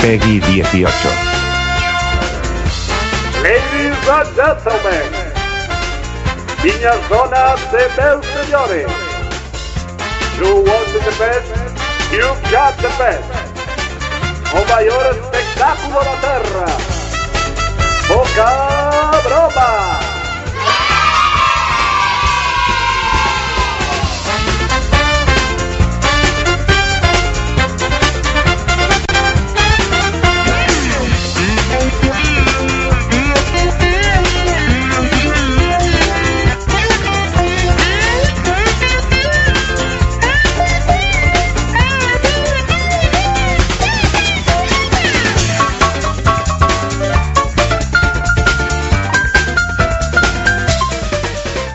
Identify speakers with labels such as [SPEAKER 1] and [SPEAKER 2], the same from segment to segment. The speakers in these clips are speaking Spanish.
[SPEAKER 1] Peggy 18.
[SPEAKER 2] Ladies and gentlemen, niñas, donas de bel señores. You want the best, you've got the best. O mayor espectáculo de la tierra. Poca broma.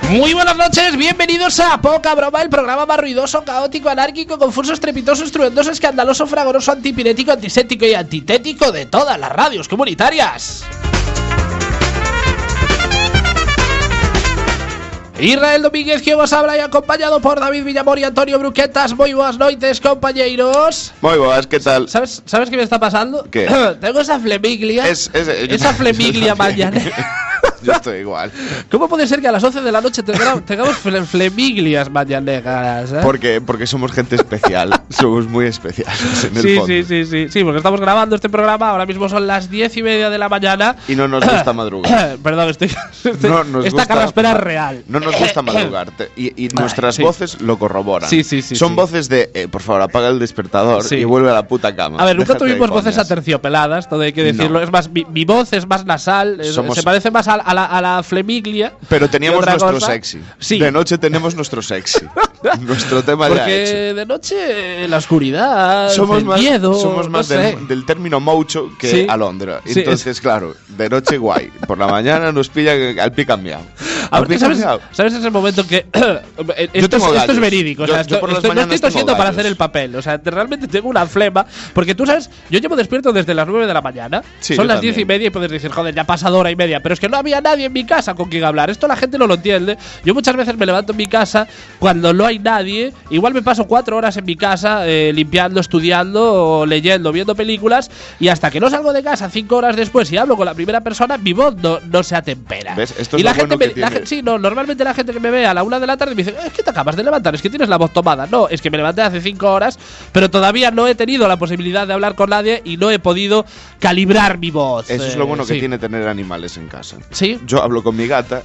[SPEAKER 3] Muy buenas noches, bienvenidos a Poca Broma, el programa más ruidoso, caótico, anárquico, confuso, estrepitoso, estruendoso, escandaloso, fragoroso, antipirético, antiséptico y antitético de todas las radios comunitarias. Israel Domínguez, que os habla y acompañado por David Villamor y Antonio Bruquetas. Muy buenas noches, compañeros.
[SPEAKER 4] Muy buenas, ¿qué tal?
[SPEAKER 3] ¿Sabes, ¿Sabes qué me está pasando?
[SPEAKER 4] ¿Qué?
[SPEAKER 3] Tengo esa flemiglia.
[SPEAKER 4] Es- es- eh, yo
[SPEAKER 3] esa
[SPEAKER 4] también-
[SPEAKER 3] flemiglia
[SPEAKER 4] yo también.
[SPEAKER 3] mañana.
[SPEAKER 4] Yo estoy igual.
[SPEAKER 3] ¿Cómo puede ser que a las 11 de la noche tengamos, tengamos fle- flemiglias mañaneras? eh?
[SPEAKER 4] Porque, porque somos gente especial. somos muy especiales en el
[SPEAKER 3] sí,
[SPEAKER 4] fondo.
[SPEAKER 3] sí, sí, sí, sí, porque estamos grabando este programa, ahora mismo son las 10 y media de la mañana.
[SPEAKER 4] Y no nos gusta madrugar.
[SPEAKER 3] Perdón, estoy. estoy-
[SPEAKER 4] No nos
[SPEAKER 3] esta
[SPEAKER 4] gusta-
[SPEAKER 3] carraspera es real.
[SPEAKER 4] No nos gusta madrugar. te- Y, y nuestras
[SPEAKER 3] sí.
[SPEAKER 4] voces lo corroboran.
[SPEAKER 3] Sí, sí, sí,
[SPEAKER 4] Son
[SPEAKER 3] sí.
[SPEAKER 4] voces de, eh, por favor, apaga el despertador
[SPEAKER 3] Sí.
[SPEAKER 4] y vuelve a la puta cama.
[SPEAKER 3] A ver, nunca
[SPEAKER 4] Déjate de
[SPEAKER 3] tuvimos voces
[SPEAKER 4] coñas.
[SPEAKER 3] aterciopeladas, todo hay que decirlo.
[SPEAKER 4] No.
[SPEAKER 3] Es más, mi, mi voz es más nasal, es-
[SPEAKER 4] Somos-
[SPEAKER 3] se parece más a, a la, a la flemiglia.
[SPEAKER 4] Pero
[SPEAKER 3] que
[SPEAKER 4] teníamos
[SPEAKER 3] otra
[SPEAKER 4] nuestro
[SPEAKER 3] cosa.
[SPEAKER 4] sexy.
[SPEAKER 3] Sí.
[SPEAKER 4] De noche tenemos nuestro sexy. nuestro tema ya hecho.
[SPEAKER 3] Porque de noche la oscuridad,
[SPEAKER 4] somos
[SPEAKER 3] el
[SPEAKER 4] más,
[SPEAKER 3] miedo,
[SPEAKER 4] somos más
[SPEAKER 3] no
[SPEAKER 4] del,
[SPEAKER 3] sé.
[SPEAKER 4] del término moucho que
[SPEAKER 3] Sí.
[SPEAKER 4] alondra.
[SPEAKER 3] Sí,
[SPEAKER 4] Entonces, claro, de noche guay. Por la mañana nos pilla al pica miau.
[SPEAKER 3] Ah,
[SPEAKER 4] Al
[SPEAKER 3] porque
[SPEAKER 4] pica
[SPEAKER 3] ¿sabes,
[SPEAKER 4] miau.
[SPEAKER 3] ¿Sabes ese momento que.? esto, es-
[SPEAKER 4] tengo
[SPEAKER 3] esto es
[SPEAKER 4] gallos.
[SPEAKER 3] verídico. o
[SPEAKER 4] Yo-
[SPEAKER 3] sea,
[SPEAKER 4] yo
[SPEAKER 3] esto-
[SPEAKER 4] por las
[SPEAKER 3] esto- no
[SPEAKER 4] mañanas
[SPEAKER 3] estoy tosiendo
[SPEAKER 4] tengo
[SPEAKER 3] para
[SPEAKER 4] gallos.
[SPEAKER 3] hacer el papel. O sea, te- realmente tengo una flema. Porque tú sabes, yo llevo despierto desde las 9 de la mañana.
[SPEAKER 4] Sí,
[SPEAKER 3] Son
[SPEAKER 4] yo
[SPEAKER 3] las
[SPEAKER 4] también.
[SPEAKER 3] 10 y media y puedes decir, joder, ya ha pasado hora y media. Pero es que no había nadie en mi casa con quien hablar. Esto la gente no lo entiende. Yo muchas veces me levanto en mi casa cuando no hay nadie. Igual me paso cuatro horas en mi casa eh, limpiando, estudiando, o leyendo, viendo películas. Y hasta que no salgo de casa cinco horas después y hablo con la primera persona, mi voz no, no se atempera.
[SPEAKER 4] ¿Ves? Esto es
[SPEAKER 3] y la
[SPEAKER 4] lo bueno
[SPEAKER 3] gente me-
[SPEAKER 4] que
[SPEAKER 3] la
[SPEAKER 4] tiene.
[SPEAKER 3] gen- Sí, no, normalmente la gente que me ve a la una de la tarde me dice, es que te acabas de levantar, es que tienes la voz tomada. No, es que me levanté hace cinco horas, pero todavía no he tenido la posibilidad de hablar con nadie y no he podido calibrar mi voz.
[SPEAKER 4] Eso es
[SPEAKER 3] Eh,
[SPEAKER 4] lo bueno que
[SPEAKER 3] sí.
[SPEAKER 4] tiene tener animales en casa.
[SPEAKER 3] Sí,
[SPEAKER 4] Yo hablo con mi gata,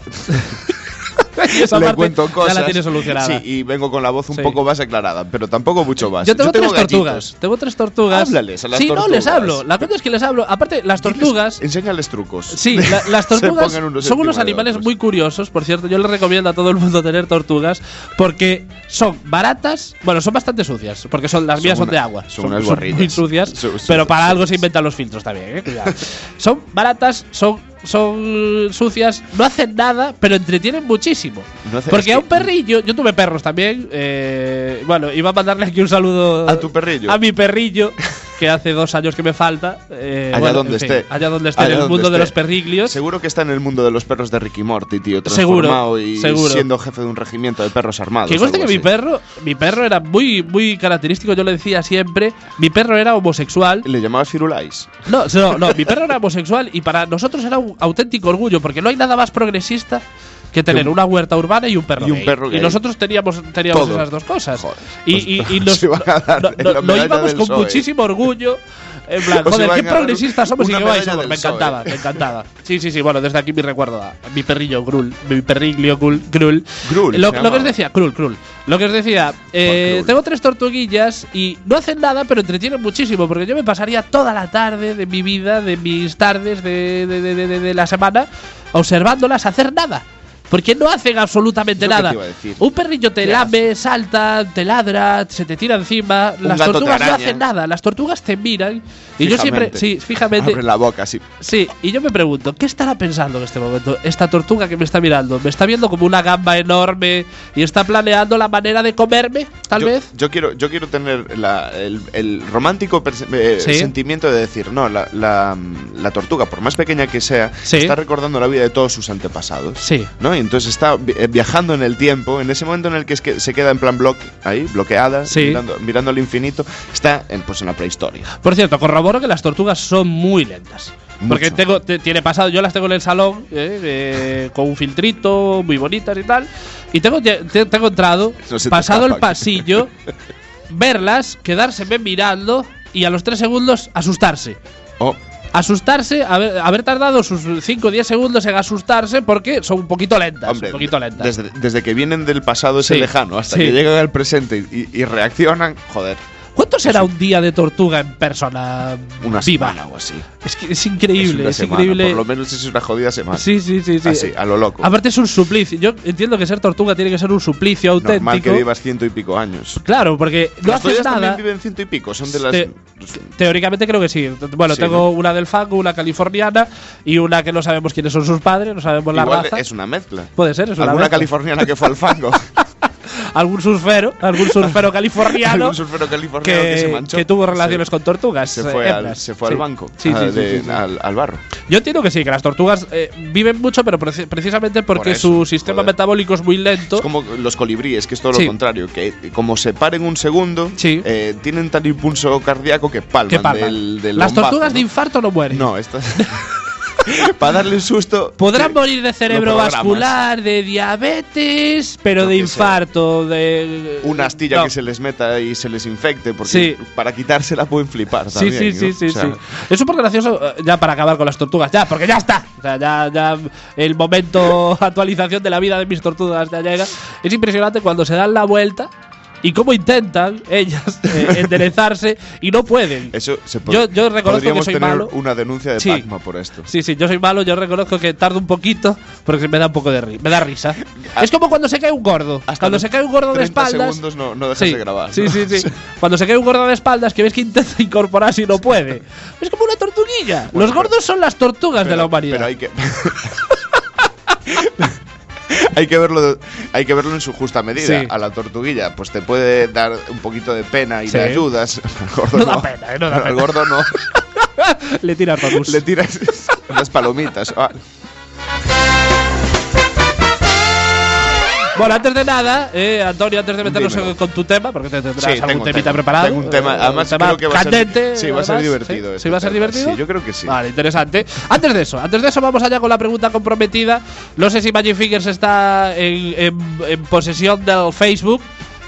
[SPEAKER 3] y esa
[SPEAKER 4] le
[SPEAKER 3] parte
[SPEAKER 4] cuento cosas.
[SPEAKER 3] Ya la tiene solucionada.
[SPEAKER 4] Sí, y vengo con la voz un
[SPEAKER 3] Sí.
[SPEAKER 4] poco más aclarada, pero tampoco mucho más.
[SPEAKER 3] Yo tengo, tres
[SPEAKER 4] gatitos.
[SPEAKER 3] tortugas. Tengo tres tortugas.
[SPEAKER 4] Háblales a las
[SPEAKER 3] sí, no les
[SPEAKER 4] tortugas.
[SPEAKER 3] hablo. La cosa es que les hablo. Aparte, las
[SPEAKER 4] Diles-
[SPEAKER 3] tortugas.
[SPEAKER 4] Enséñales trucos.
[SPEAKER 3] Sí, la- las
[SPEAKER 4] Se
[SPEAKER 3] tortugas
[SPEAKER 4] pongan unos
[SPEAKER 3] son
[SPEAKER 4] encima
[SPEAKER 3] unos
[SPEAKER 4] de
[SPEAKER 3] animales
[SPEAKER 4] otros.
[SPEAKER 3] muy curiosos, por cierto. Yo les recomiendo a todo el mundo tener tortugas porque son baratas. Bueno, son bastante sucias, porque son las
[SPEAKER 4] Son
[SPEAKER 3] mías son
[SPEAKER 4] una-
[SPEAKER 3] de agua.
[SPEAKER 4] son unas guarrillas.
[SPEAKER 3] muy sucias,
[SPEAKER 4] Son- son-
[SPEAKER 3] pero para
[SPEAKER 4] son-
[SPEAKER 3] algo se inventan los filtros también. ¿eh? Cuidado. son baratas, son son sucias, no hacen nada, pero entretienen muchísimo.
[SPEAKER 4] No hace-
[SPEAKER 3] porque
[SPEAKER 4] es
[SPEAKER 3] a un
[SPEAKER 4] que-
[SPEAKER 3] perrillo, yo tuve perros también. eh, bueno, iba a mandarle aquí un saludo
[SPEAKER 4] A tu perrillo.
[SPEAKER 3] a mi perrillo, que hace dos años que me falta. eh,
[SPEAKER 4] Allá
[SPEAKER 3] bueno,
[SPEAKER 4] donde
[SPEAKER 3] en fin,
[SPEAKER 4] esté.
[SPEAKER 3] Allá donde esté,
[SPEAKER 4] Allá
[SPEAKER 3] en el
[SPEAKER 4] donde
[SPEAKER 3] mundo de
[SPEAKER 4] esté.
[SPEAKER 3] los perriglios.
[SPEAKER 4] Seguro que está en el mundo de los perros de Ricky Morty, tío.
[SPEAKER 3] Seguro,
[SPEAKER 4] Transformado y
[SPEAKER 3] seguro.
[SPEAKER 4] siendo jefe de un regimiento de perros armados.
[SPEAKER 3] Que conste que
[SPEAKER 4] algo
[SPEAKER 3] mi
[SPEAKER 4] así.
[SPEAKER 3] perro, mi perro era muy, muy característico, yo le decía siempre, mi perro era homosexual.
[SPEAKER 4] ¿Le llamabas Firulais?
[SPEAKER 3] No, no, no, mi perro era homosexual y para nosotros era un auténtico orgullo, porque no hay nada más progresista que tener
[SPEAKER 4] un-
[SPEAKER 3] una huerta urbana y un perro
[SPEAKER 4] y un
[SPEAKER 3] gay.
[SPEAKER 4] perro
[SPEAKER 3] y
[SPEAKER 4] gay.
[SPEAKER 3] nosotros teníamos, teníamos
[SPEAKER 4] Todo.
[SPEAKER 3] esas dos cosas.
[SPEAKER 4] Joder, Pues
[SPEAKER 3] y,
[SPEAKER 4] los
[SPEAKER 3] y- y
[SPEAKER 4] perros
[SPEAKER 3] nos,
[SPEAKER 4] se van a dar
[SPEAKER 3] no-
[SPEAKER 4] en
[SPEAKER 3] no-
[SPEAKER 4] la
[SPEAKER 3] no
[SPEAKER 4] medalla
[SPEAKER 3] íbamos
[SPEAKER 4] del
[SPEAKER 3] con
[SPEAKER 4] PSOE.
[SPEAKER 3] muchísimo orgullo. En plan,
[SPEAKER 4] Os
[SPEAKER 3] joder,
[SPEAKER 4] iban
[SPEAKER 3] qué
[SPEAKER 4] a ganar
[SPEAKER 3] progralistas somos y
[SPEAKER 4] una
[SPEAKER 3] qué guay
[SPEAKER 4] medalla
[SPEAKER 3] somos.
[SPEAKER 4] del
[SPEAKER 3] Me
[SPEAKER 4] PSOE.
[SPEAKER 3] encantaba, me encantaba. Sí, sí, sí, bueno, desde aquí mi recuerdo a mi perrillo Grul, mi perrillo Grul. Grul.
[SPEAKER 4] Grul,
[SPEAKER 3] Lo,
[SPEAKER 4] se
[SPEAKER 3] lo que os
[SPEAKER 4] llamaba.
[SPEAKER 3] decía, Krul, Krul. Lo que os decía, eh,
[SPEAKER 4] Grul.
[SPEAKER 3] tengo tres tortuguillas y no hacen nada, pero entretienen muchísimo, porque yo me pasaría toda la tarde de mi vida, de mis tardes de, de- de- de- de- de la semana, observándolas hacer nada. Porque no hacen absolutamente
[SPEAKER 4] Es lo que
[SPEAKER 3] nada.
[SPEAKER 4] te iba a decir.
[SPEAKER 3] Un perrillo te
[SPEAKER 4] ¿Qué
[SPEAKER 3] lame, salta, te ladra, se te tira encima.
[SPEAKER 4] Un
[SPEAKER 3] las
[SPEAKER 4] gato te
[SPEAKER 3] tortugas no
[SPEAKER 4] araña.
[SPEAKER 3] hacen nada, las tortugas te miran. Y yo siempre,
[SPEAKER 4] Fijamente.
[SPEAKER 3] sí, fíjate,
[SPEAKER 4] Abre la boca, así.
[SPEAKER 3] Sí, y yo me pregunto, ¿qué estará pensando en este momento? Esta tortuga que me está mirando, ¿me está viendo como una gamba enorme y está planeando la manera de comerme, tal
[SPEAKER 4] Yo-
[SPEAKER 3] vez?
[SPEAKER 4] Yo quiero, yo quiero tener la- el, el romántico perse- eh,
[SPEAKER 3] Sí.
[SPEAKER 4] sentimiento de decir, no, la, la- la tortuga, por más pequeña que sea,
[SPEAKER 3] Sí.
[SPEAKER 4] está recordando la vida de todos sus antepasados.
[SPEAKER 3] Sí.
[SPEAKER 4] ¿no? Y entonces está vi- eh, viajando en el tiempo, en ese momento en el que, es que se queda en plan bloque, ahí, bloqueada,
[SPEAKER 3] Sí.
[SPEAKER 4] mirando, mirando al infinito, está en, pues, en la prehistoria.
[SPEAKER 3] Por cierto, corroboro que las tortugas son muy lentas. Porque
[SPEAKER 4] Mucho.
[SPEAKER 3] tengo, te- tiene pasado, yo las tengo en el salón, eh, eh, con un filtrito, muy bonitas y tal. Y tengo, te- te- tengo entrado,
[SPEAKER 4] No se te
[SPEAKER 3] pasado el
[SPEAKER 4] escapan.
[SPEAKER 3] pasillo, verlas, quedárseme mirando y a los tres segundos asustarse.
[SPEAKER 4] Oh,
[SPEAKER 3] Asustarse, haber, haber tardado sus 5 o 10 segundos en asustarse porque son un poquito lentas.
[SPEAKER 4] hombre,
[SPEAKER 3] un poquito lentas.
[SPEAKER 4] Desde, desde que vienen del pasado ese
[SPEAKER 3] Sí.
[SPEAKER 4] lejano hasta
[SPEAKER 3] Sí.
[SPEAKER 4] que llegan al presente y, y reaccionan, joder,
[SPEAKER 3] ¿Cuánto será un día de tortuga en persona
[SPEAKER 4] una
[SPEAKER 3] viva?
[SPEAKER 4] semana o así.
[SPEAKER 3] Es que es
[SPEAKER 4] Es
[SPEAKER 3] increíble,
[SPEAKER 4] una
[SPEAKER 3] es,
[SPEAKER 4] semana,
[SPEAKER 3] increíble.
[SPEAKER 4] Por lo menos Ah, es una jodida semana.
[SPEAKER 3] Sí, sí, sí, sí.
[SPEAKER 4] Así, a lo loco.
[SPEAKER 3] Aparte es un suplicio. Yo entiendo que ser tortuga tiene que ser un suplicio auténtico.
[SPEAKER 4] Normal que vivas ciento y pico años.
[SPEAKER 3] Claro, porque no
[SPEAKER 4] Las tuyas
[SPEAKER 3] haces nada.
[SPEAKER 4] también viven ciento y pico, son de las...
[SPEAKER 3] Te- Teóricamente creo que sí. Bueno,
[SPEAKER 4] Sí,
[SPEAKER 3] tengo
[SPEAKER 4] ¿no?
[SPEAKER 3] una del fango, una californiana y una que no sabemos quiénes son sus padres, no sabemos la
[SPEAKER 4] Igual
[SPEAKER 3] raza. Pues
[SPEAKER 4] es una mezcla.
[SPEAKER 3] Puede ser, es una
[SPEAKER 4] Alguna
[SPEAKER 3] mezcla.
[SPEAKER 4] californiana que fue al fango.
[SPEAKER 3] Algún surfero, algún surfero californiano
[SPEAKER 4] Algún surfero californiano que, se
[SPEAKER 3] que,
[SPEAKER 4] manchó.
[SPEAKER 3] que tuvo relaciones
[SPEAKER 4] Sí.
[SPEAKER 3] con tortugas.
[SPEAKER 4] Se
[SPEAKER 3] eh,
[SPEAKER 4] fue, al,
[SPEAKER 3] hembras.
[SPEAKER 4] se fue al
[SPEAKER 3] Sí.
[SPEAKER 4] banco,
[SPEAKER 3] Sí, sí,
[SPEAKER 4] a-
[SPEAKER 3] sí,
[SPEAKER 4] de-
[SPEAKER 3] sí, sí.
[SPEAKER 4] Al, al barro.
[SPEAKER 3] Yo entiendo que sí, que las tortugas eh, viven mucho, pero preci- precisamente porque
[SPEAKER 4] Por eso,
[SPEAKER 3] su sistema
[SPEAKER 4] joder.
[SPEAKER 3] metabólico es muy lento.
[SPEAKER 4] Es como los colibríes, que es todo
[SPEAKER 3] Sí.
[SPEAKER 4] lo contrario, que como se paren un segundo,
[SPEAKER 3] Sí.
[SPEAKER 4] eh, tienen tal impulso cardíaco que palman,
[SPEAKER 3] que palman.
[SPEAKER 4] del, del
[SPEAKER 3] Las
[SPEAKER 4] bombazo,
[SPEAKER 3] tortugas de
[SPEAKER 4] ¿no?
[SPEAKER 3] infarto no mueren.
[SPEAKER 4] No, estas... Para darle el susto...
[SPEAKER 3] Podrán
[SPEAKER 4] sí,
[SPEAKER 3] morir de cerebro
[SPEAKER 4] programas.
[SPEAKER 3] vascular, de diabetes, pero
[SPEAKER 4] Yo
[SPEAKER 3] de
[SPEAKER 4] qué sé.
[SPEAKER 3] infarto, de.
[SPEAKER 4] Una astilla
[SPEAKER 3] No.
[SPEAKER 4] que se les meta y se les infecte, porque
[SPEAKER 3] Sí.
[SPEAKER 4] para quitársela pueden flipar
[SPEAKER 3] Sí, sí,
[SPEAKER 4] también,
[SPEAKER 3] sí,
[SPEAKER 4] ¿no?
[SPEAKER 3] sí,
[SPEAKER 4] O sea,
[SPEAKER 3] sí. Es súper gracioso, eh, ya para acabar con las tortugas, ya, porque ya está. O sea, ya, ya el momento actualización de la vida de mis tortugas ya llega. Es impresionante cuando se dan la vuelta y cómo intentan ellas eh, enderezarse y no pueden.
[SPEAKER 4] Eso se
[SPEAKER 3] Yo- yo reconozco que
[SPEAKER 4] podríamos
[SPEAKER 3] soy
[SPEAKER 4] tener
[SPEAKER 3] malo.
[SPEAKER 4] una denuncia de
[SPEAKER 3] Sí.
[SPEAKER 4] Pacma por esto.
[SPEAKER 3] Sí, sí, yo soy malo, yo reconozco que tardo un poquito porque me da un poco de ri- me da risa. es como cuando se cae un gordo. cuando
[SPEAKER 4] Ah. los
[SPEAKER 3] se cae un gordo de
[SPEAKER 4] 30
[SPEAKER 3] espaldas.
[SPEAKER 4] segundos no, no dejas
[SPEAKER 3] Sí,
[SPEAKER 4] de grabar.
[SPEAKER 3] sí,
[SPEAKER 4] ¿no?
[SPEAKER 3] sí, sí.
[SPEAKER 4] O sea,
[SPEAKER 3] Cuando se cae un gordo de espaldas que ves que intenta incorporarse y no puede. Es como una tortuguilla.
[SPEAKER 4] Bueno,
[SPEAKER 3] Los
[SPEAKER 4] pero-
[SPEAKER 3] gordos son las tortugas de la
[SPEAKER 4] pero-
[SPEAKER 3] humanidad.
[SPEAKER 4] Pero hay que. Hay que, verlo, hay que verlo en su justa medida.
[SPEAKER 3] Sí.
[SPEAKER 4] A la tortuguilla, pues te puede dar un poquito de pena y
[SPEAKER 3] Sí.
[SPEAKER 4] le ayudas. Al gordo
[SPEAKER 3] No da pena, eh, no da
[SPEAKER 4] Al
[SPEAKER 3] pena.
[SPEAKER 4] gordo no.
[SPEAKER 3] Le tiras Papus.
[SPEAKER 4] Le tiras las palomitas. Ah,
[SPEAKER 3] Bueno, antes de nada, eh, Antonio, antes de meternos
[SPEAKER 4] Dímelo.
[SPEAKER 3] en- con tu tema, porque te tendrás
[SPEAKER 4] sí,
[SPEAKER 3] algún
[SPEAKER 4] tengo un
[SPEAKER 3] temita
[SPEAKER 4] tema.
[SPEAKER 3] preparado.
[SPEAKER 4] Tengo un tema.
[SPEAKER 3] eh,
[SPEAKER 4] Además,
[SPEAKER 3] tema
[SPEAKER 4] creo que va a ser-
[SPEAKER 3] candente,
[SPEAKER 4] sí, va a ser
[SPEAKER 3] además,
[SPEAKER 4] divertido
[SPEAKER 3] ¿Sí? ¿Sí
[SPEAKER 4] este
[SPEAKER 3] va a ser
[SPEAKER 4] tema.
[SPEAKER 3] divertido?
[SPEAKER 4] Sí, yo creo que sí.
[SPEAKER 3] Vale, interesante. Antes de eso, antes de eso vamos allá con la pregunta comprometida. No sé si Magic Fingers está en, en- en posesión del Facebook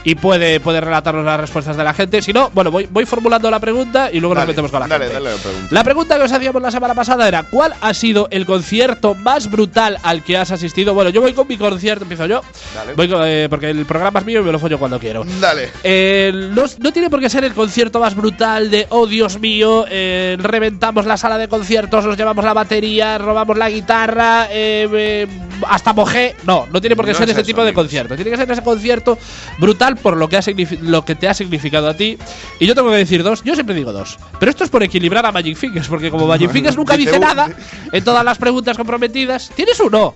[SPEAKER 3] y puede, puede relatarnos las respuestas de la gente. Si no, bueno, voy, voy formulando la pregunta y luego
[SPEAKER 4] Dale,
[SPEAKER 3] nos metemos con la
[SPEAKER 4] dale,
[SPEAKER 3] gente.
[SPEAKER 4] dale la pregunta.
[SPEAKER 3] La pregunta que os hacíamos la semana pasada era ¿Cuál ha sido el concierto más brutal al que has asistido? Bueno, yo voy con mi concierto, empiezo yo.
[SPEAKER 4] Dale.
[SPEAKER 3] Voy con- eh, porque el programa es mío y me lo follo cuando quiero.
[SPEAKER 4] Dale.
[SPEAKER 3] Eh, no, no tiene por qué ser el concierto más brutal de oh Dios mío, eh, reventamos la sala de conciertos, nos llevamos la batería, robamos la guitarra, eh, eh, hasta mojé. No, no tiene por qué
[SPEAKER 4] No
[SPEAKER 3] ser
[SPEAKER 4] es
[SPEAKER 3] ese
[SPEAKER 4] eso,
[SPEAKER 3] tipo de
[SPEAKER 4] amigos.
[SPEAKER 3] concierto. Tiene que ser ese concierto brutal por lo que, ha signifi- lo que te ha significado a ti. Y yo tengo que decir dos, yo siempre digo dos. Pero esto es por equilibrar a Magic Fingers, porque como Magic Fingers nunca
[SPEAKER 4] Dice
[SPEAKER 3] dice
[SPEAKER 4] un-
[SPEAKER 3] nada en todas las preguntas comprometidas, tienes uno.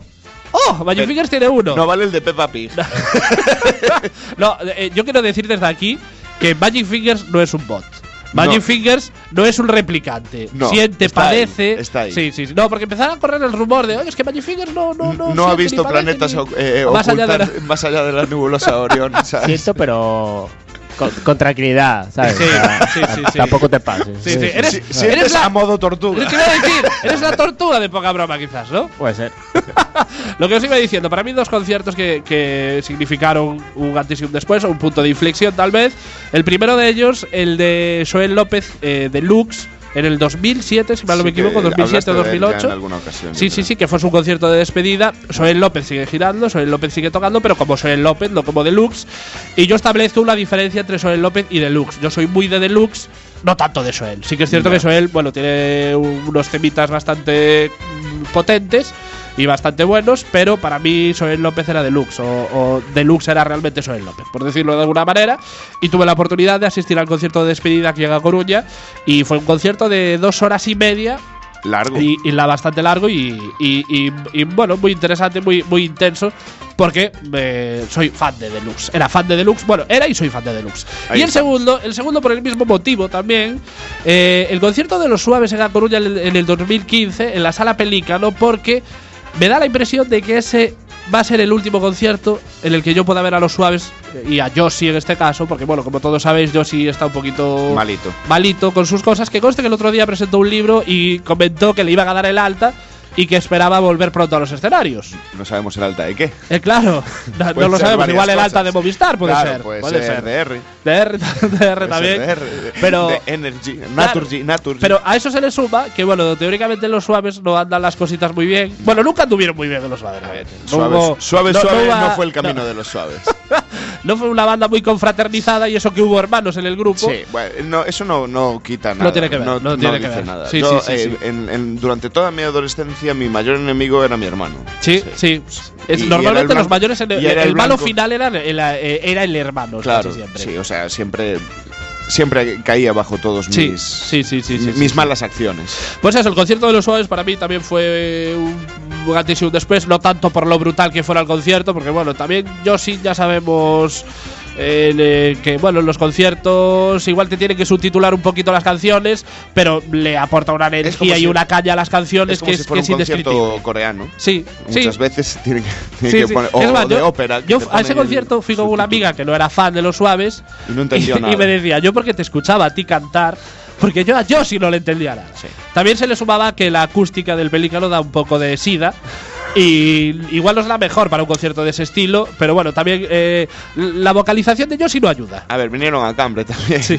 [SPEAKER 3] ¡Oh!
[SPEAKER 4] Eh,
[SPEAKER 3] Magic Fingers tiene uno.
[SPEAKER 4] No vale el de Peppa Pig.
[SPEAKER 3] No, eh, yo quiero decir desde aquí que Magic Fingers no es un bot. Magic
[SPEAKER 4] No.
[SPEAKER 3] Fingers no es un replicante.
[SPEAKER 4] No,
[SPEAKER 3] siente,
[SPEAKER 4] está
[SPEAKER 3] padece.
[SPEAKER 4] ahí, está ahí.
[SPEAKER 3] Sí, sí, sí. No, porque empezaba a correr el rumor de, oye, es que Magic Fingers no, no, no.
[SPEAKER 4] No,
[SPEAKER 3] siente
[SPEAKER 4] ha
[SPEAKER 3] ni
[SPEAKER 4] visto
[SPEAKER 3] padece
[SPEAKER 4] planetas
[SPEAKER 3] ni-".
[SPEAKER 4] o- eh,
[SPEAKER 3] Más allá de
[SPEAKER 4] ocultar- más allá de la nebulosa Orión. ¿sabes?
[SPEAKER 1] Siento, pero con, con tranquilidad, ¿sabes?
[SPEAKER 3] Sí,
[SPEAKER 1] O sea,
[SPEAKER 3] sí, sí, sí.
[SPEAKER 1] Tampoco te pases.
[SPEAKER 3] Sí, sí. Eres,
[SPEAKER 4] Sí,
[SPEAKER 3] eres
[SPEAKER 4] sientes
[SPEAKER 3] la.
[SPEAKER 4] a modo
[SPEAKER 3] Yo
[SPEAKER 4] tortuga.
[SPEAKER 3] te iba a decir, eres la tortuga de poca broma, quizás, ¿no?
[SPEAKER 1] Puede ser.
[SPEAKER 3] Lo que os iba diciendo, para mí dos conciertos que, que significaron un antes y un después, o un punto de inflexión tal vez. El primero de ellos, el de Joel López eh, de Lux, en el 2007, si mal no me
[SPEAKER 4] Sí que
[SPEAKER 3] equivoco,
[SPEAKER 4] hablaste de él ya
[SPEAKER 3] 2007-2008.
[SPEAKER 4] En alguna ocasión,
[SPEAKER 3] Sí, sí,
[SPEAKER 4] yo creo.
[SPEAKER 3] sí, que fue su concierto de despedida. Soel López sigue girando, Soel López sigue tocando, pero como Soel López, no como Deluxe. Y yo establezco una diferencia entre Soel López y Deluxe. Yo soy muy de Deluxe, no tanto de Soel. Sí que es cierto
[SPEAKER 4] Ya.
[SPEAKER 3] que Soel, bueno, tiene unos temitas bastante mm, potentes y bastante buenos, pero para mí Soel López era Deluxe, o, o Deluxe era realmente Soel López, por decirlo de alguna manera. Y tuve la oportunidad de asistir al concierto de despedida que llega a Coruña, y fue un concierto de dos horas y media,
[SPEAKER 4] Largo.
[SPEAKER 3] y, y la bastante largo y, y- y- y, bueno, muy interesante, muy, muy intenso. Porque eh, soy fan de Deluxe. Era fan de Deluxe. Bueno, era y soy fan de Deluxe.
[SPEAKER 4] Ahí
[SPEAKER 3] y el
[SPEAKER 4] estamos.
[SPEAKER 3] segundo, el segundo por el mismo motivo también. eh, el concierto de los suaves en A Coruña en el, en el 2015, en la sala Pelícano, porque me da la impresión de que ese va a ser el último concierto en el que yo pueda ver a los suaves eh, y a Josie en este caso, porque bueno, como todos sabéis, Josie está un poquito
[SPEAKER 4] Malito.
[SPEAKER 3] malito con sus cosas, que conste que el otro día presentó un libro y comentó que le iban a dar el alta y que esperaba volver pronto a los escenarios.
[SPEAKER 4] No sabemos el alta de qué.
[SPEAKER 3] Eh, claro, no- no,
[SPEAKER 4] Pueden
[SPEAKER 3] lo
[SPEAKER 4] ser
[SPEAKER 3] sabemos,
[SPEAKER 4] varias
[SPEAKER 3] igual el alta
[SPEAKER 4] cosas.
[SPEAKER 3] de Movistar puede
[SPEAKER 4] Claro,
[SPEAKER 3] ser.
[SPEAKER 4] Puede,
[SPEAKER 3] puede ser.
[SPEAKER 4] ser, DR.
[SPEAKER 3] DR, DR
[SPEAKER 4] puede ser
[SPEAKER 3] también.
[SPEAKER 4] DR,
[SPEAKER 3] Pero-
[SPEAKER 4] de Energy, Naturgy, Naturgy.
[SPEAKER 3] Pero a eso se le suma que, bueno, teóricamente los suaves no andan las cositas muy bien. Bueno, nunca anduvieron muy bien los suaves.
[SPEAKER 4] A ver,
[SPEAKER 3] No
[SPEAKER 4] suave,
[SPEAKER 3] hubo-
[SPEAKER 4] suave, suave
[SPEAKER 3] hubo-
[SPEAKER 4] no, fue el camino de los suaves.
[SPEAKER 3] No fue una banda muy confraternizada y eso que hubo hermanos en el grupo.
[SPEAKER 4] Sí, bueno, no, eso no, no quita nada.
[SPEAKER 3] tiene que ver,
[SPEAKER 4] No,
[SPEAKER 3] no tiene que
[SPEAKER 4] dice
[SPEAKER 3] ver.
[SPEAKER 4] nada.
[SPEAKER 3] Sí,
[SPEAKER 4] Yo,
[SPEAKER 3] sí, sí,
[SPEAKER 4] eh,
[SPEAKER 3] sí.
[SPEAKER 4] en- en- durante toda mi adolescencia, mi mayor enemigo era mi hermano.
[SPEAKER 3] Sí, sí. Es-
[SPEAKER 4] Y era el
[SPEAKER 3] normalmente
[SPEAKER 4] blan-
[SPEAKER 3] los mayores, en el,
[SPEAKER 4] y era
[SPEAKER 3] el
[SPEAKER 4] el
[SPEAKER 3] malo
[SPEAKER 4] blanco.
[SPEAKER 3] final era, el- eh, era el hermano, casi
[SPEAKER 4] Claro,
[SPEAKER 3] siempre.
[SPEAKER 4] sí, o sea, siempre, siempre caía bajo todos
[SPEAKER 3] Sí,
[SPEAKER 4] mis,
[SPEAKER 3] sí, sí, sí, sí,
[SPEAKER 4] mis
[SPEAKER 3] sí, sí.
[SPEAKER 4] malas acciones.
[SPEAKER 3] Pues eso, el concierto de los Suaves para mí también fue un antes y un después, no tanto por lo brutal que fuera el concierto, porque bueno, también yo sí ya sabemos eh, le- que bueno, en los conciertos igual te tienen que subtitular un poquito las canciones, pero le aporta una energía y
[SPEAKER 4] si-
[SPEAKER 3] una caña a las canciones
[SPEAKER 4] Es como
[SPEAKER 3] que,
[SPEAKER 4] si
[SPEAKER 3] es, que
[SPEAKER 4] fuera
[SPEAKER 3] es
[SPEAKER 4] un
[SPEAKER 3] indescriptible.
[SPEAKER 4] concierto coreano.
[SPEAKER 3] Sí, sí.
[SPEAKER 4] Muchas veces tienen que, tienen
[SPEAKER 3] Sí,
[SPEAKER 4] que
[SPEAKER 3] sí.
[SPEAKER 4] poner. O,
[SPEAKER 3] Es más,
[SPEAKER 4] o de
[SPEAKER 3] yo,
[SPEAKER 4] ópera. que
[SPEAKER 3] yo
[SPEAKER 4] te
[SPEAKER 3] a ese
[SPEAKER 4] ponen
[SPEAKER 3] concierto fui con una
[SPEAKER 4] subtítulos.
[SPEAKER 3] amiga que no era fan de los suaves
[SPEAKER 4] Y no entendió
[SPEAKER 3] y,
[SPEAKER 4] nada.
[SPEAKER 3] y me decía, yo porque te escuchaba a ti cantar, porque yo a yo sí no le entendía nada. También se le sumaba que la acústica del pelícano da un poco de sida. Y igual no es la mejor para un concierto de ese estilo, pero bueno, también eh, la vocalización de Yoshi no ayuda.
[SPEAKER 4] A ver, vinieron a Cambre también.
[SPEAKER 3] Sí.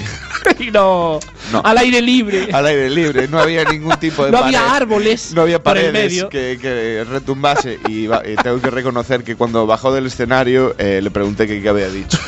[SPEAKER 3] y no,
[SPEAKER 4] No. Ah,
[SPEAKER 3] Al aire libre.
[SPEAKER 4] Al aire libre, no había ningún tipo de
[SPEAKER 3] No había
[SPEAKER 4] pared.
[SPEAKER 3] árboles
[SPEAKER 4] No había
[SPEAKER 3] por el
[SPEAKER 4] paredes
[SPEAKER 3] medio.
[SPEAKER 4] Que, que retumbase. Y, va- y tengo que reconocer que cuando bajó del escenario eh, le pregunté qué, qué había dicho.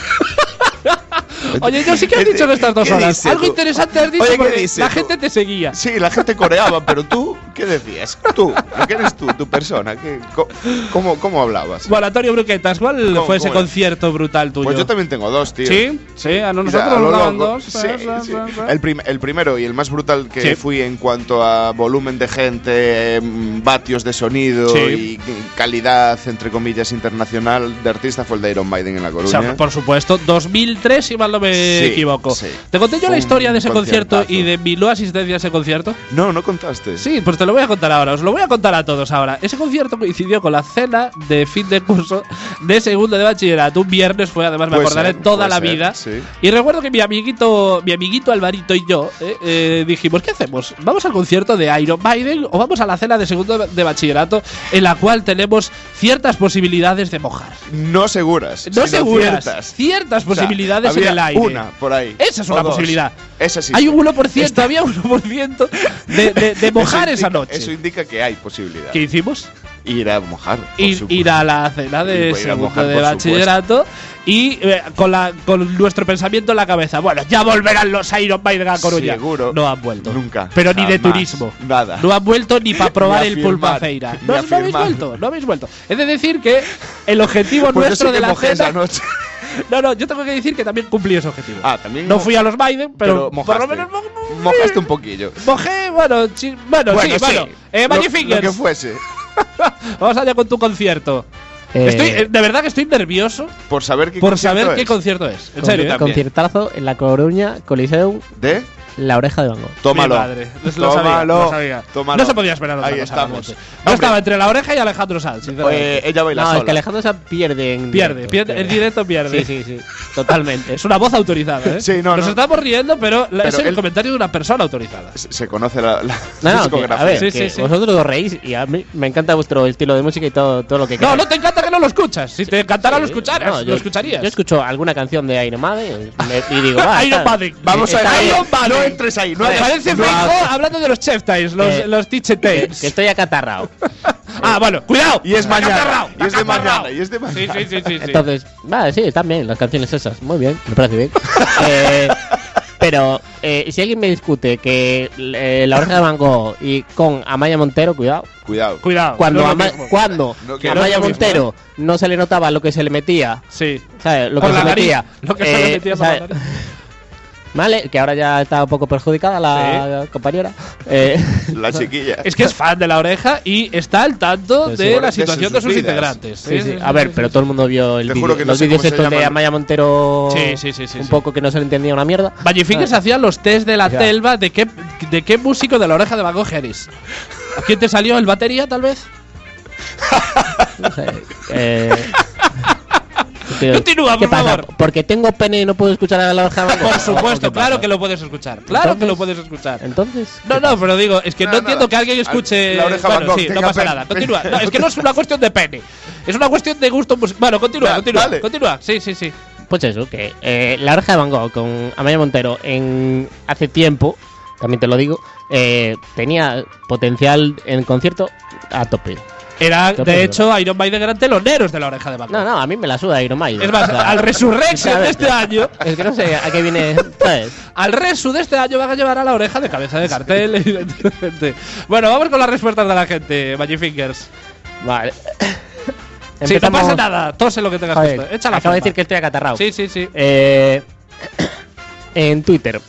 [SPEAKER 3] Oye, yo sí que has
[SPEAKER 4] Este-
[SPEAKER 3] dicho en estas dos
[SPEAKER 4] ¿qué
[SPEAKER 3] horas.
[SPEAKER 4] dices
[SPEAKER 3] Algo
[SPEAKER 4] tú?
[SPEAKER 3] interesante has dicho
[SPEAKER 4] Oye, ¿qué
[SPEAKER 3] porque
[SPEAKER 4] dices
[SPEAKER 3] la
[SPEAKER 4] tú?
[SPEAKER 3] gente te seguía.
[SPEAKER 4] Sí, la gente coreaba, pero tú, ¿qué decías? Tú, ¿lo que eres tú, tu persona? ¿Qué, co- cómo, ¿Cómo hablabas?
[SPEAKER 3] Bueno, Antonio Bruquetas, ¿cuál
[SPEAKER 4] ¿Cómo-
[SPEAKER 3] fue ese
[SPEAKER 4] cómo es?
[SPEAKER 3] concierto brutal tuyo?
[SPEAKER 4] Pues yo también tengo dos, tío.
[SPEAKER 3] Sí, sí, a
[SPEAKER 4] O sea,
[SPEAKER 3] nosotros
[SPEAKER 4] a lo
[SPEAKER 3] nos daban
[SPEAKER 4] loco.
[SPEAKER 3] dos.
[SPEAKER 4] Sí, sí. El,
[SPEAKER 3] El
[SPEAKER 4] prim- el primero y el más brutal que
[SPEAKER 3] Sí.
[SPEAKER 4] fui en cuanto a volumen de gente, mm, vatios de sonido
[SPEAKER 3] Sí.
[SPEAKER 4] y calidad, entre comillas, internacional de artista fue el de Iron Maiden en La
[SPEAKER 3] o
[SPEAKER 4] Coruña.
[SPEAKER 3] sea, por supuesto, 2003, si mal no me
[SPEAKER 4] Sí,
[SPEAKER 3] equivoco.
[SPEAKER 4] sí.
[SPEAKER 3] ¿Te conté yo
[SPEAKER 4] Fue
[SPEAKER 3] la
[SPEAKER 4] un
[SPEAKER 3] historia de ese concierto
[SPEAKER 4] conciertazo.
[SPEAKER 3] y de mi no asistencia a ese concierto?
[SPEAKER 4] No, no contaste.
[SPEAKER 3] Sí, pues te lo voy a contar ahora, os lo voy a contar a todos ahora. Ese concierto coincidió con la cena de fin de curso de segundo de bachillerato. Un viernes fue, además me
[SPEAKER 4] Puede
[SPEAKER 3] acordaré
[SPEAKER 4] ser,
[SPEAKER 3] toda
[SPEAKER 4] puede
[SPEAKER 3] la
[SPEAKER 4] ser,
[SPEAKER 3] vida.
[SPEAKER 4] sí.
[SPEAKER 3] Y recuerdo que mi amiguito, mi amiguito Alvarito y yo eh, eh, dijimos, ¿qué hacemos? ¿Vamos al concierto de Iron Maiden o vamos a la cena de segundo de bachillerato en la cual tenemos ciertas posibilidades de mojar?
[SPEAKER 4] No seguras.
[SPEAKER 3] No
[SPEAKER 4] sino
[SPEAKER 3] seguras, ciertas,
[SPEAKER 4] ciertas. O sea,
[SPEAKER 3] posibilidades
[SPEAKER 4] había
[SPEAKER 3] en el aire.
[SPEAKER 4] Una por ahí.
[SPEAKER 3] Esa es
[SPEAKER 4] o
[SPEAKER 3] una
[SPEAKER 4] dos.
[SPEAKER 3] posibilidad.
[SPEAKER 4] Esa sí.
[SPEAKER 3] Hay un 1%, había un 1% de, de, de mojar esa noche.
[SPEAKER 4] Eso indica que hay posibilidad.
[SPEAKER 3] ¿Qué hicimos?
[SPEAKER 4] Ir a mojar. por
[SPEAKER 3] ir,
[SPEAKER 4] supuesto.
[SPEAKER 3] ir a la cena
[SPEAKER 4] Y
[SPEAKER 3] de
[SPEAKER 4] voy a ir a
[SPEAKER 3] segundo
[SPEAKER 4] mojar,
[SPEAKER 3] de
[SPEAKER 4] por
[SPEAKER 3] bachillerato y eh, con, la, con nuestro pensamiento en la cabeza, bueno, ya volverán los Iron Maiden a Coruña.
[SPEAKER 4] Seguro.
[SPEAKER 3] No han vuelto.
[SPEAKER 4] Nunca.
[SPEAKER 3] Pero ni de
[SPEAKER 4] Jamás.
[SPEAKER 3] turismo.
[SPEAKER 4] Nada.
[SPEAKER 3] No han vuelto ni para probar
[SPEAKER 4] Ni
[SPEAKER 3] el
[SPEAKER 4] afirmar.
[SPEAKER 3] pulpaceira.
[SPEAKER 4] Ni
[SPEAKER 3] No, no habéis
[SPEAKER 4] afirmar.
[SPEAKER 3] vuelto, no habéis vuelto. Es de decir que el objetivo
[SPEAKER 4] Pues yo
[SPEAKER 3] nuestro
[SPEAKER 4] sí que
[SPEAKER 3] de la
[SPEAKER 4] mojé esa
[SPEAKER 3] cena…
[SPEAKER 4] noche.
[SPEAKER 3] No, no, yo tengo que decir que también cumplí ese objetivo.
[SPEAKER 4] Ah, también
[SPEAKER 3] No
[SPEAKER 4] mo-
[SPEAKER 3] fui a los Maiden, pero, por lo
[SPEAKER 4] mojaste.
[SPEAKER 3] menos mo- mo-
[SPEAKER 4] mojaste un poquillo.
[SPEAKER 3] mojé, bueno, chi- bueno, sí, bueno. Eh,
[SPEAKER 4] Lo-
[SPEAKER 3] Magic
[SPEAKER 4] lo,
[SPEAKER 3] Fingers.
[SPEAKER 4] que fuese.
[SPEAKER 3] Vamos allá con tu concierto.
[SPEAKER 1] Eh,
[SPEAKER 3] Estoy, eh, de verdad que estoy nervioso
[SPEAKER 4] Por saber qué
[SPEAKER 3] por
[SPEAKER 4] concierto
[SPEAKER 3] saber qué
[SPEAKER 4] es.
[SPEAKER 3] concierto es. En
[SPEAKER 1] con-
[SPEAKER 3] serio. ¿eh?
[SPEAKER 4] también.
[SPEAKER 1] conciertazo en La Coruña, Coliseum,
[SPEAKER 4] ¿De?
[SPEAKER 1] La Oreja de Van Gogh.
[SPEAKER 4] Tómalo.
[SPEAKER 3] Mi madre. Lo sabía,
[SPEAKER 4] Tómalo.
[SPEAKER 3] lo sabía.
[SPEAKER 4] Tómalo.
[SPEAKER 3] No se podía esperar otra
[SPEAKER 4] Ahí
[SPEAKER 3] cosa,
[SPEAKER 4] estamos.
[SPEAKER 3] realmente. Yo estaba entre la oreja y Alejandro Sanz,
[SPEAKER 4] Eh,
[SPEAKER 3] sinceramente.
[SPEAKER 4] ella baila
[SPEAKER 1] No,
[SPEAKER 4] sola.
[SPEAKER 1] es que Alejandro Sanz pierde en
[SPEAKER 3] pierde,
[SPEAKER 1] directo,
[SPEAKER 3] pierde,
[SPEAKER 4] pues, eh,
[SPEAKER 3] en directo pierde.
[SPEAKER 1] Sí, sí, sí, totalmente.
[SPEAKER 3] Es una voz autorizada, ¿eh?
[SPEAKER 4] Sí, no,
[SPEAKER 3] Nos
[SPEAKER 4] no.
[SPEAKER 3] estamos riendo, pero, la-
[SPEAKER 4] Pero
[SPEAKER 3] es el
[SPEAKER 4] él-
[SPEAKER 3] comentario de una persona autorizada.
[SPEAKER 4] Se se conoce la, la
[SPEAKER 1] No, no, que,
[SPEAKER 4] discografía.
[SPEAKER 1] a ver,
[SPEAKER 3] Sí,
[SPEAKER 1] que
[SPEAKER 3] sí, sí.
[SPEAKER 1] vosotros os reís y a mí me encanta vuestro estilo de música y todo, todo lo que
[SPEAKER 3] No,
[SPEAKER 1] queráis.
[SPEAKER 3] no te encanta que no lo escuchas. Si te encantara lo
[SPEAKER 1] Sí,
[SPEAKER 3] escucharas,
[SPEAKER 1] no,
[SPEAKER 3] lo escucharías.
[SPEAKER 1] Yo escucho alguna canción de Iron Maiden me- y digo, ah,
[SPEAKER 3] Iron
[SPEAKER 1] está-
[SPEAKER 3] Maiden.
[SPEAKER 4] Vamos
[SPEAKER 1] está
[SPEAKER 4] a
[SPEAKER 1] bien,
[SPEAKER 3] Iron Maiden.
[SPEAKER 4] No entres ahí. No
[SPEAKER 3] Me parece
[SPEAKER 4] no
[SPEAKER 3] fijo
[SPEAKER 4] hagas-
[SPEAKER 3] hablando de los chef ties, los,
[SPEAKER 1] Eh,
[SPEAKER 3] los teacher
[SPEAKER 1] que,
[SPEAKER 3] tapes.
[SPEAKER 1] que estoy acatarrao.
[SPEAKER 3] Ah, bueno, cuidado.
[SPEAKER 4] Y es mañana,
[SPEAKER 3] Acatarrao,
[SPEAKER 4] y es de
[SPEAKER 3] acatarrao.
[SPEAKER 4] mañana, y es de mañana.
[SPEAKER 3] Sí, sí, sí, sí. sí.
[SPEAKER 1] Entonces, vale, sí, están bien las canciones esas. Muy bien, me parece bien. Eh, pero eh, si alguien me discute que eh, La Oreja de Van Gogh y con Amaya Montero, cuidado.
[SPEAKER 4] Cuidado.
[SPEAKER 3] cuidado.
[SPEAKER 1] Cuando,
[SPEAKER 3] no es lo
[SPEAKER 1] Ama-
[SPEAKER 3] mismo.
[SPEAKER 1] cuando
[SPEAKER 4] No, que no es
[SPEAKER 1] Amaya
[SPEAKER 4] lo mismo,
[SPEAKER 1] Montero no se le notaba lo que se le metía
[SPEAKER 3] Sí.
[SPEAKER 1] ¿Sabes? Lo
[SPEAKER 3] Por
[SPEAKER 1] que
[SPEAKER 3] ¿eh? la
[SPEAKER 1] se
[SPEAKER 3] nariz,
[SPEAKER 1] metía. eh,
[SPEAKER 3] lo que se le metía por la
[SPEAKER 1] ¿sabes?
[SPEAKER 3] nariz.
[SPEAKER 1] Vale, que ahora ya está un poco perjudicada la compañera. Eh,
[SPEAKER 4] La chiquilla.
[SPEAKER 3] Es que es fan de la oreja y está al tanto
[SPEAKER 1] Sí, sí.
[SPEAKER 3] de
[SPEAKER 4] Bueno,
[SPEAKER 3] la
[SPEAKER 4] de
[SPEAKER 3] situación
[SPEAKER 4] sus
[SPEAKER 3] de sus
[SPEAKER 4] vidas.
[SPEAKER 3] integrantes.
[SPEAKER 1] sí, sí.
[SPEAKER 3] Sí,
[SPEAKER 1] A ver,
[SPEAKER 3] sí,
[SPEAKER 1] pero
[SPEAKER 3] sí.
[SPEAKER 1] todo el mundo vio el
[SPEAKER 4] Te
[SPEAKER 1] vídeo.
[SPEAKER 4] juro que no
[SPEAKER 1] los
[SPEAKER 4] sé
[SPEAKER 1] vídeos
[SPEAKER 4] cómo se
[SPEAKER 1] estos de
[SPEAKER 4] llaman.
[SPEAKER 1] Amaya Montero.
[SPEAKER 3] Sí, sí, sí, sí,
[SPEAKER 1] Un
[SPEAKER 3] sí.
[SPEAKER 1] poco que no se le entendía una mierda.
[SPEAKER 3] Vallefinques
[SPEAKER 1] Ah.
[SPEAKER 3] hacía los test de la
[SPEAKER 1] Ya.
[SPEAKER 3] telva de qué, de qué músico de la oreja de Van Gogh eres. ¿A quién te salió el batería, tal vez?
[SPEAKER 1] No sé, eh, tío,
[SPEAKER 3] Continúa, por
[SPEAKER 1] ¿qué pasa?
[SPEAKER 3] favor.
[SPEAKER 1] ¿Porque tengo pene y no puedo escuchar a la Borja Mango?
[SPEAKER 3] Por
[SPEAKER 1] ¿O- o
[SPEAKER 3] supuesto,
[SPEAKER 1] qué
[SPEAKER 3] claro
[SPEAKER 1] pasa?
[SPEAKER 3] que lo puedes escuchar. Claro que lo puedes escuchar.
[SPEAKER 1] Entonces.
[SPEAKER 3] No,
[SPEAKER 1] ¿qué
[SPEAKER 3] no,
[SPEAKER 1] pasa?
[SPEAKER 3] pero digo, es que no,
[SPEAKER 4] Nada,
[SPEAKER 3] entiendo
[SPEAKER 4] nada.
[SPEAKER 3] que alguien escuche.
[SPEAKER 4] La oreja
[SPEAKER 3] bueno,
[SPEAKER 4] Van Gogh,
[SPEAKER 3] sí, no
[SPEAKER 4] tenga
[SPEAKER 3] pasa
[SPEAKER 4] pene.
[SPEAKER 3] nada. Continúa. No, es que no es una cuestión de pene. Es una cuestión de gusto musical. Bueno, continúa,
[SPEAKER 4] Da-
[SPEAKER 3] continúa.
[SPEAKER 4] dale.
[SPEAKER 3] Continúa. Sí, sí, sí.
[SPEAKER 1] Pues eso, que eh, La Oreja de Van Gogh con Amaya Montero en hace tiempo, también te lo digo, eh, tenía potencial en concierto a tope.
[SPEAKER 3] Era,
[SPEAKER 1] Yo creo
[SPEAKER 3] de
[SPEAKER 1] que
[SPEAKER 3] hecho, Iron Maiden eran teloneros de la oreja de Van Gogh.
[SPEAKER 1] No, no, a mí me la suda Iron Maiden.
[SPEAKER 3] Es más,
[SPEAKER 1] o sea,
[SPEAKER 3] al Resurrection de
[SPEAKER 1] sinceramente.
[SPEAKER 3] este año.
[SPEAKER 1] Es que no sé a qué viene, ¿sabes?
[SPEAKER 3] Al Resu de este año van a llevar a la oreja de cabeza de cartel, evidentemente. Bueno, vamos con las respuestas de la gente, Magic Fingers.
[SPEAKER 1] Vale.
[SPEAKER 3] Si no
[SPEAKER 1] Empezamos-
[SPEAKER 3] pasa nada, tose lo que tengas
[SPEAKER 1] Joder,
[SPEAKER 3] puesto. Echa la
[SPEAKER 1] acabo de
[SPEAKER 3] culpa.
[SPEAKER 1] decir que estoy acatarrado.
[SPEAKER 3] Sí, sí, sí.
[SPEAKER 1] Eh, en Twitter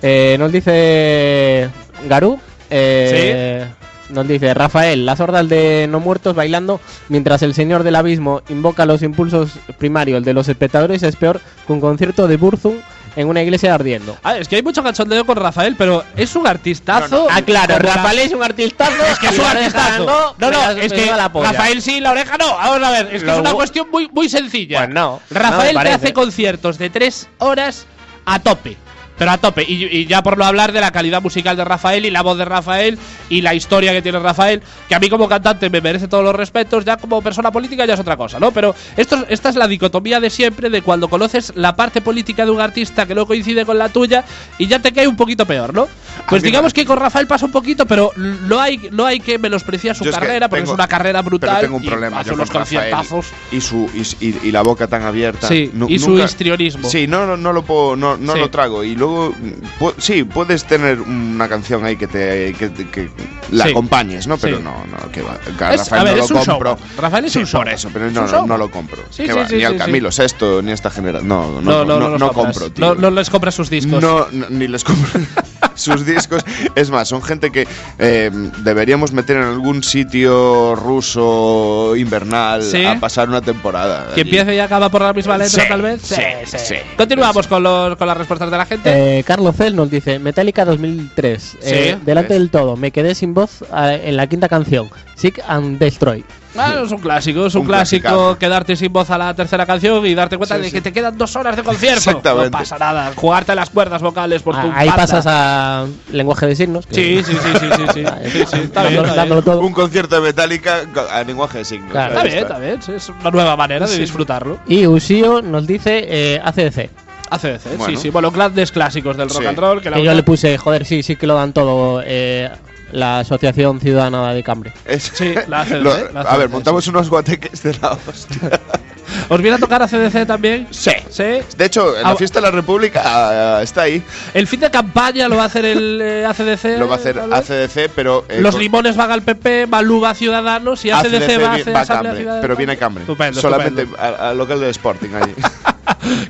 [SPEAKER 1] eh, nos dice Garú. eh, Nos dice Rafael, las hordas de no muertos bailando mientras el señor del abismo invoca los impulsos primarios de los espectadores es peor que un concierto de Burzum en una iglesia ardiendo.
[SPEAKER 3] Ah, es que hay mucho cachondeo con Rafael, pero es un artistazo.
[SPEAKER 1] Ah, claro,
[SPEAKER 3] Como la-
[SPEAKER 1] Rafael es un artistazo.
[SPEAKER 3] Es que es un artistazo. No, no, es que Rafael sí, la oreja no. Vamos a ver, es que
[SPEAKER 1] Lo
[SPEAKER 3] es una
[SPEAKER 1] bu-
[SPEAKER 3] cuestión muy, muy sencilla.
[SPEAKER 1] Pues no, no me
[SPEAKER 3] Rafael te
[SPEAKER 1] parece.
[SPEAKER 3] hace conciertos de tres horas a tope. Pero a tope. Y, y ya por no hablar de la calidad musical de Rafael y la voz de Rafael y la historia que tiene Rafael, que a mí como cantante me merece todos los respetos, ya como persona política ya es otra cosa, ¿no? Pero esto, esta es la dicotomía de siempre de cuando conoces la parte política de un artista que no coincide con la tuya y ya te cae un poquito peor, ¿no? Pues
[SPEAKER 4] mí me-
[SPEAKER 3] digamos que con Rafael pasa un poquito, pero no hay, no hay que menospreciar su
[SPEAKER 4] Yo es que
[SPEAKER 3] carrera, porque
[SPEAKER 4] tengo-
[SPEAKER 3] es una carrera brutal.
[SPEAKER 4] Pero tengo un
[SPEAKER 3] y
[SPEAKER 4] problema.
[SPEAKER 3] hace
[SPEAKER 4] yo
[SPEAKER 3] unos
[SPEAKER 4] con Rafael
[SPEAKER 3] conciertazos.
[SPEAKER 4] y su y, su- y- y la boca tan abierta.
[SPEAKER 3] Sí,
[SPEAKER 4] Nu-
[SPEAKER 3] y su
[SPEAKER 4] nunca-
[SPEAKER 3] histrionismo.
[SPEAKER 4] Sí, no, no, no lo puedo, no, no
[SPEAKER 3] Sí.
[SPEAKER 4] lo trago. Y luego, mm, pu- sí, puedes tener una canción ahí que te que, te- que la
[SPEAKER 3] Sí.
[SPEAKER 4] acompañes, ¿no? Pero
[SPEAKER 3] Sí.
[SPEAKER 4] no, no, que va. que
[SPEAKER 3] Es-
[SPEAKER 4] Rafael
[SPEAKER 3] a ver,
[SPEAKER 4] no
[SPEAKER 3] es
[SPEAKER 4] lo
[SPEAKER 3] un show.
[SPEAKER 4] compro.
[SPEAKER 3] Rafael es
[SPEAKER 4] Sí,
[SPEAKER 3] un show.
[SPEAKER 4] por eso, pero
[SPEAKER 3] Es
[SPEAKER 4] no,
[SPEAKER 3] un
[SPEAKER 4] no,
[SPEAKER 3] show.
[SPEAKER 4] no lo compro.
[SPEAKER 3] Sí,
[SPEAKER 4] Que
[SPEAKER 3] sí,
[SPEAKER 4] va,
[SPEAKER 3] sí,
[SPEAKER 4] ni al
[SPEAKER 3] sí, sí.
[SPEAKER 4] Camilo Sexto, ni a esta generación. No,
[SPEAKER 3] No, no,
[SPEAKER 4] no,
[SPEAKER 3] no, los compras.
[SPEAKER 4] compro, tío.
[SPEAKER 3] No, no les compras sus discos.
[SPEAKER 4] No, no, ni les compro sus discos. Es más, son gente que eh, deberíamos meter en algún sitio ruso invernal
[SPEAKER 3] Sí.
[SPEAKER 4] a pasar una temporada.
[SPEAKER 3] que
[SPEAKER 4] allí.
[SPEAKER 3] empiece y acaba por la misma letra,
[SPEAKER 4] Sí,
[SPEAKER 3] tal vez.
[SPEAKER 4] sí, sí.
[SPEAKER 3] Continuamos con, los, con las respuestas de la gente.
[SPEAKER 1] Eh, Carlos Cel nos dice Metallica 2003 eh, Delante
[SPEAKER 4] ¿ves?
[SPEAKER 1] del todo Me quedé sin voz eh, en la quinta canción Sick and Destroy
[SPEAKER 3] Ah, es un clásico, es un,
[SPEAKER 4] Un
[SPEAKER 3] clásico
[SPEAKER 4] clasicazo.
[SPEAKER 3] quedarte sin voz a la tercera canción y darte cuenta
[SPEAKER 4] Sí,
[SPEAKER 3] de
[SPEAKER 4] sí.
[SPEAKER 3] que te quedan dos horas de concierto.
[SPEAKER 4] Exactamente.
[SPEAKER 3] No pasa nada. Jugarte las cuerdas vocales por
[SPEAKER 1] Ah,
[SPEAKER 3] tu
[SPEAKER 1] Ahí
[SPEAKER 3] banda.
[SPEAKER 1] pasas a lenguaje de signos que-
[SPEAKER 3] Sí, sí, sí, sí, sí, sí.
[SPEAKER 1] Ah,
[SPEAKER 3] sí, sí, está bien,
[SPEAKER 1] dándolo,
[SPEAKER 3] está bien.
[SPEAKER 1] dándolo todo
[SPEAKER 4] Un concierto de Metallica co- a lenguaje de signos.
[SPEAKER 1] Claro.
[SPEAKER 3] Está
[SPEAKER 4] Ahí
[SPEAKER 3] bien,
[SPEAKER 4] está.
[SPEAKER 3] está bien. sí, Es una nueva manera de disfrutarlo.
[SPEAKER 1] Y Usio nos dice eh, ACDC
[SPEAKER 3] ACDC, sí,
[SPEAKER 4] Bueno.
[SPEAKER 3] sí. Bueno, grandes clásicos del rock
[SPEAKER 4] Sí.
[SPEAKER 3] and roll. Que la
[SPEAKER 1] Que yo
[SPEAKER 3] verdad-
[SPEAKER 1] le puse Joder, sí, sí que lo dan todo eh, La Asociación Ciudadana de Cambre
[SPEAKER 4] Es-
[SPEAKER 3] Sí, la hacen,
[SPEAKER 4] Lo-
[SPEAKER 3] ¿eh? La
[SPEAKER 4] a
[SPEAKER 3] hacen,
[SPEAKER 4] ver,
[SPEAKER 3] sí.
[SPEAKER 4] montamos unos guateques de la hostia.
[SPEAKER 3] ¿Os viene a tocar ACDC también?
[SPEAKER 4] Sí.
[SPEAKER 3] Sí.
[SPEAKER 4] De hecho, en
[SPEAKER 3] Ah,
[SPEAKER 4] la fiesta de la República ah, está ahí.
[SPEAKER 3] El fin de campaña lo va a hacer el eh, ACDC.
[SPEAKER 4] Lo va a hacer
[SPEAKER 3] tal vez.
[SPEAKER 4] ACDC, pero. eh,
[SPEAKER 3] Los
[SPEAKER 4] con-
[SPEAKER 3] limones van al PP, Malú va a Ciudadanos y ACDC, va a
[SPEAKER 4] vi-
[SPEAKER 3] hacer
[SPEAKER 4] va a
[SPEAKER 3] Asamblea
[SPEAKER 4] Cambre,
[SPEAKER 3] Ciudadana.
[SPEAKER 4] Pero viene a Cambre.
[SPEAKER 3] Estupendo,
[SPEAKER 4] Solamente
[SPEAKER 3] estupendo.
[SPEAKER 4] a- al local de Sporting allí.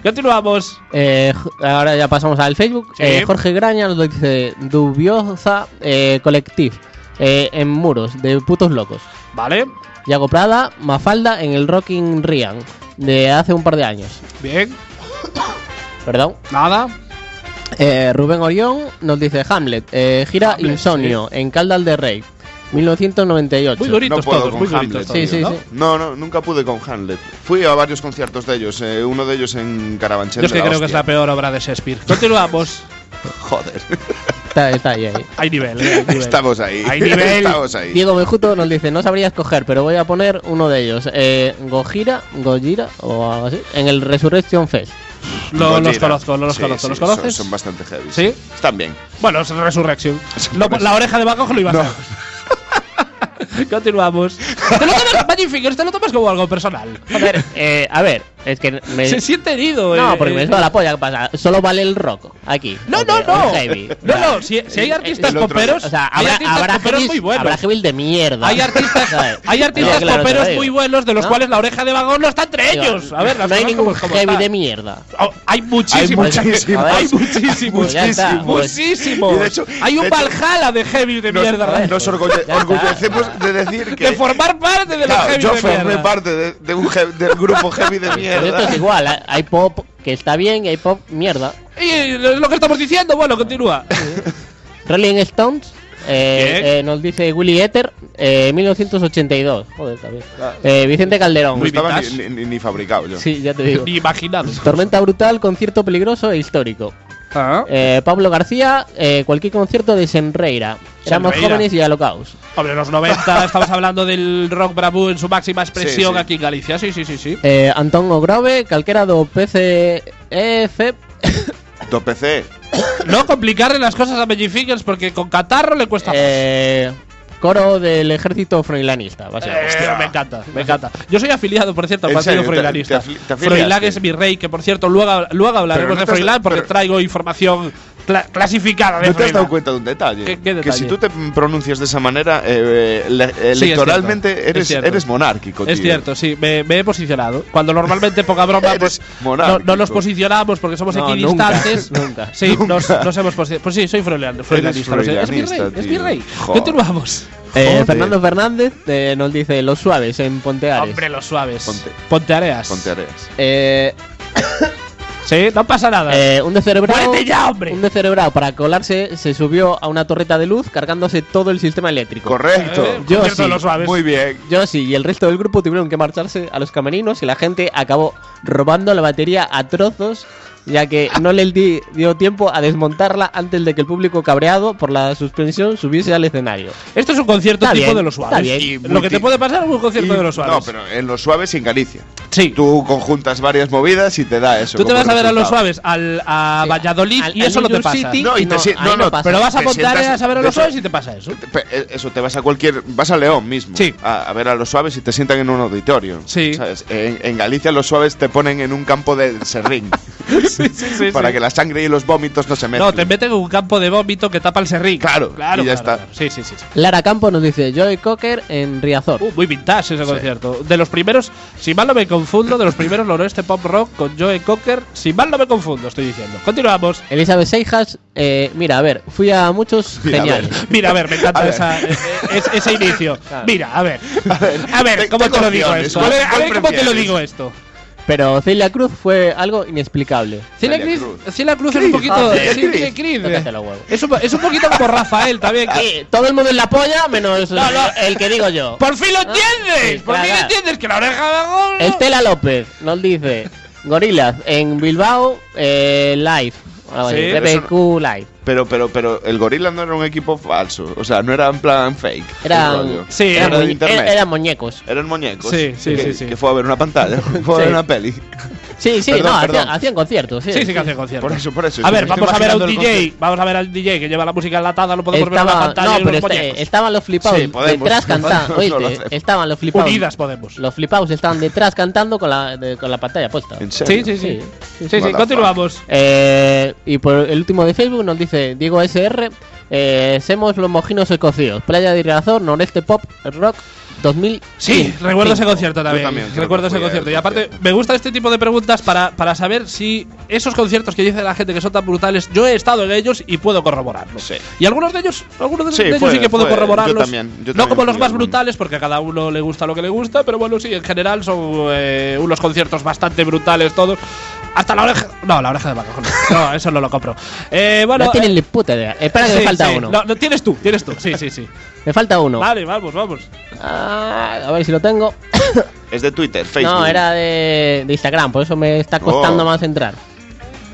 [SPEAKER 3] Continuamos.
[SPEAKER 1] Eh, jo- ahora ya pasamos al Facebook.
[SPEAKER 3] Sí.
[SPEAKER 1] Eh, Jorge Graña nos dice Dubiosa eh, Collective eh, en muros de putos locos.
[SPEAKER 3] Vale.
[SPEAKER 1] Yago Prada, Mafalda en el Rocking Rian de hace un par de años.
[SPEAKER 3] Bien.
[SPEAKER 1] Perdón.
[SPEAKER 3] Nada.
[SPEAKER 1] Eh, Rubén Orión nos dice Hamlet, eh, gira
[SPEAKER 3] Hamlet,
[SPEAKER 1] Insomnio en Caldal de Rey, 1998.
[SPEAKER 3] Muy duritos
[SPEAKER 4] No puedo
[SPEAKER 3] todos.
[SPEAKER 4] con
[SPEAKER 3] Muy duritos
[SPEAKER 4] Hamlet,
[SPEAKER 3] todos,
[SPEAKER 1] Sí, sí,
[SPEAKER 3] ¿no?
[SPEAKER 1] sí.
[SPEAKER 4] No, no, nunca pude con Hamlet. Fui a varios conciertos de ellos, eh, uno de ellos en Carabanchel.
[SPEAKER 3] Yo es
[SPEAKER 4] de
[SPEAKER 3] que creo que es la
[SPEAKER 4] hostia.
[SPEAKER 3] peor obra de Shakespeare. Continuamos.
[SPEAKER 4] Joder,
[SPEAKER 1] Está, está ahí, ahí.
[SPEAKER 3] Hay nivel, eh, hay nivel.
[SPEAKER 4] estamos ahí.
[SPEAKER 3] Hay nivel.
[SPEAKER 4] estamos ahí.
[SPEAKER 1] Diego Bejuto nos dice, no sabría escoger, pero voy a poner uno de ellos. Eh, Gojira, Gojira o algo así, en el Resurrection Fest.
[SPEAKER 3] Lo- los
[SPEAKER 4] Gojira.
[SPEAKER 3] conozco, no los
[SPEAKER 4] Sí,
[SPEAKER 3] conozco.
[SPEAKER 4] sí,
[SPEAKER 3] ¿Los
[SPEAKER 4] son-
[SPEAKER 3] conoces?
[SPEAKER 4] Son, bastante heavy.
[SPEAKER 3] ¿Sí?
[SPEAKER 4] Están bien.
[SPEAKER 3] Bueno, es Resurrection.
[SPEAKER 4] Es
[SPEAKER 3] Lo-
[SPEAKER 4] Resurrection.
[SPEAKER 3] la oreja de Van Gogh lo iba a hacer. Continuamos. te lo tomas, Magic Fingers, te lo tomas como algo personal.
[SPEAKER 1] Joder, eh, a ver, es que me...
[SPEAKER 3] Se siente herido. eh,
[SPEAKER 1] No, porque
[SPEAKER 3] eh,
[SPEAKER 1] me es la polla, ¿qué pasa? Solo vale el rock, aquí.
[SPEAKER 3] No,
[SPEAKER 1] Ok,
[SPEAKER 3] no, no.
[SPEAKER 1] o el heavy.
[SPEAKER 3] No,
[SPEAKER 1] O
[SPEAKER 3] no,
[SPEAKER 1] sea,
[SPEAKER 3] si, si hay
[SPEAKER 1] eh,
[SPEAKER 3] artistas
[SPEAKER 4] el otro-
[SPEAKER 3] coperos,
[SPEAKER 1] O sea,
[SPEAKER 3] hay
[SPEAKER 1] habrá,
[SPEAKER 3] artistas
[SPEAKER 1] habrá
[SPEAKER 3] coperos
[SPEAKER 1] heavies-
[SPEAKER 3] muy buenos.
[SPEAKER 1] habrá heavies de mierda.
[SPEAKER 3] Hay artistas, hay artistas
[SPEAKER 1] No, claro, te lo
[SPEAKER 3] coperos
[SPEAKER 1] digo.
[SPEAKER 3] muy buenos, de los
[SPEAKER 1] No.
[SPEAKER 3] cuales la oreja de vagón no está entre
[SPEAKER 1] Digo,
[SPEAKER 3] ellos. A ver, las
[SPEAKER 1] no hay
[SPEAKER 3] cosas
[SPEAKER 1] ningún
[SPEAKER 3] como- como
[SPEAKER 1] heavy
[SPEAKER 3] están.
[SPEAKER 1] de mierda.
[SPEAKER 3] Oh, hay muchísimos.
[SPEAKER 1] Hay muchísimos.
[SPEAKER 3] Hay muchísimos.
[SPEAKER 1] Pues ya está, pues.
[SPEAKER 3] muchísimos.
[SPEAKER 4] Y de hecho-
[SPEAKER 3] hay un
[SPEAKER 4] de hecho-
[SPEAKER 3] Valhalla de heavy de
[SPEAKER 4] Nos,
[SPEAKER 3] mierda.
[SPEAKER 1] joder,
[SPEAKER 4] nos
[SPEAKER 1] pues,
[SPEAKER 4] orgulle-
[SPEAKER 1] ya está.
[SPEAKER 4] orgullecemos de decir que.
[SPEAKER 3] de formar parte de los
[SPEAKER 4] Claro,
[SPEAKER 3] heavy
[SPEAKER 4] yo
[SPEAKER 3] de
[SPEAKER 4] formé
[SPEAKER 3] mierda.
[SPEAKER 4] parte de, de un he- del grupo heavy de
[SPEAKER 1] Pero esto
[SPEAKER 4] mierda.
[SPEAKER 1] es igual, hay- hay pop que está bien y hay pop mierda.
[SPEAKER 3] Y es lo que estamos diciendo, bueno, continúa.
[SPEAKER 1] Rolling Stones Eh, eh, nos dice Willy Ether, eh, 1982. Joder, también. Eh, Vicente Calderón.
[SPEAKER 4] No estaba ni, ni- ni fabricado yo.
[SPEAKER 1] Sí, ya te digo.
[SPEAKER 3] Ni imaginado.
[SPEAKER 1] Tormenta brutal, concierto peligroso e histórico.
[SPEAKER 3] Ah.
[SPEAKER 1] Eh, Pablo García, eh, cualquier concierto de Senreira. Éramos
[SPEAKER 3] Senreira.
[SPEAKER 1] jóvenes y alocaos.
[SPEAKER 3] Hombre, los 90 estamos hablando del rock bravú en su máxima expresión
[SPEAKER 4] Sí, sí.
[SPEAKER 3] aquí en Galicia. Sí, sí, sí, sí.
[SPEAKER 1] Eh, Antón Ogrove, calquera do E PCF.
[SPEAKER 4] Do PC.
[SPEAKER 3] No complicarle las cosas a Bellifiggers porque con catarro le cuesta.
[SPEAKER 1] eh, coro del ejército freilanista,
[SPEAKER 3] Eh,
[SPEAKER 1] básicamente.
[SPEAKER 3] me encanta, me encanta. Yo soy afiliado, por cierto, al
[SPEAKER 4] ¿En
[SPEAKER 3] partido
[SPEAKER 4] serio? ¿Te-
[SPEAKER 3] froilanista.
[SPEAKER 4] te afili- te afiliaste?
[SPEAKER 3] Froilán es mi rey, que por cierto, luego, luego hablaremos
[SPEAKER 4] no
[SPEAKER 3] de
[SPEAKER 4] te has-
[SPEAKER 3] Froilán porque
[SPEAKER 4] pero-
[SPEAKER 3] traigo información cla- clasificada de
[SPEAKER 4] ¿No te has
[SPEAKER 3] Froilán.
[SPEAKER 4] dado cuenta de un detalle?
[SPEAKER 3] ¿Qué- qué
[SPEAKER 4] Que
[SPEAKER 3] detalle?
[SPEAKER 4] si tú te pronuncias de esa manera, eh, eh, le-
[SPEAKER 3] es
[SPEAKER 4] electoralmente
[SPEAKER 3] cierto, es
[SPEAKER 4] eres,
[SPEAKER 3] cierto.
[SPEAKER 4] eres monárquico.
[SPEAKER 3] Es
[SPEAKER 4] tío.
[SPEAKER 3] cierto, sí, me, me he posicionado. Cuando normalmente, poca broma, pues,
[SPEAKER 4] Eres
[SPEAKER 3] no,
[SPEAKER 4] monárquico.
[SPEAKER 3] no nos posicionamos porque somos
[SPEAKER 1] No,
[SPEAKER 3] equidistantes.
[SPEAKER 1] nunca, nunca.
[SPEAKER 3] Sí, Nos, nos hemos posicionado. Pues sí, soy froilan- froilanista. lo sé. Es mi rey,
[SPEAKER 4] froilanista,
[SPEAKER 3] es mi
[SPEAKER 4] tío.
[SPEAKER 3] rey.
[SPEAKER 4] Joder.
[SPEAKER 3] Continuamos.
[SPEAKER 1] Eh,
[SPEAKER 4] Joder.
[SPEAKER 1] Fernando Fernández eh, nos dice Los Suaves en Ponteares.
[SPEAKER 3] Hombre, los suaves.
[SPEAKER 4] Ponte-
[SPEAKER 3] Ponteareas.
[SPEAKER 4] Ponteareas.
[SPEAKER 1] Eh,
[SPEAKER 3] Sí, no pasa nada.
[SPEAKER 1] eh, un descerebrado.
[SPEAKER 3] ¡Muérete ya, hombre!
[SPEAKER 4] Eh,
[SPEAKER 1] Un descerebrado para colarse se subió a una torreta de luz cargándose todo el sistema eléctrico.
[SPEAKER 4] Correcto.
[SPEAKER 3] Eh,
[SPEAKER 1] Yo
[SPEAKER 3] concierto de
[SPEAKER 1] sí.
[SPEAKER 3] los suaves.
[SPEAKER 4] Muy bien.
[SPEAKER 1] Josie y el resto del grupo tuvieron que marcharse a los camerinos y la gente acabó robando la batería a trozos, ya que no les di- dio tiempo a desmontarla antes de que el público cabreado por la suspensión subiese al escenario.
[SPEAKER 3] Esto es un concierto
[SPEAKER 1] Está
[SPEAKER 3] tipo
[SPEAKER 1] bien,
[SPEAKER 3] de los suaves.
[SPEAKER 1] está bien.
[SPEAKER 4] Y
[SPEAKER 3] Lo que te
[SPEAKER 4] multi-
[SPEAKER 3] puede pasar es un concierto
[SPEAKER 4] Y-
[SPEAKER 3] de los suaves.
[SPEAKER 4] No, pero en los suaves y en Galicia.
[SPEAKER 3] sí. Tú,
[SPEAKER 4] Tú conjuntas varias movidas y te da eso.
[SPEAKER 3] te
[SPEAKER 4] como
[SPEAKER 3] vas a ver a los
[SPEAKER 4] resultado.
[SPEAKER 3] suaves al, a
[SPEAKER 1] Sí,
[SPEAKER 3] Valladolid
[SPEAKER 1] al-
[SPEAKER 3] y
[SPEAKER 1] al
[SPEAKER 3] eso no te
[SPEAKER 1] New York
[SPEAKER 3] pasa.
[SPEAKER 1] City.
[SPEAKER 4] No, y
[SPEAKER 1] No,
[SPEAKER 4] te si-
[SPEAKER 1] ahí
[SPEAKER 4] no,
[SPEAKER 1] no
[SPEAKER 4] no,
[SPEAKER 1] pasa.
[SPEAKER 3] Pero vas a
[SPEAKER 4] te sientas-
[SPEAKER 3] Pontareas a ver a
[SPEAKER 4] de
[SPEAKER 3] los
[SPEAKER 4] eso-
[SPEAKER 3] suaves y te pasa eso.
[SPEAKER 4] Pe- eh, Eso, te vas a cualquier. Vas a León mismo.
[SPEAKER 3] Sí.
[SPEAKER 4] A, a ver a los suaves y te sientan en un auditorio.
[SPEAKER 3] Sí.
[SPEAKER 4] ¿sabes? En, en Galicia los suaves te ponen en un campo de serrín. para que la sangre y los vómitos no se mezclen.
[SPEAKER 3] No, te meten en un campo de vómito que tapa el serrín.
[SPEAKER 4] Claro, y ya está.
[SPEAKER 3] Sí, sí, sí. sí.
[SPEAKER 1] Lara Campo nos dice Joey Cocker en Riazor.
[SPEAKER 3] Uh, muy vintage ese concierto. De los primeros, si mal no me confundo, de los primeros noroeste pop rock con Joe Cocker, si mal no me confundo, estoy diciendo. Continuamos.
[SPEAKER 1] Elizabeth Seijas, eh, mira, a ver, fui a muchos
[SPEAKER 4] Mira, a ver.
[SPEAKER 1] geniales.
[SPEAKER 3] Mira, a ver, me encanta
[SPEAKER 4] A ver.
[SPEAKER 3] esa- eh, eh, es- ese inicio. Mira, a ver. A ver,
[SPEAKER 4] ver, te-
[SPEAKER 3] ¿cómo
[SPEAKER 4] tengo
[SPEAKER 3] te lo digo
[SPEAKER 4] opciones.
[SPEAKER 3] esto? A
[SPEAKER 4] ¿Cuál-
[SPEAKER 3] ver, a
[SPEAKER 4] cuál
[SPEAKER 3] ver, ¿cómo te lo
[SPEAKER 4] prefieres?
[SPEAKER 3] digo esto?
[SPEAKER 1] Pero Celia Cruz fue algo inexplicable.
[SPEAKER 3] Celia
[SPEAKER 4] Celia
[SPEAKER 3] Cruz,
[SPEAKER 4] Cruz.
[SPEAKER 3] Celia Cruz es un poquito.
[SPEAKER 4] joder,
[SPEAKER 3] sí,
[SPEAKER 4] Cruz.
[SPEAKER 3] sí, Cruz. eh.
[SPEAKER 1] Tócate los huevos.
[SPEAKER 3] Es un, es un poquito como Rafael también.
[SPEAKER 4] Ah.
[SPEAKER 3] que-
[SPEAKER 1] Eh, todo el mundo en la polla menos
[SPEAKER 3] No, no.
[SPEAKER 1] eh, el que digo yo.
[SPEAKER 3] ¡Por fin lo
[SPEAKER 1] sí,
[SPEAKER 3] entiendes! ¡Por fin lo
[SPEAKER 1] claro.
[SPEAKER 3] entiendes! ¡Que la oreja de gol!
[SPEAKER 1] Estela López nos dice Gorilas en Bilbao eh, Live. Ah,
[SPEAKER 3] Sí,
[SPEAKER 1] bueno,
[SPEAKER 4] eso
[SPEAKER 1] BBQ Live.
[SPEAKER 4] Pero, pero, pero el gorila no era un equipo falso. O sea, no era en plan fake. el rollo.
[SPEAKER 1] Eran,
[SPEAKER 3] Sí,
[SPEAKER 1] eran,
[SPEAKER 4] era de
[SPEAKER 1] muñe-
[SPEAKER 4] internet.
[SPEAKER 1] er- eran muñecos.
[SPEAKER 4] Eran muñecos.
[SPEAKER 3] Sí, sí,
[SPEAKER 4] que,
[SPEAKER 3] sí, sí.
[SPEAKER 4] Que fue a ver una pantalla. Fue a ver
[SPEAKER 1] Sí.
[SPEAKER 4] una peli.
[SPEAKER 1] Sí, sí,
[SPEAKER 4] Perdón,
[SPEAKER 1] no,
[SPEAKER 4] perdón.
[SPEAKER 1] Hacían, hacían conciertos. Sí,
[SPEAKER 3] Sí, sí que hace concierto.
[SPEAKER 4] Por eso, por eso.
[SPEAKER 3] A
[SPEAKER 4] Sí,
[SPEAKER 3] ver,
[SPEAKER 4] me estoy
[SPEAKER 3] vamos a ver a un
[SPEAKER 4] imaginando el
[SPEAKER 3] DJ. Vamos a ver al DJ que lleva la música enlatada, lo podemos ver en la
[SPEAKER 1] Estaba-
[SPEAKER 3] pantalla.
[SPEAKER 1] no, pero
[SPEAKER 3] los
[SPEAKER 1] esta-
[SPEAKER 3] muñecos.
[SPEAKER 1] estaban los flipados
[SPEAKER 4] Sí, podemos,
[SPEAKER 1] detrás cantando.
[SPEAKER 4] podemos, lo
[SPEAKER 1] Oíste,
[SPEAKER 4] hacemos.
[SPEAKER 1] estaban los flipados.
[SPEAKER 3] Unidas podemos.
[SPEAKER 1] Los flipados estaban detrás cantando con la, de- con la pantalla puesta.
[SPEAKER 4] concierto. ¿En
[SPEAKER 3] Sí,
[SPEAKER 4] serio?
[SPEAKER 1] Sí.
[SPEAKER 3] sí, sí. Sí, sí,
[SPEAKER 4] Motherfucker.
[SPEAKER 3] continuamos.
[SPEAKER 1] Eh, y por el último de Facebook nos dice Diego SR, eh, Semos los mojinos escocidos, Playa de Irazón, Noreste Pop, Rock 2000.
[SPEAKER 3] Sí, recuerdo ese concierto también.
[SPEAKER 4] también creo
[SPEAKER 3] recuerdo
[SPEAKER 4] que
[SPEAKER 3] ese
[SPEAKER 4] fui al
[SPEAKER 3] concierto. Y aparte,
[SPEAKER 4] concierto.
[SPEAKER 3] me gusta este tipo de preguntas para, para saber si esos conciertos que dice la gente que son tan brutales, yo he estado en ellos y puedo corroborarlo.
[SPEAKER 4] Sí.
[SPEAKER 3] Y algunos de ellos, algunos de
[SPEAKER 4] Sí,
[SPEAKER 3] ellos
[SPEAKER 4] fue-
[SPEAKER 3] sí que puedo
[SPEAKER 4] fue- yo
[SPEAKER 3] corroborarlos.
[SPEAKER 4] también, yo
[SPEAKER 3] no
[SPEAKER 4] también
[SPEAKER 3] como los
[SPEAKER 4] fui
[SPEAKER 3] más
[SPEAKER 4] alguno.
[SPEAKER 3] brutales, porque a cada uno le gusta lo que le gusta, pero bueno, sí, en general son eh, unos conciertos bastante brutales todos. Hasta la oreja. No, la oreja de vaca. No, no, eso no lo compro. Eh, bueno,
[SPEAKER 1] no tienen
[SPEAKER 3] eh,
[SPEAKER 1] ni puta idea. Espera que me
[SPEAKER 3] sí,
[SPEAKER 1] falta
[SPEAKER 3] sí.
[SPEAKER 1] uno.
[SPEAKER 3] No, no, tienes tú, tienes tú. Sí, sí, sí.
[SPEAKER 1] Me falta uno.
[SPEAKER 3] Vale, vamos, vamos.
[SPEAKER 1] Ah, a ver si lo tengo.
[SPEAKER 4] Es de Twitter, Facebook.
[SPEAKER 1] No, era de, de Instagram, por eso me está costando
[SPEAKER 4] Oh.
[SPEAKER 1] más entrar.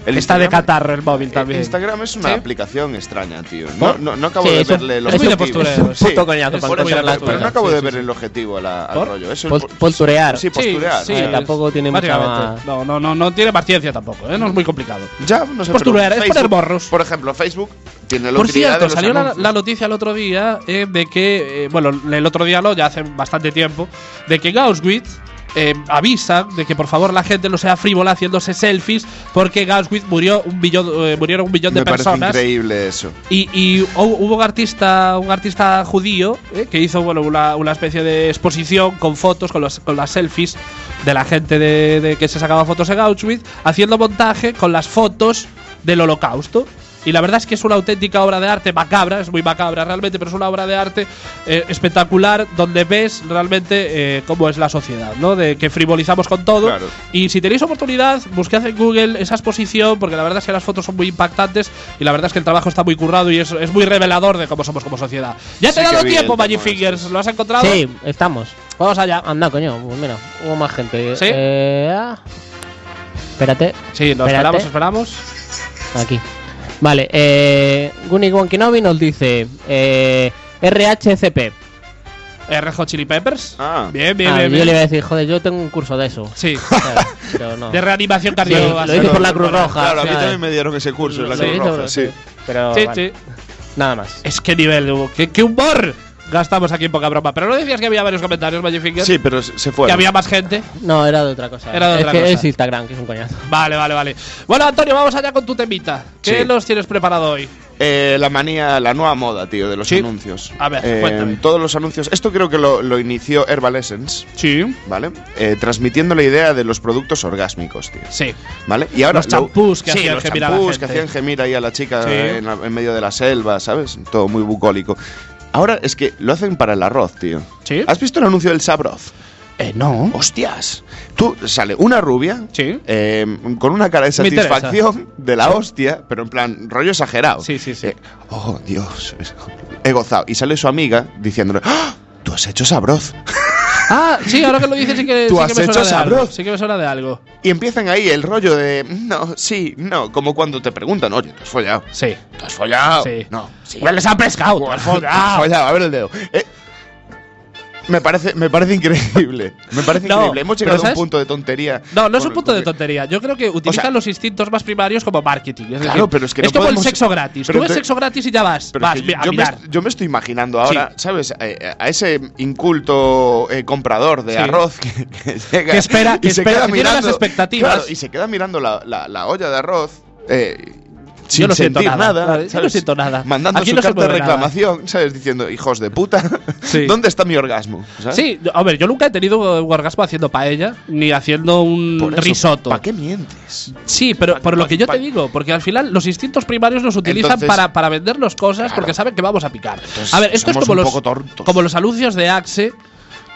[SPEAKER 4] El
[SPEAKER 3] Está de
[SPEAKER 4] Instagram-
[SPEAKER 3] catarro el móvil
[SPEAKER 4] Eh,
[SPEAKER 3] también.
[SPEAKER 4] Instagram es una
[SPEAKER 3] Sí.
[SPEAKER 4] aplicación extraña, tío. No, no, no acabo
[SPEAKER 1] Sí,
[SPEAKER 4] de
[SPEAKER 1] eso-
[SPEAKER 4] verle el
[SPEAKER 1] es muy
[SPEAKER 4] objetivo.
[SPEAKER 1] de
[SPEAKER 3] postureo, es un
[SPEAKER 1] puto coñazo
[SPEAKER 4] es
[SPEAKER 1] para
[SPEAKER 4] muy de-
[SPEAKER 1] encontrar las
[SPEAKER 4] Pero no
[SPEAKER 1] cosas.
[SPEAKER 4] acabo
[SPEAKER 3] Sí,
[SPEAKER 4] de
[SPEAKER 3] sí,
[SPEAKER 4] ver
[SPEAKER 3] sí.
[SPEAKER 4] el objetivo a la- al
[SPEAKER 3] ¿Por?
[SPEAKER 4] rollo. Eso es
[SPEAKER 1] Pos-
[SPEAKER 4] por-
[SPEAKER 1] posturear.
[SPEAKER 4] Sí, posturear.
[SPEAKER 1] sí,
[SPEAKER 4] ¿sabes?
[SPEAKER 1] tampoco- tiene mucha
[SPEAKER 3] básicamente.
[SPEAKER 1] más-
[SPEAKER 3] No, no, no, no tiene más ciencia tampoco, ¿eh? no es muy complicado.
[SPEAKER 4] Ya, no sé,
[SPEAKER 3] Posturear,
[SPEAKER 4] pero
[SPEAKER 3] es poner morros.
[SPEAKER 4] Por ejemplo, Facebook tiene la
[SPEAKER 3] Por
[SPEAKER 4] utilidad de
[SPEAKER 3] cierto,
[SPEAKER 4] los
[SPEAKER 3] salió la,
[SPEAKER 4] anuncios.
[SPEAKER 3] la noticia el otro día eh, de que, eh, bueno, el otro día no, ya hace bastante tiempo, de que en Auschwitz eh, avisan de que por favor la gente no sea frívola haciéndose selfies porque en Auschwitz murió un millón, eh, murieron un millón
[SPEAKER 4] Me
[SPEAKER 3] de
[SPEAKER 4] parece
[SPEAKER 3] personas.
[SPEAKER 4] increíble eso.
[SPEAKER 3] Y, y hu- hubo un artista, un artista judío eh, que hizo bueno, una, una especie de exposición con fotos, con, los- con las selfies de la gente de, de que se sacaba fotos en Auschwitz, haciendo montaje con las fotos del holocausto. Y la verdad es que es una auténtica obra de arte macabra, es muy macabra realmente, pero es una obra de arte eh, espectacular donde ves realmente eh, cómo es la sociedad, ¿no? De que frivolizamos con todo.
[SPEAKER 4] Claro.
[SPEAKER 3] Y si tenéis oportunidad, buscad en Google esa exposición, porque la verdad es que las fotos son muy impactantes y la verdad es que el trabajo está muy currado y es, es muy revelador de cómo somos como sociedad. Ya te he
[SPEAKER 4] Sí que
[SPEAKER 3] dado
[SPEAKER 4] vi el
[SPEAKER 3] tiempo,
[SPEAKER 4] tema
[SPEAKER 3] Magic
[SPEAKER 4] este.
[SPEAKER 3] Fingers, ¿lo has encontrado?
[SPEAKER 1] Sí, estamos.
[SPEAKER 3] Vamos allá.
[SPEAKER 1] Anda, coño, pues mira, hubo más gente.
[SPEAKER 3] ¿Sí?
[SPEAKER 1] Eh, ah. Espérate,
[SPEAKER 3] Sí, lo
[SPEAKER 1] Espérate.
[SPEAKER 3] esperamos, esperamos.
[SPEAKER 1] aquí. Vale, eh, Guni Wonkinobi nos dice eh, RHCP.
[SPEAKER 3] Eh, Red Hot Chili Peppers.
[SPEAKER 4] Ah.
[SPEAKER 3] Bien, bien,
[SPEAKER 1] Ah,
[SPEAKER 3] bien.
[SPEAKER 1] Yo
[SPEAKER 3] bien.
[SPEAKER 1] le iba a decir, joder, yo tengo un curso de eso.
[SPEAKER 3] Sí.
[SPEAKER 1] Claro, pero no.
[SPEAKER 3] De reanimación
[SPEAKER 1] Sí,
[SPEAKER 3] cardiovascular.
[SPEAKER 1] lo hice por la Cruz Roja.
[SPEAKER 4] Claro, a mí
[SPEAKER 1] ¿sabes?
[SPEAKER 4] también me dieron ese curso en la
[SPEAKER 1] Lo
[SPEAKER 4] Cruz
[SPEAKER 1] hice,
[SPEAKER 4] Roja,
[SPEAKER 1] pero-
[SPEAKER 4] sí.
[SPEAKER 1] Pero
[SPEAKER 3] Sí,
[SPEAKER 1] vale,
[SPEAKER 3] sí. Eh.
[SPEAKER 1] nada más.
[SPEAKER 3] Es que nivel, Hugo. ¿Qué, qué humor gastamos aquí en poca broma. Pero no decías que había varios comentarios, Magic Fingers.
[SPEAKER 4] Sí, pero se se
[SPEAKER 3] Que
[SPEAKER 4] fueron.
[SPEAKER 3] había más gente.
[SPEAKER 1] No, era de otra cosa.
[SPEAKER 3] Era de
[SPEAKER 1] es
[SPEAKER 3] otra
[SPEAKER 1] que
[SPEAKER 3] cosa.
[SPEAKER 1] es Instagram, que es un coñazo.
[SPEAKER 3] Vale, vale, vale. Bueno, Antonio, vamos allá con tu temita. ¿Qué
[SPEAKER 4] Sí.
[SPEAKER 3] nos tienes preparado hoy?
[SPEAKER 4] Eh, la manía, la nueva moda, tío, de los
[SPEAKER 3] Sí.
[SPEAKER 4] anuncios.
[SPEAKER 3] A ver,
[SPEAKER 4] Eh,
[SPEAKER 3] cuéntame.
[SPEAKER 4] Todos los anuncios. Esto creo que lo, lo inició Herbal Essence,
[SPEAKER 3] Sí.
[SPEAKER 4] ¿vale? Eh, transmitiendo la idea de los productos orgásmicos, tío.
[SPEAKER 3] Sí.
[SPEAKER 4] ¿Vale? Y ahora
[SPEAKER 3] Los
[SPEAKER 4] lo-
[SPEAKER 3] champús que
[SPEAKER 4] Sí,
[SPEAKER 3] hacían
[SPEAKER 4] los
[SPEAKER 3] gemir a la
[SPEAKER 4] champús que
[SPEAKER 3] gente.
[SPEAKER 4] hacían gemir ahí a la chica
[SPEAKER 3] Sí.
[SPEAKER 4] en, la- en medio de la selva, ¿sabes? Todo muy bucólico. Ahora es que lo hacen para el arroz, tío.
[SPEAKER 3] Sí.
[SPEAKER 4] ¿Has visto el anuncio del Sabroz?
[SPEAKER 3] Eh, no.
[SPEAKER 4] ¡Hostias! Tú sale una rubia
[SPEAKER 3] Sí.
[SPEAKER 4] eh, con una cara de
[SPEAKER 3] Me interesa.
[SPEAKER 4] satisfacción de la hostia, pero en plan rollo exagerado.
[SPEAKER 3] Sí, sí, sí.
[SPEAKER 4] Eh, oh, Dios, he gozado. Y sale su amiga diciéndole, ¡Ah! tú has hecho Sabroz.
[SPEAKER 3] Ah, sí, ahora que lo dices sí que,
[SPEAKER 4] Tú
[SPEAKER 3] sí que
[SPEAKER 4] has
[SPEAKER 3] me
[SPEAKER 4] hecho
[SPEAKER 3] suena de algo.
[SPEAKER 4] sabroso.
[SPEAKER 3] Sí que me suena de algo.
[SPEAKER 4] Y empiezan ahí el rollo de, no, sí, no, como cuando te preguntan, oye, ¿te has follado?
[SPEAKER 3] Sí.
[SPEAKER 4] ¿Te has follado?
[SPEAKER 3] Sí.
[SPEAKER 4] No, sí.
[SPEAKER 3] les han pescado. tú has
[SPEAKER 4] Te has
[SPEAKER 3] follado.
[SPEAKER 4] follado, a ver el dedo. Eh, me parece, me parece increíble. Me parece
[SPEAKER 3] No,
[SPEAKER 4] increíble. Hemos
[SPEAKER 3] pero
[SPEAKER 4] llegado a un
[SPEAKER 3] ¿sabes?
[SPEAKER 4] punto de tontería.
[SPEAKER 3] No, no es
[SPEAKER 4] Con-
[SPEAKER 3] un punto de
[SPEAKER 4] con-
[SPEAKER 3] tontería. Yo creo que utilizan los instintos más primarios como marketing. Es
[SPEAKER 4] Claro,
[SPEAKER 3] decir,
[SPEAKER 4] pero es que no
[SPEAKER 3] como
[SPEAKER 4] podemos-
[SPEAKER 3] el sexo gratis.
[SPEAKER 4] pero
[SPEAKER 3] Tú ves
[SPEAKER 4] te-
[SPEAKER 3] sexo gratis y ya vas.
[SPEAKER 4] Pero
[SPEAKER 3] vas
[SPEAKER 4] es que
[SPEAKER 3] a
[SPEAKER 4] yo, me,
[SPEAKER 3] mirar.
[SPEAKER 4] yo me estoy imaginando ahora, ¿sabes? Eh, A, ese inculto eh, comprador de
[SPEAKER 3] Sí.
[SPEAKER 4] arroz que, que llega
[SPEAKER 3] Que espera-
[SPEAKER 4] y
[SPEAKER 3] que
[SPEAKER 4] se
[SPEAKER 3] espera-
[SPEAKER 4] queda
[SPEAKER 3] que tiene las
[SPEAKER 4] mirando,
[SPEAKER 3] expectativas.
[SPEAKER 4] claro, y se queda mirando la, la- la olla de arroz. eh, sin
[SPEAKER 3] Yo no siento
[SPEAKER 4] sentir
[SPEAKER 3] nada, claro, yo no
[SPEAKER 4] ¿sabes?
[SPEAKER 3] siento nada.
[SPEAKER 4] Mandando
[SPEAKER 3] Aquí
[SPEAKER 4] su
[SPEAKER 3] no se
[SPEAKER 4] carta de
[SPEAKER 3] mueve nada.
[SPEAKER 4] reclamación, ¿sabes? Diciendo, hijos de puta,
[SPEAKER 3] Sí.
[SPEAKER 4] ¿dónde está mi orgasmo? ¿Sabes?
[SPEAKER 3] Sí, yo- a ver, yo nunca he tenido un orgasmo haciendo paella ni haciendo un
[SPEAKER 4] Por eso,
[SPEAKER 3] risotto.
[SPEAKER 4] ¿Para qué mientes?
[SPEAKER 3] Sí, pero por lo que yo
[SPEAKER 4] pa-
[SPEAKER 3] te digo, porque al final los instintos primarios los utilizan
[SPEAKER 4] Entonces-
[SPEAKER 3] para, para vendernos cosas
[SPEAKER 4] Claro.
[SPEAKER 3] porque saben que vamos a picar.
[SPEAKER 4] Entonces,
[SPEAKER 3] a ver, esto es
[SPEAKER 4] somos
[SPEAKER 3] como
[SPEAKER 4] un
[SPEAKER 3] los,
[SPEAKER 4] poco tontos.
[SPEAKER 3] como los anuncios de Axe.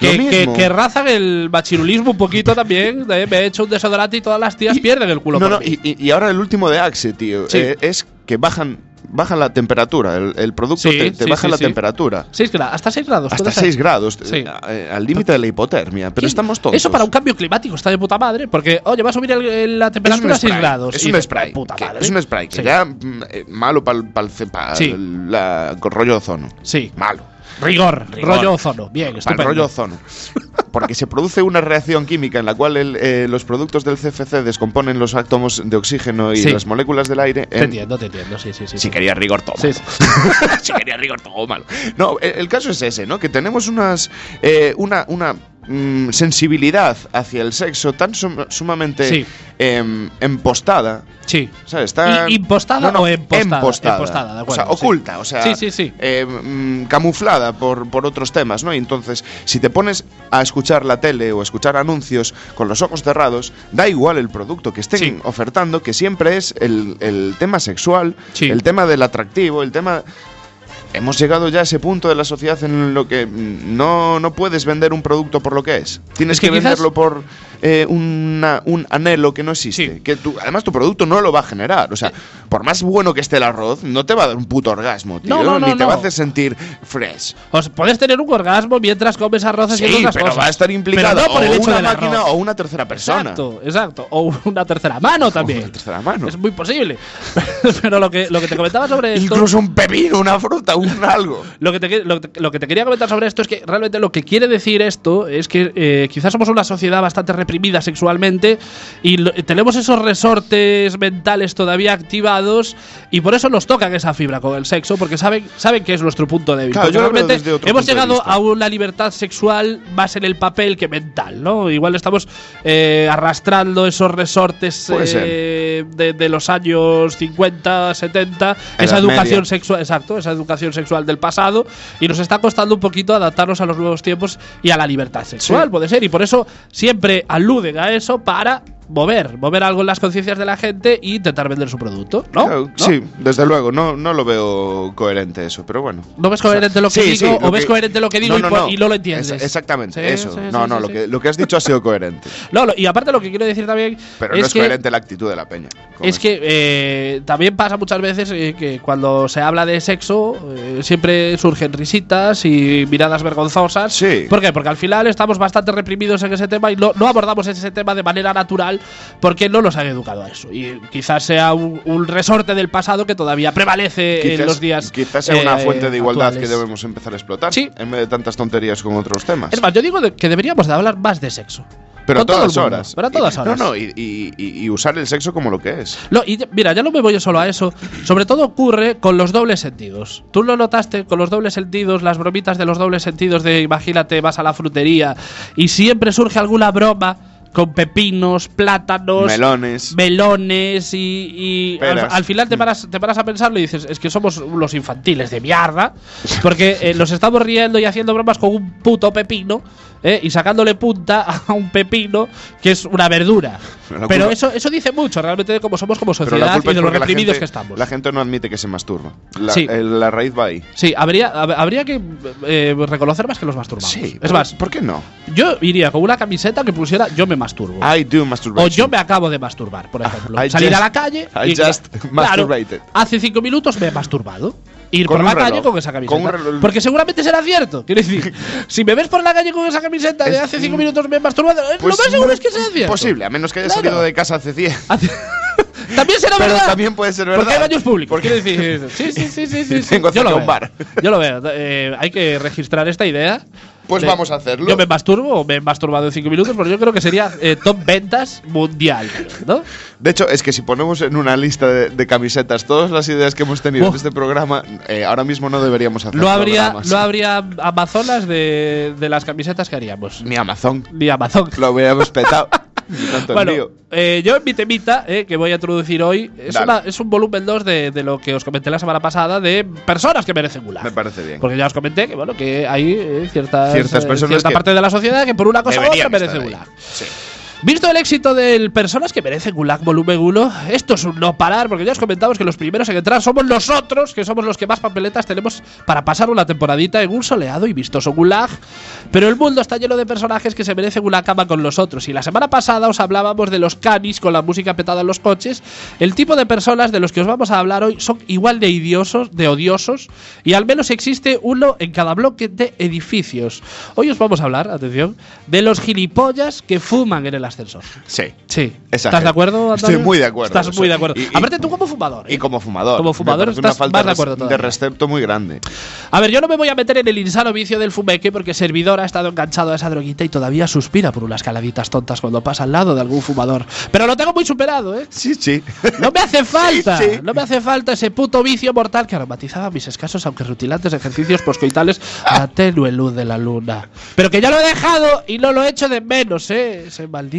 [SPEAKER 3] Que,
[SPEAKER 4] Lo mismo.
[SPEAKER 3] que, que razan el machirulismo un poquito también. eh, me he hecho un desodorante y todas las tías pierden el culo.
[SPEAKER 4] No,
[SPEAKER 3] por
[SPEAKER 4] no,
[SPEAKER 3] mí.
[SPEAKER 4] y, y- y ahora el último de Axe, tío,
[SPEAKER 3] Sí.
[SPEAKER 4] eh, es que bajan, bajan la temperatura, el, el producto
[SPEAKER 3] Sí,
[SPEAKER 4] te, te
[SPEAKER 3] sí,
[SPEAKER 4] baja
[SPEAKER 3] sí,
[SPEAKER 4] la
[SPEAKER 3] sí.
[SPEAKER 4] temperatura.
[SPEAKER 3] Seis grados, hasta 6 grados.
[SPEAKER 4] Hasta
[SPEAKER 3] puede ser.
[SPEAKER 4] 6 grados,
[SPEAKER 3] Sí.
[SPEAKER 4] eh, eh, al límite de la hipotermia. Pero
[SPEAKER 3] Sí,
[SPEAKER 4] estamos todos.
[SPEAKER 3] Eso para un cambio climático está de puta madre, porque, oye, va a subir el- el- la
[SPEAKER 4] es un
[SPEAKER 3] temperatura a 6
[SPEAKER 4] spray,
[SPEAKER 3] grados.
[SPEAKER 4] Es
[SPEAKER 3] y
[SPEAKER 4] un
[SPEAKER 3] dices,
[SPEAKER 4] spray.
[SPEAKER 3] Puta
[SPEAKER 4] que
[SPEAKER 3] madre.
[SPEAKER 4] Es un spray que
[SPEAKER 3] Sí.
[SPEAKER 4] ya mm, eh, malo para el
[SPEAKER 3] Sí.
[SPEAKER 4] rollo ozono.
[SPEAKER 3] Sí.
[SPEAKER 4] Malo.
[SPEAKER 3] Rigor,
[SPEAKER 4] Rigor.
[SPEAKER 3] rollo ozono. Bien,
[SPEAKER 4] Para
[SPEAKER 3] estupendo.
[SPEAKER 4] el rollo ozono. Porque se produce una reacción química en la cual el, eh, los productos del CFC descomponen los átomos de oxígeno y
[SPEAKER 3] Sí.
[SPEAKER 4] las moléculas del aire.
[SPEAKER 3] Te
[SPEAKER 4] en-
[SPEAKER 3] entiendo, te entiendo. Sí, sí, sí.
[SPEAKER 4] Si quería rigor, toma.
[SPEAKER 3] Sí, sí.
[SPEAKER 4] si quería rigor, tómalo. No, el, el caso es ese, ¿no? Que tenemos unas. eh, una. una mm, sensibilidad hacia el sexo tan sum- sumamente
[SPEAKER 3] Sí.
[SPEAKER 4] em, empostada.
[SPEAKER 3] Sí.
[SPEAKER 4] ¿Sabes? Tan,
[SPEAKER 3] ¿Y- impostada o empostada?
[SPEAKER 4] Empostada.
[SPEAKER 3] Empostada, de acuerdo,
[SPEAKER 4] o sea,
[SPEAKER 3] sí.
[SPEAKER 4] oculta, o sea,
[SPEAKER 3] Sí, sí, sí.
[SPEAKER 4] em, mm, camuflada por, por otros temas, ¿no? Y entonces, si te pones a escuchar la tele o a escuchar anuncios con los ojos cerrados, da igual el producto que estén
[SPEAKER 3] Sí.
[SPEAKER 4] ofertando, que siempre es el, el tema sexual,
[SPEAKER 3] Sí.
[SPEAKER 4] el tema del atractivo, el tema... Hemos llegado ya a ese punto de la sociedad en lo que mm, no, no puedes vender un producto por lo que es. Tienes
[SPEAKER 3] Es
[SPEAKER 4] que,
[SPEAKER 3] que quizás-
[SPEAKER 4] venderlo por eh, una- un anhelo que no existe.
[SPEAKER 3] Sí.
[SPEAKER 4] Que tú- además, tu producto no lo va a generar. O sea, por más bueno que esté el arroz, no te va a dar un puto orgasmo, tío.
[SPEAKER 3] No, no, no,
[SPEAKER 4] Ni te
[SPEAKER 3] no.
[SPEAKER 4] va a hacer sentir fresh.
[SPEAKER 3] Os podés tener un orgasmo mientras comes arroz
[SPEAKER 4] Sí,
[SPEAKER 3] haciendo
[SPEAKER 4] pero
[SPEAKER 3] otras cosas.
[SPEAKER 4] va a estar implicado
[SPEAKER 3] Pero no por
[SPEAKER 4] o
[SPEAKER 3] el hecho
[SPEAKER 4] una
[SPEAKER 3] del
[SPEAKER 4] máquina
[SPEAKER 3] arroz.
[SPEAKER 4] o una tercera persona.
[SPEAKER 3] Exacto, exacto. O una tercera mano también.
[SPEAKER 4] una tercera mano.
[SPEAKER 3] Es muy posible. Pero lo que, lo que te comentaba sobre esto.
[SPEAKER 4] Incluso un pepino, una fruta, un algo.
[SPEAKER 3] Lo que, te, que- lo, que- lo que te quería comentar sobre esto es que realmente lo que quiere decir esto es que eh, quizás somos una sociedad bastante reprimida sexualmente y lo- tenemos esos resortes mentales todavía activados y por eso nos tocan esa fibra con el sexo porque saben, saben que es nuestro punto débil.
[SPEAKER 4] Claro,
[SPEAKER 3] Porque
[SPEAKER 4] yo lo veo
[SPEAKER 3] realmente
[SPEAKER 4] desde otro
[SPEAKER 3] hemos
[SPEAKER 4] punto de
[SPEAKER 3] llegado
[SPEAKER 4] vista.
[SPEAKER 3] a una libertad sexual más en el papel que mental, ¿no? Igual estamos eh, arrastrando esos resortes
[SPEAKER 4] Puede ser.
[SPEAKER 3] eh, de, de los años 50, 70, esa
[SPEAKER 4] Edad
[SPEAKER 3] educación
[SPEAKER 4] media.
[SPEAKER 3] sexual, exacto, esa educación sexual del pasado y nos está costando un poquito adaptarnos a los nuevos tiempos y a la libertad sexual,
[SPEAKER 4] Sí.
[SPEAKER 3] puede ser, y por eso siempre aluden a eso para mover, mover algo en las conciencias de la gente y intentar vender su producto, ¿no?
[SPEAKER 4] Claro,
[SPEAKER 3] ¿No?
[SPEAKER 4] Sí, desde luego, no, no lo veo coherente eso, pero bueno.
[SPEAKER 3] ¿No ves coherente lo que
[SPEAKER 4] sí, sí,
[SPEAKER 3] digo
[SPEAKER 4] lo
[SPEAKER 3] o ves
[SPEAKER 4] que-
[SPEAKER 3] coherente lo que digo
[SPEAKER 4] No,
[SPEAKER 3] y
[SPEAKER 4] no,
[SPEAKER 3] po-
[SPEAKER 4] no.
[SPEAKER 3] y no lo entiendes?
[SPEAKER 4] Esa- exactamente,
[SPEAKER 3] Sí,
[SPEAKER 4] eso.
[SPEAKER 3] sí, sí,
[SPEAKER 4] no, no,
[SPEAKER 3] sí,
[SPEAKER 4] lo,
[SPEAKER 3] sí.
[SPEAKER 4] que, lo que has dicho ha sido coherente.
[SPEAKER 3] No, lo- y aparte lo que quiero decir también
[SPEAKER 4] Pero
[SPEAKER 3] es,
[SPEAKER 4] no es
[SPEAKER 3] que
[SPEAKER 4] coherente la actitud de la peña. con
[SPEAKER 3] Es
[SPEAKER 4] eso.
[SPEAKER 3] que eh, también pasa muchas veces eh, que cuando se habla de sexo eh, siempre surgen risitas y miradas vergonzosas.
[SPEAKER 4] Sí.
[SPEAKER 3] ¿Por qué? Porque al final estamos bastante reprimidos en ese tema y no, no abordamos ese tema de manera natural porque no nos han educado a eso. Y quizás sea un, un resorte del pasado que todavía prevalece en los días.
[SPEAKER 4] Quizás sea una
[SPEAKER 3] eh,
[SPEAKER 4] fuente de igualdad
[SPEAKER 3] actuales.
[SPEAKER 4] que debemos empezar a explotar.
[SPEAKER 3] Sí.
[SPEAKER 4] En vez de tantas tonterías con otros temas.
[SPEAKER 3] Es más, yo digo de- que deberíamos de hablar más de sexo.
[SPEAKER 4] pero a
[SPEAKER 3] con todo
[SPEAKER 4] todas
[SPEAKER 3] el mundo,
[SPEAKER 4] horas.
[SPEAKER 3] pero a todas
[SPEAKER 4] Y-
[SPEAKER 3] horas.
[SPEAKER 4] No, no, y, y- y- y usar el sexo como lo que es.
[SPEAKER 3] No, y ya- mira, ya no me voy yo solo a eso. Sobre todo ocurre con los dobles sentidos. Tú lo notaste con los dobles sentidos, las bromitas de los dobles sentidos de imagínate, vas a la frutería y siempre surge alguna broma con pepinos, plátanos,
[SPEAKER 4] Melones.
[SPEAKER 3] melones y, y al,
[SPEAKER 4] Peras. Mm.
[SPEAKER 3] al final te paras, te paras a pensarlo y dices, es que somos los infantiles de mierda, porque eh, nos estamos riendo y haciendo bromas con un puto pepino eh, y sacándole punta a un pepino que es una verdura.
[SPEAKER 4] Pero la
[SPEAKER 3] Pero
[SPEAKER 4] culpa-
[SPEAKER 3] eso, eso dice mucho realmente de cómo somos como
[SPEAKER 4] Pero la
[SPEAKER 3] sociedad
[SPEAKER 4] culpa
[SPEAKER 3] y
[SPEAKER 4] es
[SPEAKER 3] de lo
[SPEAKER 4] porque la
[SPEAKER 3] reprimidos
[SPEAKER 4] gente,
[SPEAKER 3] que estamos.
[SPEAKER 4] la gente no admite que se masturba. La,
[SPEAKER 3] Sí.
[SPEAKER 4] eh, la raíz va ahí.
[SPEAKER 3] Sí, habría, hab- habría que eh, reconocer más que los masturbamos. es
[SPEAKER 4] pero
[SPEAKER 3] más,
[SPEAKER 4] pues, ¿Por qué no?
[SPEAKER 3] yo iría con una camiseta que pusiera yo me masturbo.
[SPEAKER 4] I do
[SPEAKER 3] O
[SPEAKER 4] masturbation.
[SPEAKER 3] yo me acabo de masturbar, por ejemplo.
[SPEAKER 4] I
[SPEAKER 3] Salir
[SPEAKER 4] just-
[SPEAKER 3] a la calle.
[SPEAKER 4] I just masturbated.
[SPEAKER 3] hace cinco minutos me he masturbado. Ir
[SPEAKER 4] Con
[SPEAKER 3] por
[SPEAKER 4] un
[SPEAKER 3] la calle
[SPEAKER 4] reloj.
[SPEAKER 3] con esa camiseta.
[SPEAKER 4] Con un reloj.
[SPEAKER 3] Porque seguramente será cierto. Quiero decir, si me ves por la calle con esa camiseta de
[SPEAKER 4] Es-
[SPEAKER 3] hace cinco minutos me he masturbado, eh,
[SPEAKER 4] Pues
[SPEAKER 3] lo más seguro
[SPEAKER 4] no
[SPEAKER 3] es que será cierto.
[SPEAKER 4] Posible, a menos que haya
[SPEAKER 3] Claro.
[SPEAKER 4] salido de casa hace 10.
[SPEAKER 3] Hace- también será
[SPEAKER 4] Pero
[SPEAKER 3] verdad.
[SPEAKER 4] también puede ser
[SPEAKER 3] Porque
[SPEAKER 4] verdad.
[SPEAKER 3] hay baños públicos.
[SPEAKER 4] Porque-
[SPEAKER 3] Quiero decir, sí, sí, sí, sí, sí, sí.
[SPEAKER 4] Tengo
[SPEAKER 3] Yo lo veo.
[SPEAKER 4] cerca un bar.
[SPEAKER 3] Yo lo veo. Eh, hay que registrar esta idea.
[SPEAKER 4] Pues
[SPEAKER 3] De-
[SPEAKER 4] vamos a hacerlo.
[SPEAKER 3] Yo me masturbo o me he masturbado en cinco minutos, pero yo creo que sería eh, top ventas mundial, ¿no?
[SPEAKER 4] De hecho, es que si ponemos en una lista de, de camisetas todas las ideas que hemos tenido en
[SPEAKER 3] Oh.
[SPEAKER 4] este programa, eh, ahora mismo no deberíamos hacer
[SPEAKER 3] No habría,
[SPEAKER 4] programas.
[SPEAKER 3] no habría amazonas de, de las camisetas que haríamos.
[SPEAKER 4] Ni Amazon.
[SPEAKER 3] Ni Amazon.
[SPEAKER 4] Lo hubiéramos petado. Ni tanto
[SPEAKER 3] Bueno,
[SPEAKER 4] envío.
[SPEAKER 3] eh, yo en mi temita, eh, que voy a introducir hoy, es,
[SPEAKER 4] Dale.
[SPEAKER 3] una- es un volumen 2 de, de lo que os comenté la semana pasada de personas que merecen gulag.
[SPEAKER 4] Me parece bien.
[SPEAKER 3] Porque ya os comenté que bueno que hay eh, ciertas,
[SPEAKER 4] Ciertas
[SPEAKER 3] eh,
[SPEAKER 4] personas
[SPEAKER 3] cierta
[SPEAKER 4] que
[SPEAKER 3] parte de la sociedad que por una cosa u otra
[SPEAKER 4] Deberían
[SPEAKER 3] merece
[SPEAKER 4] estar ahí.
[SPEAKER 3] gulag.
[SPEAKER 4] Sí.
[SPEAKER 3] Visto el éxito del Personas que merecen Gulag Volumen 1, esto es un no parar, porque ya os comentamos que los primeros en entrar somos nosotros, que somos los que más papeletas tenemos para pasar una temporadita en un soleado y vistoso Gulag. Pero el mundo está lleno de personajes que se merecen una cama con los otros. Y la semana pasada os hablábamos de los canis con la música petada en los coches. El tipo de personas de los que os vamos a hablar hoy son igual de idiosos, de odiosos, y al menos existe uno en cada bloque de edificios. Hoy os vamos a hablar, atención, de los gilipollas que fuman en el ascensor.
[SPEAKER 4] Sí.
[SPEAKER 3] Sí.
[SPEAKER 4] Esa
[SPEAKER 3] ¿Estás
[SPEAKER 4] gente.
[SPEAKER 3] de acuerdo? Antonio?
[SPEAKER 4] Estoy muy de acuerdo.
[SPEAKER 3] Estás muy de acuerdo.
[SPEAKER 4] Y- y-
[SPEAKER 3] Aparte, tú como fumador. ¿eh?
[SPEAKER 4] Y como fumador.
[SPEAKER 3] Como
[SPEAKER 4] Me
[SPEAKER 3] fumador
[SPEAKER 4] parece una
[SPEAKER 3] estás
[SPEAKER 4] falta
[SPEAKER 3] más de
[SPEAKER 4] res-
[SPEAKER 3] acuerdo
[SPEAKER 4] de
[SPEAKER 3] todavía.
[SPEAKER 4] respeto muy grande.
[SPEAKER 3] A ver, yo no me voy a meter en el insano vicio del fumeque porque Servidor ha estado enganchado a esa droguita y todavía suspira por unas caladitas tontas cuando pasa al lado de algún fumador. Pero lo tengo muy superado, ¿eh?
[SPEAKER 4] Sí, sí.
[SPEAKER 3] No me hace falta,
[SPEAKER 4] Sí, sí.
[SPEAKER 3] no me hace falta ese puto vicio mortal que aromatizaba mis escasos, aunque rutilantes ejercicios poscoitales a la tenue luz de la luna. Pero que ya lo he dejado y no lo he hecho de menos, ¿eh? Ese maldito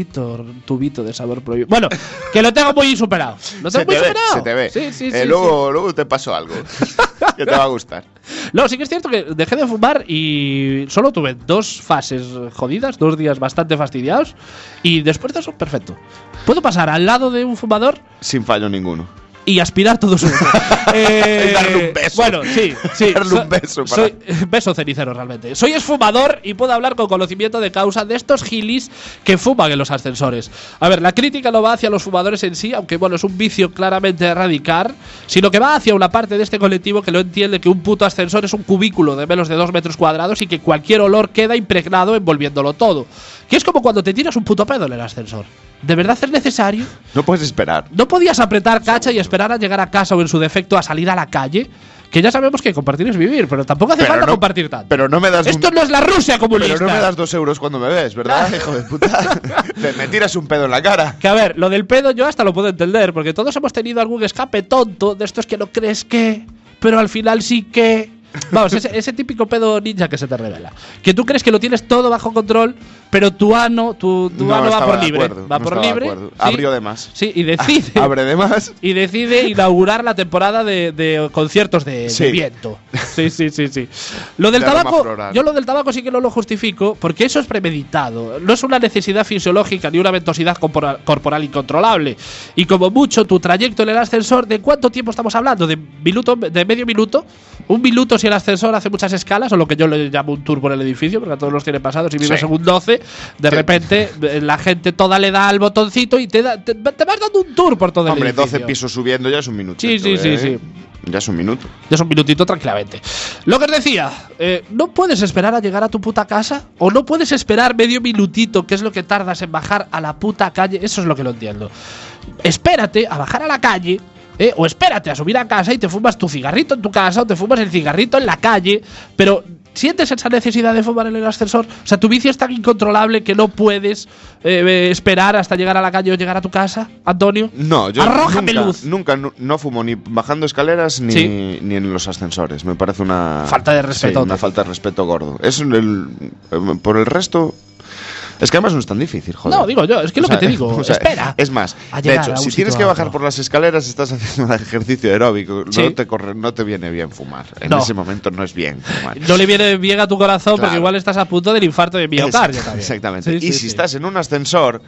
[SPEAKER 3] tubito de sabor prohibido. Bueno, que lo tengo muy superado. Lo tengo
[SPEAKER 4] se,
[SPEAKER 3] muy
[SPEAKER 4] te ve,
[SPEAKER 3] superado.
[SPEAKER 4] se te ve.
[SPEAKER 3] Sí, sí,
[SPEAKER 4] Eh,
[SPEAKER 3] sí,
[SPEAKER 4] luego, luego te paso algo que te va a gustar.
[SPEAKER 3] No, sí que es cierto que dejé de fumar y solo tuve dos fases jodidas, dos días bastante fastidiados y después de eso, perfecto. Puedo pasar al lado de un fumador
[SPEAKER 4] Sin fallo ninguno.
[SPEAKER 3] y aspirar todo su
[SPEAKER 4] Y darle un beso.
[SPEAKER 3] Bueno, sí, sí.
[SPEAKER 4] Darle
[SPEAKER 3] So-
[SPEAKER 4] un beso para-
[SPEAKER 3] soy- beso cenicero, realmente. Soy exfumador y puedo hablar con conocimiento de causa de estos gilis que fuman en los ascensores. A ver, la crítica no va hacia los fumadores en sí, aunque bueno, es un vicio claramente a erradicar, sino que va hacia una parte de este colectivo que no entiende que un puto ascensor es un cubículo de menos de dos metros cuadrados y que cualquier olor queda impregnado envolviéndolo todo. Que es como cuando te tiras un puto pedo en el ascensor. ¿De verdad es necesario?
[SPEAKER 4] No puedes esperar.
[SPEAKER 3] No podías apretar cacha y esperar a llegar a casa o en su defecto a salir a la calle. Que ya sabemos que compartir es vivir, pero tampoco hace
[SPEAKER 4] Pero
[SPEAKER 3] falta
[SPEAKER 4] no-
[SPEAKER 3] compartir tanto.
[SPEAKER 4] pero no me das
[SPEAKER 3] Esto
[SPEAKER 4] un-
[SPEAKER 3] no es la Rusia comunista.
[SPEAKER 4] Pero no me das dos euros cuando me ves, ¿verdad, hijo de puta? Te- me tiras un pedo en la cara.
[SPEAKER 3] Que a ver, lo del pedo yo hasta lo puedo entender, porque todos hemos tenido algún escape tonto de estos que no crees que, pero al final sí que. Vamos, ese, ese típico pedo ninja que se te revela. Que tú crees que lo tienes todo bajo control, pero tu ano, tu, tu
[SPEAKER 4] No
[SPEAKER 3] ano va
[SPEAKER 4] estaba
[SPEAKER 3] por
[SPEAKER 4] de
[SPEAKER 3] libre.
[SPEAKER 4] acuerdo,
[SPEAKER 3] va
[SPEAKER 4] no
[SPEAKER 3] por
[SPEAKER 4] estaba de
[SPEAKER 3] libre.
[SPEAKER 4] acuerdo.
[SPEAKER 3] sí,
[SPEAKER 4] Abrió de más.
[SPEAKER 3] Sí, y decide.
[SPEAKER 4] Abre de más.
[SPEAKER 3] y decide inaugurar la temporada de, de conciertos de, de
[SPEAKER 4] Sí.
[SPEAKER 3] viento. Sí, sí, sí, sí. Lo del
[SPEAKER 4] De aroma
[SPEAKER 3] tabaco,
[SPEAKER 4] floral.
[SPEAKER 3] yo lo del tabaco sí que no lo justifico porque eso es premeditado. No es una necesidad fisiológica ni una ventosidad corpora- corporal incontrolable. Y como mucho, tu trayecto en el ascensor, ¿de cuánto tiempo estamos hablando? ¿De minuto, de medio minuto? ¿Un minuto si el ascensor hace muchas escalas o lo que yo le llamo un tour por el edificio porque a todos los tiene pasados y vives
[SPEAKER 4] Sí.
[SPEAKER 3] en un 12? De
[SPEAKER 4] Sí.
[SPEAKER 3] repente eh, la gente toda le da al botoncito y te, da- te, te vas dando un tour por todo
[SPEAKER 4] Hombre,
[SPEAKER 3] el edificio.
[SPEAKER 4] 12 pisos subiendo ya es un minuto.
[SPEAKER 3] Sí, sí, sí, sí.
[SPEAKER 4] Ya es un minuto.
[SPEAKER 3] Ya es un minutito tranquilamente. Lo que os decía, eh, no puedes esperar a llegar a tu puta casa o no puedes esperar medio minutito, que es lo que tardas en bajar a la puta calle. Eso es lo que lo entiendo. Espérate a bajar a la calle. eh, o espérate a subir a casa y te fumas tu cigarrito en tu casa o te fumas el cigarrito en la calle, pero ¿sientes esa necesidad de fumar en el ascensor? O sea, tu vicio es tan incontrolable que no puedes eh, eh, esperar hasta llegar a la calle o llegar a tu casa, Antonio.
[SPEAKER 4] No, yo
[SPEAKER 3] Arrójame
[SPEAKER 4] nunca,
[SPEAKER 3] luz.
[SPEAKER 4] nunca nu- no fumo ni bajando escaleras ni,
[SPEAKER 3] Sí.
[SPEAKER 4] ni en los ascensores. Me parece una
[SPEAKER 3] Falta de respeto,
[SPEAKER 4] Sí, una
[SPEAKER 3] tío.
[SPEAKER 4] falta de respeto gordo. Es el- eh, por el resto. Es que además no es tan difícil, joder.
[SPEAKER 3] No, digo yo, es que lo
[SPEAKER 4] O sea,
[SPEAKER 3] que te digo,
[SPEAKER 4] o sea,
[SPEAKER 3] espera.
[SPEAKER 4] Es más,
[SPEAKER 3] a
[SPEAKER 4] de
[SPEAKER 3] llegar
[SPEAKER 4] hecho,
[SPEAKER 3] a un
[SPEAKER 4] si
[SPEAKER 3] sitio
[SPEAKER 4] tienes que
[SPEAKER 3] a
[SPEAKER 4] bajar
[SPEAKER 3] otro.
[SPEAKER 4] por las escaleras, estás haciendo un ejercicio aeróbico.
[SPEAKER 3] Sí.
[SPEAKER 4] No, te corre, no te viene bien fumar. En
[SPEAKER 3] No.
[SPEAKER 4] ese momento no es bien fumar.
[SPEAKER 3] No le viene bien a tu corazón porque
[SPEAKER 4] Claro.
[SPEAKER 3] igual estás a punto del infarto de miocardio.
[SPEAKER 4] Exact-
[SPEAKER 3] también.
[SPEAKER 4] Exactamente.
[SPEAKER 3] Sí,
[SPEAKER 4] y
[SPEAKER 3] sí,
[SPEAKER 4] si
[SPEAKER 3] sí.
[SPEAKER 4] estás en un ascensor,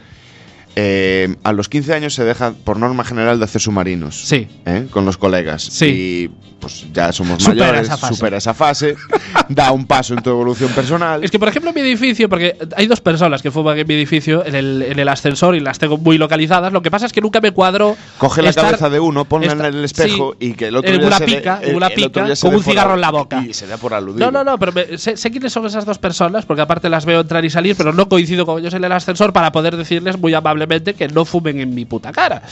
[SPEAKER 4] eh, a los 15 años se deja, por norma general, de hacer submarinos.
[SPEAKER 3] Sí.
[SPEAKER 4] ¿eh? Con los colegas.
[SPEAKER 3] Sí.
[SPEAKER 4] Y pues ya somos
[SPEAKER 3] Supera
[SPEAKER 4] mayores,
[SPEAKER 3] esa fase.
[SPEAKER 4] supera esa fase, da un paso en tu evolución personal.
[SPEAKER 3] Es que, por ejemplo, en mi edificio, porque hay dos personas que fuman en mi edificio, en el, en el ascensor, y las tengo muy localizadas, lo que pasa es que nunca me cuadro.
[SPEAKER 4] Coge la
[SPEAKER 3] estar-
[SPEAKER 4] cabeza de uno, ponla en
[SPEAKER 3] esta-
[SPEAKER 4] el espejo
[SPEAKER 3] sí,
[SPEAKER 4] y que el otro
[SPEAKER 3] en
[SPEAKER 4] día
[SPEAKER 3] una
[SPEAKER 4] se dé-
[SPEAKER 3] pica,
[SPEAKER 4] el-
[SPEAKER 3] en una
[SPEAKER 4] el otro
[SPEAKER 3] pica,
[SPEAKER 4] día se
[SPEAKER 3] con
[SPEAKER 4] dé
[SPEAKER 3] un
[SPEAKER 4] por
[SPEAKER 3] cigarro
[SPEAKER 4] al-
[SPEAKER 3] en la boca.
[SPEAKER 4] Y se da por aludido.
[SPEAKER 3] No, no, no, pero me- sé, sé quiénes son esas dos personas, porque aparte las veo entrar y salir, pero no coincido con ellos en el ascensor para poder decirles muy amablemente que no fumen en mi puta cara.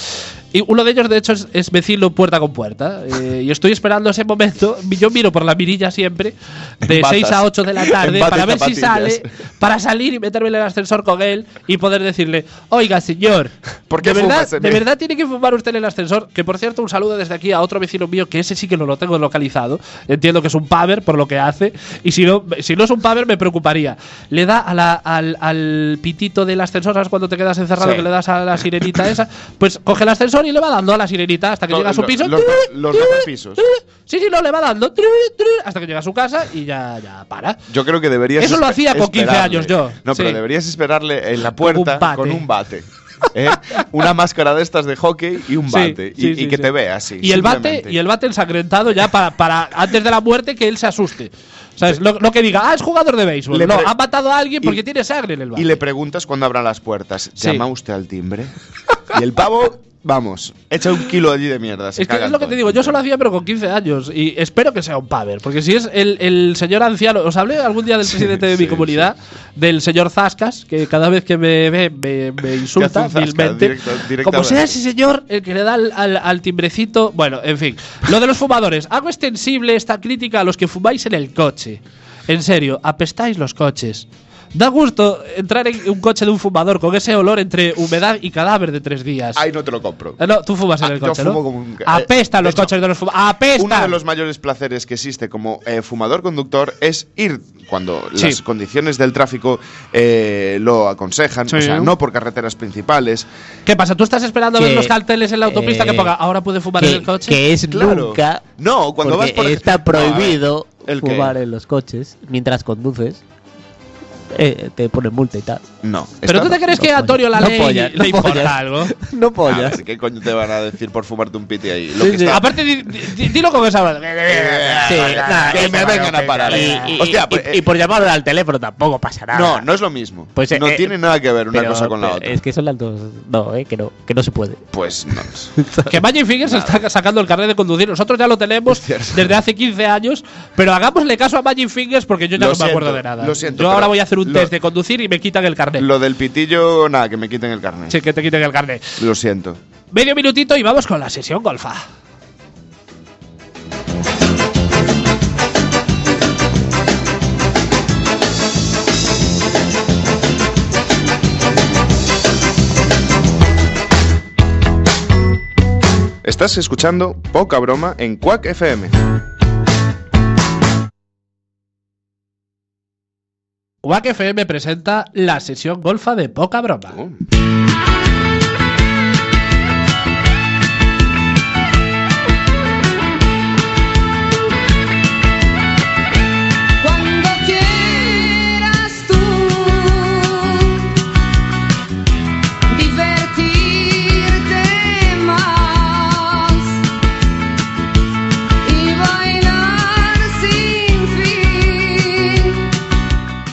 [SPEAKER 3] Y uno de ellos, de hecho, es, es vecino puerta con puerta. eh, y estoy esperando ese momento. Yo miro por la mirilla siempre, de
[SPEAKER 4] En batas.
[SPEAKER 3] 6 a 8 de la tarde,
[SPEAKER 4] En batas
[SPEAKER 3] para
[SPEAKER 4] y
[SPEAKER 3] ver si
[SPEAKER 4] zapatillas.
[SPEAKER 3] sale, para salir y meterme en el ascensor con él y poder decirle, oiga, señor,
[SPEAKER 4] ¿Por qué este
[SPEAKER 3] de, verdad,
[SPEAKER 4] fumas en
[SPEAKER 3] de
[SPEAKER 4] él?"
[SPEAKER 3] verdad tiene que fumar usted en el ascensor. Que por cierto, un saludo desde aquí a otro vecino mío, que ese sí que no lo tengo localizado. Entiendo que es un paver por lo que hace. Y si no, si no es un paver, me preocuparía. Le da a la- al, al pitito del ascensor, ¿sabes cuando te quedas encerrado
[SPEAKER 4] Sí.
[SPEAKER 3] que le das a la sirenita esa? Pues coge el ascensor y le va dando a la sirenita hasta que
[SPEAKER 4] Lo-
[SPEAKER 3] llega a su
[SPEAKER 4] lo-
[SPEAKER 3] piso.
[SPEAKER 4] los bajo- los bajo pisos.
[SPEAKER 3] Sí, sí, no, le va dando hasta que llega a su casa y ya, ya para.
[SPEAKER 4] Yo creo que deberías.
[SPEAKER 3] Eso lo
[SPEAKER 4] espe-
[SPEAKER 3] hacía con 15
[SPEAKER 4] esperarle.
[SPEAKER 3] años yo.
[SPEAKER 4] No, pero
[SPEAKER 3] Sí.
[SPEAKER 4] deberías esperarle en la puerta
[SPEAKER 3] Un bate.
[SPEAKER 4] con un bate. ¿eh? Una máscara de estas de hockey y un
[SPEAKER 3] Sí,
[SPEAKER 4] bate. y
[SPEAKER 3] sí,
[SPEAKER 4] y
[SPEAKER 3] sí,
[SPEAKER 4] que
[SPEAKER 3] sí.
[SPEAKER 4] te vea así.
[SPEAKER 3] Y el bate,
[SPEAKER 4] simplemente.
[SPEAKER 3] y el bate ensangrentado ya para, para antes de la muerte que él se asuste. ¿Sabes? Lo, lo que diga, ah, es jugador de béisbol.
[SPEAKER 4] Le
[SPEAKER 3] no,
[SPEAKER 4] pre-
[SPEAKER 3] ha matado a alguien porque
[SPEAKER 4] y-
[SPEAKER 3] tiene sangre en el bate.
[SPEAKER 4] Y le preguntas cuando abran las puertas.
[SPEAKER 3] Sí.
[SPEAKER 4] ¿Llama usted al timbre? y el pavo, vamos, echa un kilo allí de mierda. se
[SPEAKER 3] es, que
[SPEAKER 4] caga
[SPEAKER 3] es lo que
[SPEAKER 4] todo.
[SPEAKER 3] te digo, yo solo hacía pero con 15 años y espero que sea un paver, porque si es el, el señor anciano, os hablé algún día del presidente de mi
[SPEAKER 4] sí,
[SPEAKER 3] comunidad, del señor Zascas, que cada vez que me ve me, me
[SPEAKER 4] Te
[SPEAKER 3] insulta
[SPEAKER 4] hace un zasca,
[SPEAKER 3] vilmente.
[SPEAKER 4] directo- directamente.
[SPEAKER 3] Como sea ese señor el que le da al, al- al timbrecito, bueno, en fin. Lo de los fumadores, hago extensible esta crítica a los que fumáis en el coche. En serio, apestáis los coches. Da gusto entrar en un coche de un fumador con ese olor entre humedad y cadáver de tres días.
[SPEAKER 4] Ay, no te lo compro.
[SPEAKER 3] Ah, No, tú fumas en
[SPEAKER 4] Ah,
[SPEAKER 3] el
[SPEAKER 4] yo
[SPEAKER 3] coche,
[SPEAKER 4] fumo
[SPEAKER 3] ¿no?
[SPEAKER 4] como un- eh,
[SPEAKER 3] Apestan
[SPEAKER 4] de
[SPEAKER 3] los
[SPEAKER 4] hecho,
[SPEAKER 3] coches de los fumadores. ¡Apestan!
[SPEAKER 4] Uno de los mayores placeres que existe como eh, fumador conductor es ir cuando
[SPEAKER 3] Sí.
[SPEAKER 4] las condiciones del tráfico eh, lo aconsejan,
[SPEAKER 3] Sí.
[SPEAKER 4] o sea, no por carreteras principales.
[SPEAKER 3] ¿Qué pasa? ¿Tú estás esperando a ver
[SPEAKER 1] Que,
[SPEAKER 3] los carteles en la autopista que
[SPEAKER 1] eh,
[SPEAKER 3] ponga ahora puede fumar en
[SPEAKER 1] Que,
[SPEAKER 3] el coche?
[SPEAKER 1] que es
[SPEAKER 4] Claro.
[SPEAKER 1] nunca.
[SPEAKER 4] No, cuando
[SPEAKER 1] porque
[SPEAKER 4] vas por ej-
[SPEAKER 1] está prohibido
[SPEAKER 4] A ver, ¿el qué?
[SPEAKER 1] fumar en los coches mientras conduces. Eh, te ponen multa y tal.
[SPEAKER 4] No. Ah,
[SPEAKER 3] ¿Pero
[SPEAKER 4] está-
[SPEAKER 3] tú te crees
[SPEAKER 1] no
[SPEAKER 3] que a
[SPEAKER 1] pollas,
[SPEAKER 3] Antonio la
[SPEAKER 1] no
[SPEAKER 3] ley
[SPEAKER 1] pollas, no
[SPEAKER 3] le
[SPEAKER 1] pollas.
[SPEAKER 3] importa algo?
[SPEAKER 1] No
[SPEAKER 4] A
[SPEAKER 1] pollas.
[SPEAKER 4] ver, ¿Qué coño te van a decir por fumarte un piti ahí? Lo
[SPEAKER 1] Sí,
[SPEAKER 4] que
[SPEAKER 1] sí. Ah, pues,
[SPEAKER 3] Aparte,
[SPEAKER 4] está-
[SPEAKER 3] di- di- dilo con esa voz.
[SPEAKER 1] Sí, nada,
[SPEAKER 4] que
[SPEAKER 1] y-
[SPEAKER 4] me vengan a parar.
[SPEAKER 1] Y, y-
[SPEAKER 4] Hostia,
[SPEAKER 1] y-
[SPEAKER 4] pues, eh,
[SPEAKER 1] y por llamarlo al teléfono tampoco pasa nada.
[SPEAKER 4] No, no es lo mismo.
[SPEAKER 1] Pues, eh,
[SPEAKER 4] no
[SPEAKER 1] eh,
[SPEAKER 4] tiene nada que ver una
[SPEAKER 1] Pero-
[SPEAKER 4] cosa con la
[SPEAKER 1] pero
[SPEAKER 4] otra.
[SPEAKER 1] Es que son las dos. No, eh, que no, que no se puede.
[SPEAKER 4] Pues no.
[SPEAKER 3] Que Magic Fingers está sacando el carnet de conducir. Nosotros ya lo tenemos
[SPEAKER 4] Es cierto.
[SPEAKER 3] desde hace 15 años, pero hagámosle caso a Magic Fingers porque yo ya
[SPEAKER 4] Lo
[SPEAKER 3] no me acuerdo
[SPEAKER 4] siento,
[SPEAKER 3] de nada.
[SPEAKER 4] lo siento,
[SPEAKER 3] yo ahora
[SPEAKER 4] pero
[SPEAKER 3] voy a hacer un
[SPEAKER 4] lo-
[SPEAKER 3] test de conducir y me quitan el carnet.
[SPEAKER 4] Lo del pitillo, nada, que me quiten el carnet.
[SPEAKER 3] Sí, que te quiten el carnet.
[SPEAKER 4] Lo siento.
[SPEAKER 3] Medio minutito y vamos con la sesión golfa.
[SPEAKER 4] Estás escuchando Poca Broma en Quack FM.
[SPEAKER 3] Quack FM presenta la sesión golfa de poca broma.
[SPEAKER 4] Oh.
[SPEAKER 5] Cuando quieras tú divertirte más y bailar sin fin.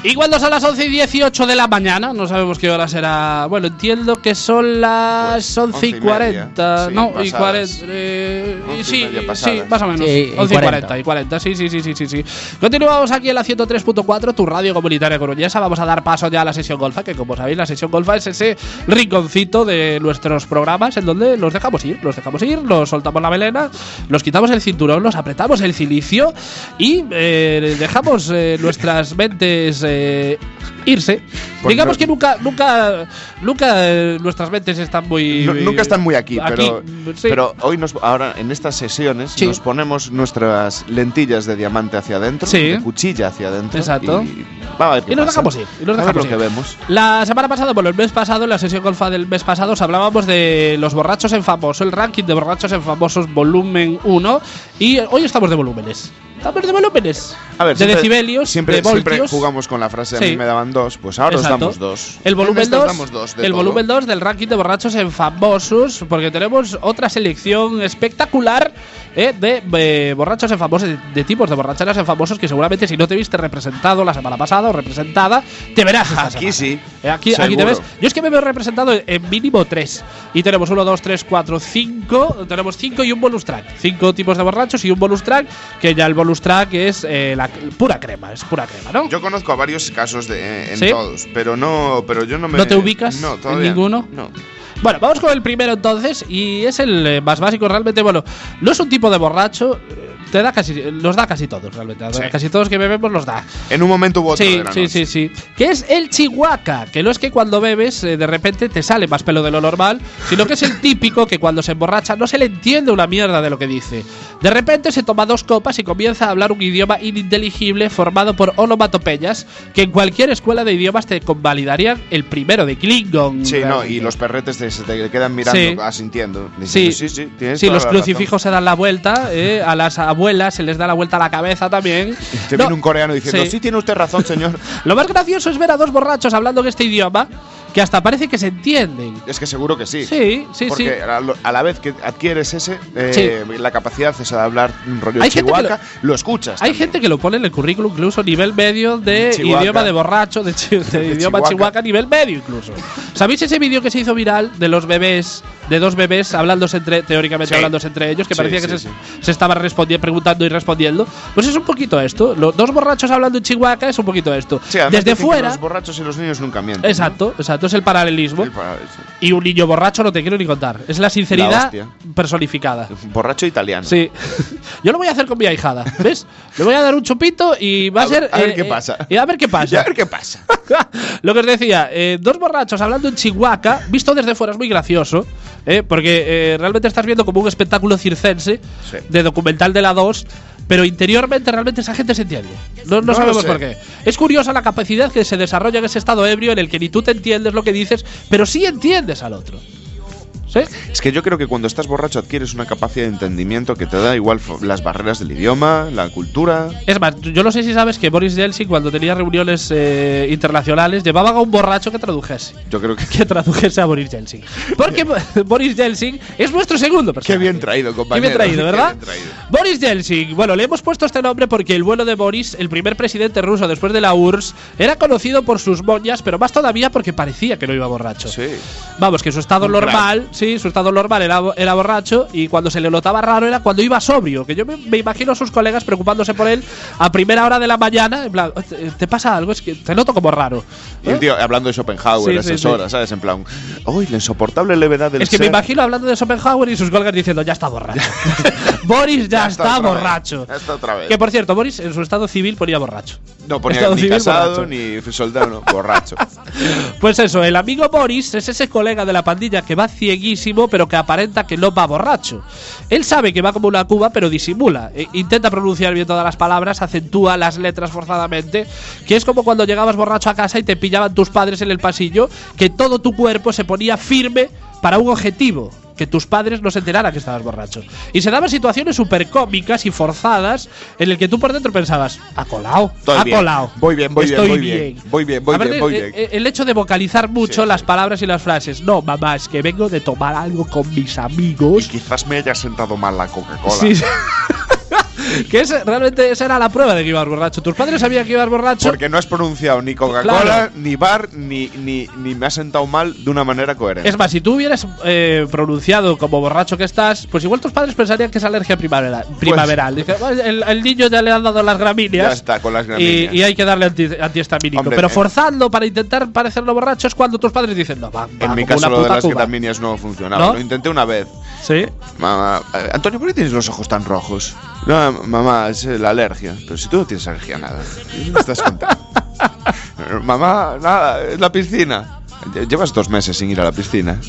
[SPEAKER 3] Y cuando son las 11 y 18 de la mañana, no sabemos qué hora será. Bueno, entiendo que son las
[SPEAKER 4] Pues,
[SPEAKER 3] 11 y
[SPEAKER 4] 11 y
[SPEAKER 3] 40.
[SPEAKER 4] media. Sí,
[SPEAKER 3] no, y
[SPEAKER 4] pasadas.
[SPEAKER 3] 40. eh,
[SPEAKER 4] 11 y
[SPEAKER 3] sí,
[SPEAKER 4] media
[SPEAKER 3] sí,
[SPEAKER 4] pasadas.
[SPEAKER 3] más o menos.
[SPEAKER 1] Sí, y
[SPEAKER 3] 11 y
[SPEAKER 1] 40.
[SPEAKER 3] 40. Y 40, sí, sí, sí, sí, sí, sí. Continuamos aquí en la 103.4, tu radio comunitaria coruñesa. Vamos a dar paso ya a la sesión golfa, que como sabéis, la sesión golfa es ese rinconcito de nuestros programas en donde los dejamos ir, los dejamos ir, los soltamos la melena, los quitamos el cinturón, los apretamos el cilicio y eh, dejamos eh, nuestras mentes eh, irse.
[SPEAKER 4] Pues
[SPEAKER 3] Digamos
[SPEAKER 4] no-
[SPEAKER 3] que nunca, nunca, nunca eh, nuestras mentes están muy.
[SPEAKER 4] No- nunca están muy aquí, pero,
[SPEAKER 3] sí.
[SPEAKER 4] pero hoy nos, ahora en estas sesiones
[SPEAKER 3] Sí.
[SPEAKER 4] nos ponemos nuestras lentillas de diamante hacia adentro,
[SPEAKER 3] Sí.
[SPEAKER 4] de cuchilla hacia adentro.
[SPEAKER 3] Exacto.
[SPEAKER 4] Y, va a ver qué
[SPEAKER 3] Y nos
[SPEAKER 4] pasa.
[SPEAKER 3] dejamos ir, y nos
[SPEAKER 4] A ver
[SPEAKER 3] dejamos
[SPEAKER 4] lo
[SPEAKER 3] ir.
[SPEAKER 4] que vemos.
[SPEAKER 3] La semana pasada, bueno, el mes pasado, en la sesión golfa del mes pasado, os hablábamos de los borrachos en famoso, el ranking de borrachos en famosos volumen 1. Y hoy estamos de volúmenes. Estamos de volúmenes.
[SPEAKER 4] A ver,
[SPEAKER 3] de decibelios,
[SPEAKER 4] siempre,
[SPEAKER 3] de
[SPEAKER 4] siempre
[SPEAKER 3] voltios.
[SPEAKER 4] jugamos con la frase,
[SPEAKER 3] Sí.
[SPEAKER 4] a mí me daban dos, pues ahora
[SPEAKER 3] Exacto.
[SPEAKER 4] os damos dos.
[SPEAKER 3] El
[SPEAKER 4] En
[SPEAKER 3] volumen
[SPEAKER 4] estas
[SPEAKER 3] 2.
[SPEAKER 4] damos dos de
[SPEAKER 3] El
[SPEAKER 4] todo.
[SPEAKER 3] volumen 2 del ranking de borrachos en famosos, porque tenemos otra selección espectacular eh, de eh, borrachos en famosos, de, de tipos de borracheras en famosos que seguramente si no te viste representado la semana pasada o representada, te verás. esta
[SPEAKER 4] Aquí
[SPEAKER 3] semana.
[SPEAKER 4] sí,
[SPEAKER 3] Eh, Aquí, aquí te
[SPEAKER 4] seguro.
[SPEAKER 3] ves. Yo es que me veo representado en- en mínimo tres. Y tenemos uno, dos, tres, cuatro, cinco. Tenemos cinco y un bonus track. Cinco tipos de borrachos y un bonus track. Que ya el bonus track es eh, la pura crema. Es pura crema, ¿no?
[SPEAKER 4] Yo conozco a varios casos de, eh, en
[SPEAKER 3] ¿Sí?
[SPEAKER 4] todos, pero no, pero yo no me.
[SPEAKER 3] ¿No te ubicas
[SPEAKER 4] No,
[SPEAKER 3] en
[SPEAKER 4] todavía no.
[SPEAKER 3] ninguno?
[SPEAKER 4] No.
[SPEAKER 3] Bueno, vamos con el primero entonces, y es el eh, más básico realmente. Bueno, no es un tipo de borracho, eh, te da casi, los da casi todos realmente.
[SPEAKER 4] Sí.
[SPEAKER 3] Casi todos que bebemos los da.
[SPEAKER 4] En un momento u otro.
[SPEAKER 3] Sí,
[SPEAKER 4] de la
[SPEAKER 3] sí, sí,
[SPEAKER 4] noche.
[SPEAKER 3] sí. Que es el chihuahua, que no es que cuando bebes eh, de repente te sale más pelo de lo normal, sino que es el típico que cuando se emborracha no se le entiende una mierda de lo que dice. De repente se toma dos copas y comienza a hablar un idioma ininteligible formado por onomatopeyas que en cualquier escuela de idiomas te convalidarían el primero de Klingon.
[SPEAKER 4] Sí, no, y
[SPEAKER 3] realmente.
[SPEAKER 4] los perretes te, se te quedan mirando,
[SPEAKER 3] Sí.
[SPEAKER 4] asintiendo.
[SPEAKER 3] Sí,
[SPEAKER 4] diciendo, sí, sí, tienes
[SPEAKER 3] sí
[SPEAKER 4] toda
[SPEAKER 3] los
[SPEAKER 4] la razón".
[SPEAKER 3] crucifijos se dan la vuelta, eh, a las abuelas se les da la vuelta a la cabeza también.
[SPEAKER 4] Te
[SPEAKER 3] No,
[SPEAKER 4] viene un coreano diciendo,
[SPEAKER 3] sí.
[SPEAKER 4] sí. tiene usted razón, señor.
[SPEAKER 3] Lo más gracioso es ver a dos borrachos hablando en este idioma que hasta parece que se entienden.
[SPEAKER 4] es que seguro que sí.
[SPEAKER 3] Sí, sí,
[SPEAKER 4] Porque
[SPEAKER 3] sí.
[SPEAKER 4] a lo- a la vez que adquieres ese, eh, la capacidad esa de hablar un rollo
[SPEAKER 3] Hay gente que
[SPEAKER 4] chihuahua, lo, escuchas.
[SPEAKER 3] Hay
[SPEAKER 4] también.
[SPEAKER 3] gente que lo pone en el currículum incluso a nivel medio de
[SPEAKER 4] Chihuahua.
[SPEAKER 3] idioma de borracho, de, chi- de
[SPEAKER 4] De
[SPEAKER 3] idioma
[SPEAKER 4] Chihuahua.
[SPEAKER 3] chihuahua a nivel medio incluso. ¿Sabéis ese vídeo que se hizo viral de los bebés, de dos bebés hablándose entre, teóricamente
[SPEAKER 4] Sí.
[SPEAKER 3] hablándose entre ellos, que
[SPEAKER 4] Sí,
[SPEAKER 3] parecía que
[SPEAKER 4] sí,
[SPEAKER 3] se, se estaban respondiendo, preguntando y respondiendo? Pues es un poquito esto. Los dos borrachos hablando en chihuahua es un poquito esto.
[SPEAKER 4] Sí, además
[SPEAKER 3] Desde
[SPEAKER 4] dicen que
[SPEAKER 3] fuera.
[SPEAKER 4] Los borrachos y los niños nunca mienten.
[SPEAKER 3] Exacto, exacto, es el paralelismo.
[SPEAKER 4] El para- sí.
[SPEAKER 3] Y un niño borracho no te quiero ni contar. Es la
[SPEAKER 4] La
[SPEAKER 3] sinceridad
[SPEAKER 4] hostia.
[SPEAKER 3] personificada.
[SPEAKER 4] Borracho italiano.
[SPEAKER 3] Sí. Yo lo voy a hacer con mi ahijada, ¿ves? Le voy a dar un chupito y va a,
[SPEAKER 4] A ver-
[SPEAKER 3] ser. eh,
[SPEAKER 4] a ver qué pasa.
[SPEAKER 3] Y a ver qué
[SPEAKER 4] Y a
[SPEAKER 3] pasa.
[SPEAKER 4] ver qué pasa.
[SPEAKER 3] lo que os decía, eh, dos borrachos hablando en Chihuahua, visto desde fuera es muy gracioso, eh, porque eh, realmente estás viendo como un espectáculo circense
[SPEAKER 4] Sí.
[SPEAKER 3] de documental de la 2. Pero interiormente realmente esa gente se entiende. No, no
[SPEAKER 4] No lo
[SPEAKER 3] sabemos
[SPEAKER 4] sé.
[SPEAKER 3] por qué. Es curiosa la capacidad que se desarrolla en ese estado ebrio en el que ni tú te entiendes lo que dices, pero sí entiendes al otro. ¿Sí?
[SPEAKER 4] Es que yo creo que cuando estás borracho adquieres una capacidad de entendimiento que te da igual fo- las barreras del idioma, la cultura.
[SPEAKER 3] Es más, yo no sé si sabes que Boris Yeltsin cuando tenía reuniones eh, internacionales llevaba a un borracho que tradujese.
[SPEAKER 4] Yo creo que.
[SPEAKER 3] Que tradujese a Boris Yeltsin. Porque Boris Yeltsin es nuestro segundo personaje.
[SPEAKER 4] Qué bien traído,
[SPEAKER 3] Qué
[SPEAKER 4] compañero.
[SPEAKER 3] bien traído, ¿verdad?
[SPEAKER 4] Qué bien traído.
[SPEAKER 3] Boris Yeltsin. Bueno, le hemos puesto este nombre porque el vuelo de Boris, el primer presidente ruso después de la URSS, era conocido por sus moñas, pero más todavía porque parecía que no iba borracho.
[SPEAKER 4] Sí.
[SPEAKER 3] Vamos, que su estado
[SPEAKER 4] Un
[SPEAKER 3] normal, sí, su estado normal era, era borracho y cuando se le notaba raro era cuando iba sobrio. Que yo me, me imagino a sus colegas preocupándose por él a primera hora de la mañana. En plan, "Te- ¿te pasa algo? Es que te noto como raro.
[SPEAKER 4] Y el tío hablando de Schopenhauer
[SPEAKER 3] Sí,
[SPEAKER 4] a esas
[SPEAKER 3] sí, sí.
[SPEAKER 4] horas, ¿sabes? En plan, ¡Uy, la insoportable levedad del
[SPEAKER 3] Es que me
[SPEAKER 4] ser".
[SPEAKER 3] imagino hablando de Schopenhauer y sus colegas diciendo, ya está borracho. Boris ya, está,
[SPEAKER 4] Ya está otra vez,
[SPEAKER 3] borracho.
[SPEAKER 4] ya está otra vez.
[SPEAKER 3] Que por cierto, Boris en su estado civil ponía borracho.
[SPEAKER 4] No ponía
[SPEAKER 3] Estado
[SPEAKER 4] ni
[SPEAKER 3] civil
[SPEAKER 4] casado,
[SPEAKER 3] borracho.
[SPEAKER 4] ni soldado, no, borracho.
[SPEAKER 3] Pues eso, el amigo Boris es ese colega de la pandilla que va bellísimo, pero que aparenta que no va borracho. Él sabe que va como una cuba, pero disimula. E- intenta pronunciar bien todas las palabras, acentúa las letras forzadamente, que es como cuando llegabas borracho a casa y te pillaban tus padres en el pasillo, que todo tu cuerpo se ponía firme para un objetivo. Que tus padres no se enteraran que estabas borracho. Y se daban situaciones súper cómicas y forzadas en el que tú por dentro pensabas, ha colado,
[SPEAKER 4] Estoy
[SPEAKER 3] ha
[SPEAKER 4] bien.
[SPEAKER 3] colado.
[SPEAKER 4] Voy bien, voy bien,
[SPEAKER 3] Estoy
[SPEAKER 4] voy bien. Voy bien, voy bien,
[SPEAKER 3] Aparte,
[SPEAKER 4] voy
[SPEAKER 3] eh,
[SPEAKER 4] bien.
[SPEAKER 3] eh, El hecho de vocalizar mucho
[SPEAKER 4] Sí,
[SPEAKER 3] las
[SPEAKER 4] sí.
[SPEAKER 3] palabras y las frases. No, mamá, es que vengo de tomar algo con mis amigos.
[SPEAKER 4] Quizás me haya sentado mal la Coca-Cola.
[SPEAKER 3] Sí. que ese- realmente esa era la prueba de que ibas borracho. Tus padres sabían que ibas borracho.
[SPEAKER 4] Porque no has pronunciado ni Coca-Cola,
[SPEAKER 3] Claro.
[SPEAKER 4] ni bar, ni, ni, ni me has sentado mal de una manera coherente.
[SPEAKER 3] Es más, si tú hubieras eh, pronunciado como borracho que estás, pues igual tus padres pensarían que es alergia primavera- primaveral. Dicen, "Bueno, el, el niño ya le han dado las gramíneas.
[SPEAKER 4] Pues Ya está, con las
[SPEAKER 3] y-
[SPEAKER 4] gramíneas.
[SPEAKER 3] Y, hay que darle anti- antihistamínico.
[SPEAKER 4] Hombre,
[SPEAKER 3] Pero
[SPEAKER 4] eh.
[SPEAKER 3] forzando para intentar parecerlo borracho es cuando tus padres dicen, no, va, va,
[SPEAKER 4] en mi
[SPEAKER 3] como
[SPEAKER 4] caso,
[SPEAKER 3] una
[SPEAKER 4] lo de
[SPEAKER 3] puta
[SPEAKER 4] las
[SPEAKER 3] cuba".
[SPEAKER 4] vitaminas no funcionaba.
[SPEAKER 3] ¿No?
[SPEAKER 4] Lo intenté una vez.
[SPEAKER 3] Sí.
[SPEAKER 4] Mamá, eh, Antonio, ¿por qué tienes los ojos tan rojos? No, mamá, es eh, la alergia. Pero si tú no tienes alergia a nada, ¿qué me estás contando? Eh, mamá, nada, es la piscina. Lle- Llevas dos meses sin ir a la piscina.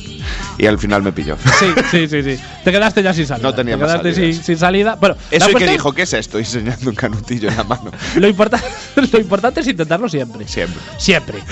[SPEAKER 4] Y al final me pilló.
[SPEAKER 3] Sí, sí, sí, sí. Te quedaste ya sin salida.
[SPEAKER 4] No tenía
[SPEAKER 3] Te
[SPEAKER 4] más
[SPEAKER 3] quedaste
[SPEAKER 4] salidas.
[SPEAKER 3] sin, sin salida. Bueno, la
[SPEAKER 4] Eso y que
[SPEAKER 3] cuestión-
[SPEAKER 4] dijo, ¿qué es esto? Y Enseñando un canutillo en la mano.
[SPEAKER 3] Lo, importa- lo importante es intentarlo siempre.
[SPEAKER 4] Siempre.
[SPEAKER 3] Siempre.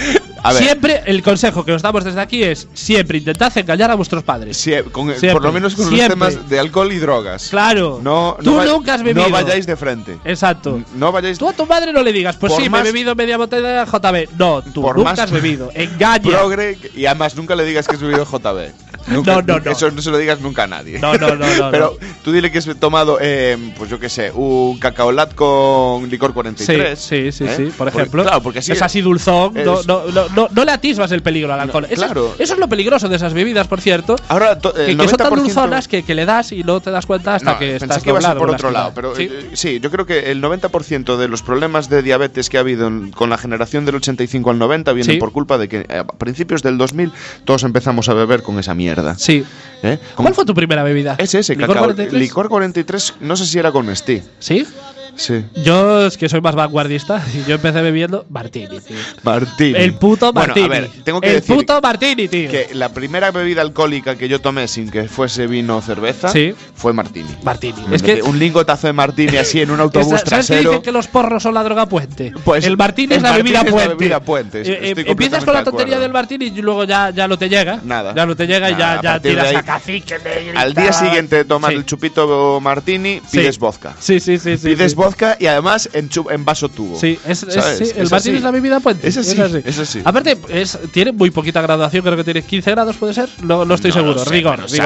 [SPEAKER 4] A ver.
[SPEAKER 3] Siempre el consejo que os damos desde aquí es siempre intentad engañar a vuestros padres.
[SPEAKER 4] Sie- con- eh,
[SPEAKER 3] Siempre,
[SPEAKER 4] por lo menos con los
[SPEAKER 3] siempre.
[SPEAKER 4] temas de alcohol y drogas.
[SPEAKER 3] Claro.
[SPEAKER 4] No, no
[SPEAKER 3] Tú
[SPEAKER 4] va-
[SPEAKER 3] nunca has bebido.
[SPEAKER 4] No vayáis de frente.
[SPEAKER 3] Exacto.
[SPEAKER 4] N- No vayáis
[SPEAKER 3] Tú a tu madre no le digas, pues
[SPEAKER 4] Por
[SPEAKER 3] sí,
[SPEAKER 4] más-
[SPEAKER 3] me he bebido media botella de JB. No, tú
[SPEAKER 4] Por más-
[SPEAKER 3] nunca has bebido. Engaña.
[SPEAKER 4] progre y además nunca le digas que has bebido JB. Nunca-
[SPEAKER 3] No, no, no.
[SPEAKER 4] Eso no se lo digas nunca a nadie.
[SPEAKER 3] No, no, no, no,
[SPEAKER 4] Pero tú dile que has tomado, eh, pues yo qué sé, un cacaolat con licor 43.
[SPEAKER 3] Sí, sí, sí,
[SPEAKER 4] ¿eh?
[SPEAKER 3] sí, por
[SPEAKER 4] Porque-
[SPEAKER 3] ejemplo.
[SPEAKER 4] claro, porque así.
[SPEAKER 3] es así dulzón,
[SPEAKER 4] es-
[SPEAKER 3] no, no, no, no, no le atisbas el peligro al alcohol. eso, es-
[SPEAKER 4] claro.
[SPEAKER 3] eso es lo peligroso de esas bebidas, por cierto.
[SPEAKER 4] Ahora, to- el
[SPEAKER 3] que, que son tan
[SPEAKER 4] 90%
[SPEAKER 3] dulzonas que, que le das y no te das cuenta hasta
[SPEAKER 4] No,
[SPEAKER 3] que
[SPEAKER 4] pensé
[SPEAKER 3] estás
[SPEAKER 4] que ibas a ir
[SPEAKER 3] doblado
[SPEAKER 4] por
[SPEAKER 3] en la
[SPEAKER 4] otro lado,
[SPEAKER 3] esquina.
[SPEAKER 4] pero
[SPEAKER 3] Sí.
[SPEAKER 4] eh, sí, yo creo que el 90% de los problemas de diabetes que ha habido en- con la generación del 85 al 90 vienen
[SPEAKER 3] Sí.
[SPEAKER 4] por culpa de que eh, a principios del 2000 todos empezamos a beber con esa mierda.
[SPEAKER 3] Sí.
[SPEAKER 4] ¿eh? Como-
[SPEAKER 3] ¿Cuál fue tu primera bebida?
[SPEAKER 4] Es ese,
[SPEAKER 3] ¿Licor
[SPEAKER 4] cacao.
[SPEAKER 3] 43?
[SPEAKER 4] Licor 43, no sé si era con Nestí.
[SPEAKER 3] Sí.
[SPEAKER 4] Sí.
[SPEAKER 3] Yo es que soy más vanguardista y yo empecé bebiendo martini, tío.
[SPEAKER 4] Martini.
[SPEAKER 3] El puto
[SPEAKER 4] Bueno,
[SPEAKER 3] martini.
[SPEAKER 4] a ver, tengo que
[SPEAKER 3] el
[SPEAKER 4] decir
[SPEAKER 3] puto martini, tío.
[SPEAKER 4] que la primera bebida alcohólica que yo tomé sin que fuese vino o cerveza
[SPEAKER 3] Sí.
[SPEAKER 4] fue martini.
[SPEAKER 3] Martini.
[SPEAKER 4] Es que un lingotazo de martini así en un autobús
[SPEAKER 3] Esa- ¿Sabes que
[SPEAKER 4] trasero.
[SPEAKER 3] dicen que los porros son la droga puente?
[SPEAKER 4] Pues,
[SPEAKER 3] el martini
[SPEAKER 4] el
[SPEAKER 3] es la
[SPEAKER 4] martini
[SPEAKER 3] bebida
[SPEAKER 4] es la
[SPEAKER 3] puente.
[SPEAKER 4] bebida puente,
[SPEAKER 3] Eh, eh,
[SPEAKER 4] estoy
[SPEAKER 3] empiezas con la
[SPEAKER 4] completamente de
[SPEAKER 3] tontería
[SPEAKER 4] acuerdo.
[SPEAKER 3] del martini y luego ya, ya no te llega.
[SPEAKER 4] Nada.
[SPEAKER 3] Ya no te llega
[SPEAKER 4] Nada, a
[SPEAKER 3] y ya, ya
[SPEAKER 4] partir de
[SPEAKER 3] tiras
[SPEAKER 4] ahí-
[SPEAKER 3] a cacique. me
[SPEAKER 4] Al día
[SPEAKER 3] gritaban.
[SPEAKER 4] siguiente de tomar
[SPEAKER 3] Sí.
[SPEAKER 4] el chupito martini,
[SPEAKER 3] Sí.
[SPEAKER 4] pides vodka.
[SPEAKER 3] Sí, sí, sí. sí,
[SPEAKER 4] pides
[SPEAKER 3] sí.
[SPEAKER 4] vodka y además en, chu- en vaso tubo.
[SPEAKER 3] Sí, es, es-
[SPEAKER 4] ¿Sabes?
[SPEAKER 3] sí, el
[SPEAKER 4] Es
[SPEAKER 3] martini
[SPEAKER 4] así.
[SPEAKER 3] es la bebida puente.
[SPEAKER 4] Es así, es así.
[SPEAKER 3] Aparte, es- tiene muy poquita graduación, creo que tiene 15 grados, ¿puede ser? No, no estoy
[SPEAKER 4] No
[SPEAKER 3] seguro.
[SPEAKER 4] lo sé,
[SPEAKER 3] rigor,
[SPEAKER 4] pero
[SPEAKER 3] rigor.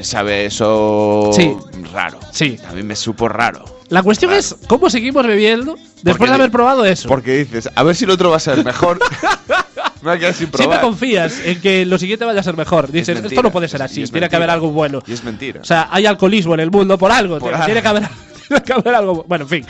[SPEAKER 4] Sabe, sabe eso
[SPEAKER 3] Sí.
[SPEAKER 4] raro.
[SPEAKER 3] Sí.
[SPEAKER 4] A mí me supo raro.
[SPEAKER 3] La cuestión es cómo seguimos bebiendo después de
[SPEAKER 4] di-
[SPEAKER 3] haber probado eso.
[SPEAKER 4] Porque dices, a ver si el otro va a ser mejor. me voy a quedar sin probar.
[SPEAKER 3] Siempre confías en que lo siguiente vaya a ser mejor. Dices,
[SPEAKER 4] mentira,
[SPEAKER 3] esto no puede ser
[SPEAKER 4] es- y
[SPEAKER 3] así,
[SPEAKER 4] es
[SPEAKER 3] tiene que
[SPEAKER 4] mentira.
[SPEAKER 3] haber algo bueno.
[SPEAKER 4] Y es mentira.
[SPEAKER 3] O sea, hay alcoholismo en el mundo por algo.
[SPEAKER 4] Por
[SPEAKER 3] tío,
[SPEAKER 4] algo.
[SPEAKER 3] Tiene, que haber, tiene que haber algo. Bueno, en fin.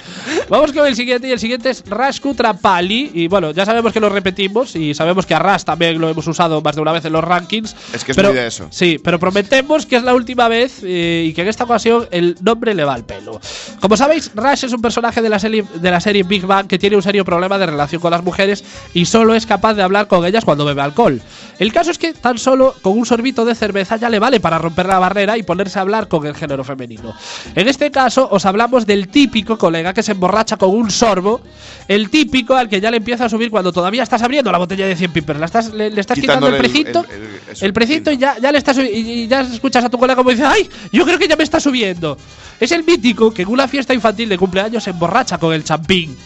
[SPEAKER 3] Vamos con el siguiente. Y el siguiente es Rascu Trapali. Y bueno, ya sabemos que lo repetimos. Y sabemos que a Ras también lo hemos usado más de una vez en los rankings.
[SPEAKER 4] Es que es
[SPEAKER 3] pero,
[SPEAKER 4] muy de eso.
[SPEAKER 3] Sí, pero prometemos que es la última vez. eh, y que en esta ocasión el nombre le va al pelo. Como sabéis, Rash es un personaje de la, serie, de la serie Big Bang que tiene un serio problema de relación con las mujeres. Y solo es capaz de hablar con ellas cuando bebe alcohol. El caso es que tan solo con un sorbito de cerveza ya le vale para romper la barrera y ponerse a hablar con el género femenino. En este caso os hablamos del típico colega que se emborracha con un sorbo, el típico al que ya le empieza a subir cuando todavía estás abriendo la botella de 100 pipers, la estás, le, le estás quitando el
[SPEAKER 4] Quitándole el-
[SPEAKER 3] precinto,
[SPEAKER 4] el-
[SPEAKER 3] el,
[SPEAKER 4] el- eso,
[SPEAKER 3] precinto
[SPEAKER 4] el
[SPEAKER 3] y ya, ya le estás y, y ya escuchas a tu colega como dice, "Ay, yo creo que ya me está subiendo." Es el mítico que en una fiesta infantil de cumpleaños se emborracha con el champín.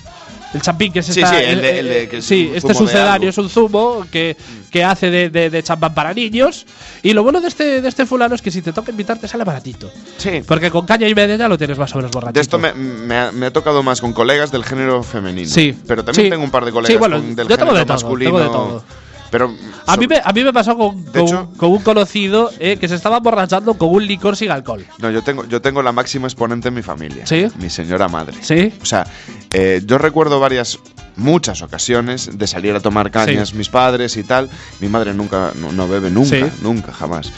[SPEAKER 3] El champín que es
[SPEAKER 4] Sí,
[SPEAKER 3] esta- eh,
[SPEAKER 4] sí, el de- el de- que es
[SPEAKER 3] sí,
[SPEAKER 4] un
[SPEAKER 3] este
[SPEAKER 4] zumo de algo. Mm.
[SPEAKER 3] sucedáneo es un zumo que, que hace de, de, de champán para niños. Y lo bueno de este, de este fulano es que si te toca invitar, te sale baratito.
[SPEAKER 4] Sí.
[SPEAKER 3] Porque con caña y media ya lo tienes más o menos borracho.
[SPEAKER 4] De esto me, me ha, me ha tocado más con colegas del género femenino.
[SPEAKER 3] Sí.
[SPEAKER 4] Pero también
[SPEAKER 3] Sí.
[SPEAKER 4] tengo un par de colegas
[SPEAKER 3] Sí, bueno,
[SPEAKER 4] con- del
[SPEAKER 3] yo tengo
[SPEAKER 4] género
[SPEAKER 3] de todo,
[SPEAKER 4] masculino.
[SPEAKER 3] tengo de todo.
[SPEAKER 4] Pero
[SPEAKER 3] A mí,
[SPEAKER 4] sobre-
[SPEAKER 3] me, a mí me pasó con,
[SPEAKER 4] De
[SPEAKER 3] con-
[SPEAKER 4] hecho-
[SPEAKER 3] con un conocido eh, que se estaba emborrachando con un licor sin alcohol.
[SPEAKER 4] No, yo tengo, yo tengo la máxima exponente en mi familia.
[SPEAKER 3] ¿Sí?
[SPEAKER 4] Mi señora madre.
[SPEAKER 3] ¿Sí?
[SPEAKER 4] O sea, eh, yo recuerdo varias, muchas ocasiones de salir a tomar cañas mis padres y tal. Mi madre nunca, no, no bebe nunca,
[SPEAKER 3] Sí.
[SPEAKER 4] nunca, jamás.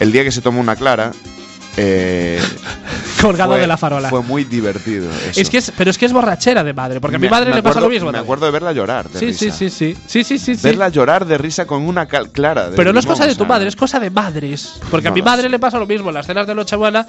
[SPEAKER 4] El día que se tomó una clara, eh,
[SPEAKER 3] colgado
[SPEAKER 4] fue-
[SPEAKER 3] de la farola.
[SPEAKER 4] Fue muy divertido. eso.
[SPEAKER 3] Es que es, pero es que es borrachera de madre, porque a mi
[SPEAKER 4] Me-
[SPEAKER 3] madre
[SPEAKER 4] me
[SPEAKER 3] le pasa
[SPEAKER 4] acuerdo-
[SPEAKER 3] lo mismo.
[SPEAKER 4] Me
[SPEAKER 3] también.
[SPEAKER 4] acuerdo de verla llorar. De
[SPEAKER 3] sí, sí,
[SPEAKER 4] risa.
[SPEAKER 3] sí, sí, sí, sí, sí, sí.
[SPEAKER 4] Verla llorar de risa con una cal clara. de
[SPEAKER 3] Pero no es
[SPEAKER 4] limón,
[SPEAKER 3] cosa de tu
[SPEAKER 4] ¿sabes?
[SPEAKER 3] madre, es cosa de madres. Porque a
[SPEAKER 4] No
[SPEAKER 3] mi
[SPEAKER 4] lo
[SPEAKER 3] madre
[SPEAKER 4] sé.
[SPEAKER 3] le pasa lo mismo. En las cenas de Nochebuena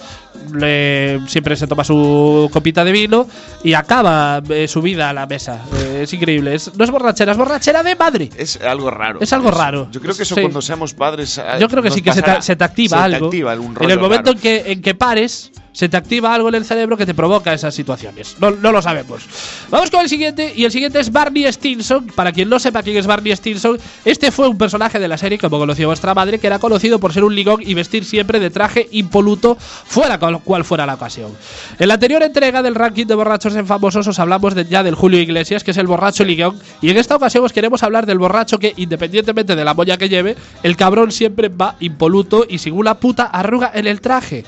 [SPEAKER 3] le, siempre se toma su copita de vino y acaba eh, su vida a la mesa. Eh, es increíble. Es- no es borrachera, es borrachera de madre.
[SPEAKER 4] Es algo raro.
[SPEAKER 3] Es algo
[SPEAKER 4] eso.
[SPEAKER 3] raro.
[SPEAKER 4] Yo creo que eso
[SPEAKER 3] Sí.
[SPEAKER 4] cuando seamos padres. eh,
[SPEAKER 3] Yo creo que
[SPEAKER 4] nos
[SPEAKER 3] sí, que se te,
[SPEAKER 4] pasará.
[SPEAKER 3] se te activa
[SPEAKER 4] Se te
[SPEAKER 3] algo.
[SPEAKER 4] activa algún
[SPEAKER 3] en
[SPEAKER 4] rollo
[SPEAKER 3] el momento en
[SPEAKER 4] raro.
[SPEAKER 3] que, en que pares, se te activa algo en el cerebro que te provoca esas situaciones. No, no lo sabemos. Vamos con el siguiente, y el siguiente es Barney Stinson. Para quien no sepa quién es Barney Stinson, este fue un personaje de la serie, como conoció vuestra madre, que era conocido por ser un ligón y vestir siempre de traje impoluto, fuera con cual fuera la ocasión. En la anterior entrega del ranking de borrachos en famosos os hablamos de- ya del Julio Iglesias, que es el borracho ligón, y en esta ocasión os queremos hablar del borracho que, independientemente de la molla que lleve, el cabrón siempre va impoluto y sin una puta arruga en el traje.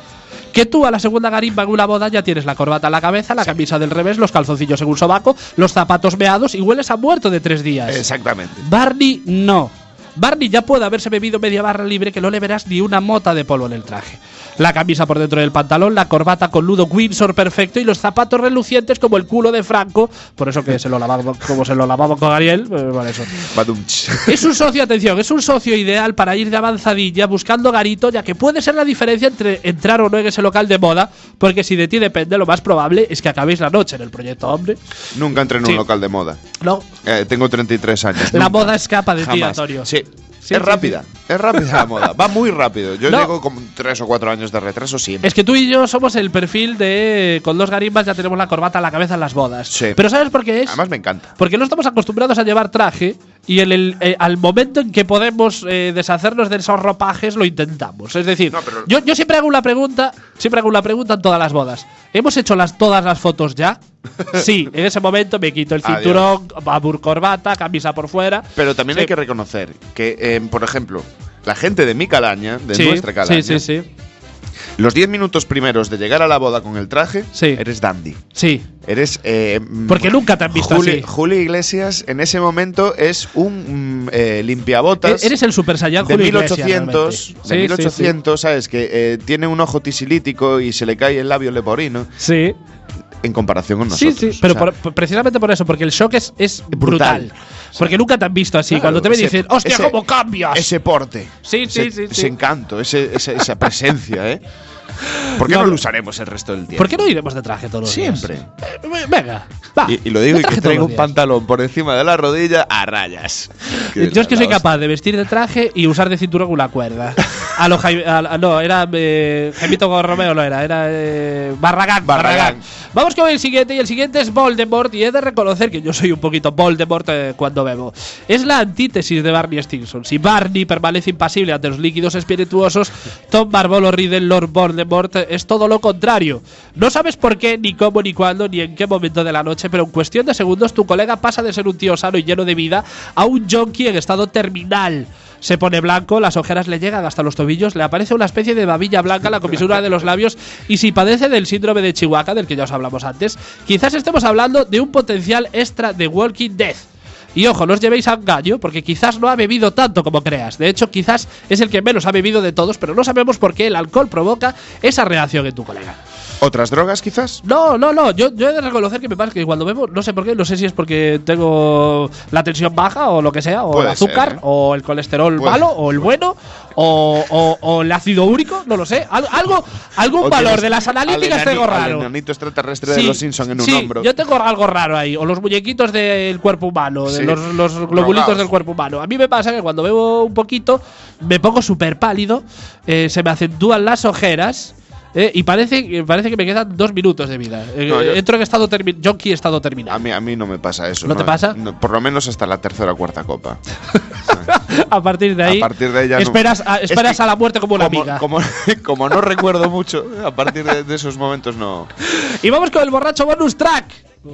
[SPEAKER 3] Que tú a la segunda garimba en una boda ya tienes la corbata a la cabeza, la camisa del revés, los calzoncillos en un sobaco, los zapatos meados y hueles a muerto de tres días.
[SPEAKER 4] Exactamente.
[SPEAKER 3] Barney no. Barney ya puede haberse bebido media barra libre que no le verás ni una mota de polvo en el traje. La camisa por dentro del pantalón, la corbata con nudo Windsor perfecto y los zapatos relucientes como el culo de Franco. Por eso que se lo lavamos, como se lo lavamos con Ariel. eh, por eso.
[SPEAKER 4] Badumch.
[SPEAKER 3] Es un socio, atención, es un socio ideal para ir de avanzadilla buscando garito, ya que puede ser la diferencia entre entrar o no en ese local de moda, porque si de ti depende, lo más probable es que acabéis la noche en el proyecto, hombre.
[SPEAKER 4] Nunca entré en
[SPEAKER 3] Sí.
[SPEAKER 4] un local de moda.
[SPEAKER 3] No,
[SPEAKER 4] Eh, tengo 33 años.
[SPEAKER 3] la
[SPEAKER 4] nunca,
[SPEAKER 3] moda escapa de ti,
[SPEAKER 4] jamás.
[SPEAKER 3] Antonio.
[SPEAKER 4] Sí.
[SPEAKER 3] Sí,
[SPEAKER 4] es
[SPEAKER 3] sí,
[SPEAKER 4] rápida, es rápida la moda, va muy rápido. Yo
[SPEAKER 3] No.
[SPEAKER 4] llego con tres o cuatro años de retraso siempre.
[SPEAKER 3] Es que tú y yo somos el perfil de. Con dos garimbas ya tenemos la corbata a la cabeza en las bodas.
[SPEAKER 4] Sí.
[SPEAKER 3] Pero ¿sabes por qué es?
[SPEAKER 4] Además me encanta.
[SPEAKER 3] porque no estamos acostumbrados a llevar traje y en el, eh, al momento en que podemos eh, deshacernos de esos ropajes lo intentamos. Es decir,
[SPEAKER 4] No, pero-
[SPEAKER 3] yo, yo siempre hago una pregunta, siempre hago una pregunta en todas las bodas. ¿Hemos hecho las, todas las fotos ya? sí, en ese momento me quito el
[SPEAKER 4] Adiós.
[SPEAKER 3] cinturón, babur corbata, camisa por fuera.
[SPEAKER 4] Pero también
[SPEAKER 3] Sí.
[SPEAKER 4] hay que reconocer que, eh, por ejemplo, la gente de mi calaña, de
[SPEAKER 3] Sí,
[SPEAKER 4] nuestra calaña,
[SPEAKER 3] Sí, sí, sí.
[SPEAKER 4] los 10 minutos primeros de llegar a la boda con el traje,
[SPEAKER 3] Sí.
[SPEAKER 4] eres dandy.
[SPEAKER 3] Sí.
[SPEAKER 4] Eres. eh, mm,
[SPEAKER 3] Porque nunca te han visto
[SPEAKER 4] Juli,
[SPEAKER 3] así.
[SPEAKER 4] Juli Iglesias en ese momento es un mm, eh, limpiabotas.
[SPEAKER 3] E- Eres el Super Saiyan
[SPEAKER 4] de
[SPEAKER 3] Julio Iglesias,
[SPEAKER 4] 1800,
[SPEAKER 3] realmente.
[SPEAKER 4] de
[SPEAKER 3] Sí,
[SPEAKER 4] 1800, ¿sabes? Que eh, tiene un ojo tisilítico y se le cae el labio leporino
[SPEAKER 3] Sí, sí.
[SPEAKER 4] en comparación con
[SPEAKER 3] Sí,
[SPEAKER 4] nosotros.
[SPEAKER 3] sí,
[SPEAKER 4] o
[SPEAKER 3] pero
[SPEAKER 4] sea,
[SPEAKER 3] por- por- precisamente por eso, porque el shock es, es brutal.
[SPEAKER 4] Brutal.
[SPEAKER 3] Porque nunca te han visto así.
[SPEAKER 4] claro,
[SPEAKER 3] Cuando te ven y
[SPEAKER 4] ese-
[SPEAKER 3] dicen, ¡hostia,
[SPEAKER 4] ese-
[SPEAKER 3] cómo cambias!
[SPEAKER 4] Ese porte.
[SPEAKER 3] Sí, sí,
[SPEAKER 4] ese,
[SPEAKER 3] sí, sí.
[SPEAKER 4] ese encanto, ese- ese- esa presencia, ¿eh? ¿Por qué
[SPEAKER 3] No,
[SPEAKER 4] no,
[SPEAKER 3] no.
[SPEAKER 4] lo usaremos el resto del tiempo?
[SPEAKER 3] ¿Por qué no iremos de traje todos los
[SPEAKER 4] Siempre.
[SPEAKER 3] días? Eh, Venga, va.
[SPEAKER 4] Y, y lo digo,
[SPEAKER 3] de
[SPEAKER 4] y
[SPEAKER 3] traje todos
[SPEAKER 4] que traigo
[SPEAKER 3] los
[SPEAKER 4] un
[SPEAKER 3] días.
[SPEAKER 4] pantalón por encima de la rodilla a rayas.
[SPEAKER 3] Yo es que
[SPEAKER 4] la
[SPEAKER 3] soy
[SPEAKER 4] hostia.
[SPEAKER 3] capaz de vestir de traje y usar de cinturón una cuerda. A lo Jaime- a- a- no, era eh, Jaimito Romeo, no era, era eh, Barragán, Barragán.
[SPEAKER 4] Barragán.
[SPEAKER 3] Vamos con el siguiente, y el siguiente es Voldemort, y he de reconocer que yo soy un poquito Voldemort eh, cuando bebo. Es la antítesis de Barney Stinson. Si Barney permanece impasible ante los líquidos espirituosos, Tom Barbolo Riddle, Lord Voldemort, eh, es todo lo contrario. No sabes por qué, ni cómo, ni cuándo, ni en qué momento de la noche, pero en cuestión de segundos tu colega pasa de ser un tío sano y lleno de vida a un junkie en estado terminal. Se pone blanco, las ojeras le llegan hasta los tobillos, le aparece una especie de babilla blanca en la comisura de los labios y si padece del síndrome de Chihuahua, del que ya os hablamos antes, quizás estemos hablando de un potencial extra de Walking Dead. Y ojo, no os llevéis a un gallo, porque quizás no ha bebido tanto como creas. De hecho, quizás es el que menos ha bebido de todos, pero no sabemos por qué el alcohol provoca esa reacción en tu colega.
[SPEAKER 4] ¿Otras drogas, quizás?
[SPEAKER 3] No, no, no. Yo, yo he de reconocer que me pasa que cuando bebo, no sé por qué, no sé si es porque tengo la tensión baja o lo que sea, o
[SPEAKER 4] Puede
[SPEAKER 3] el azúcar,
[SPEAKER 4] ser, ¿eh?
[SPEAKER 3] o el colesterol
[SPEAKER 4] Puede-
[SPEAKER 3] malo, o el bueno, o, o- o el ácido úrico, no lo sé. Al- algo, algún
[SPEAKER 4] ¿O
[SPEAKER 3] valor
[SPEAKER 4] tienes
[SPEAKER 3] de las
[SPEAKER 4] al
[SPEAKER 3] analíticas
[SPEAKER 4] enani-
[SPEAKER 3] tengo
[SPEAKER 4] Al
[SPEAKER 3] raro.
[SPEAKER 4] enanito extraterrestre de los Simpson en un
[SPEAKER 3] sí,
[SPEAKER 4] hombro.
[SPEAKER 3] Yo tengo algo raro ahí. O los muñequitos del cuerpo humano, de
[SPEAKER 4] Sí.
[SPEAKER 3] los, los globulitos
[SPEAKER 4] Drogaos.
[SPEAKER 3] del cuerpo humano. A mí me pasa que cuando bebo un poquito, me pongo súper pálido, eh, se me acentúan las ojeras. eh, y parece, que- parece que me quedan dos minutos de vida. Eh,
[SPEAKER 4] No, yo-
[SPEAKER 3] entro en estado terminal. Jockey estado terminal.
[SPEAKER 4] A mí, a mí no me pasa eso.
[SPEAKER 3] ¿No te pasa?
[SPEAKER 4] no, por lo menos hasta la tercera o cuarta copa.
[SPEAKER 3] a partir de ahí.
[SPEAKER 4] a partir de ahí ya no-
[SPEAKER 3] Esperas, a,
[SPEAKER 4] Es
[SPEAKER 3] esperas
[SPEAKER 4] que
[SPEAKER 3] a la muerte como una amiga.
[SPEAKER 4] Como, como no recuerdo mucho, a partir de, de esos momentos no.
[SPEAKER 3] Y vamos con el borracho bonus track.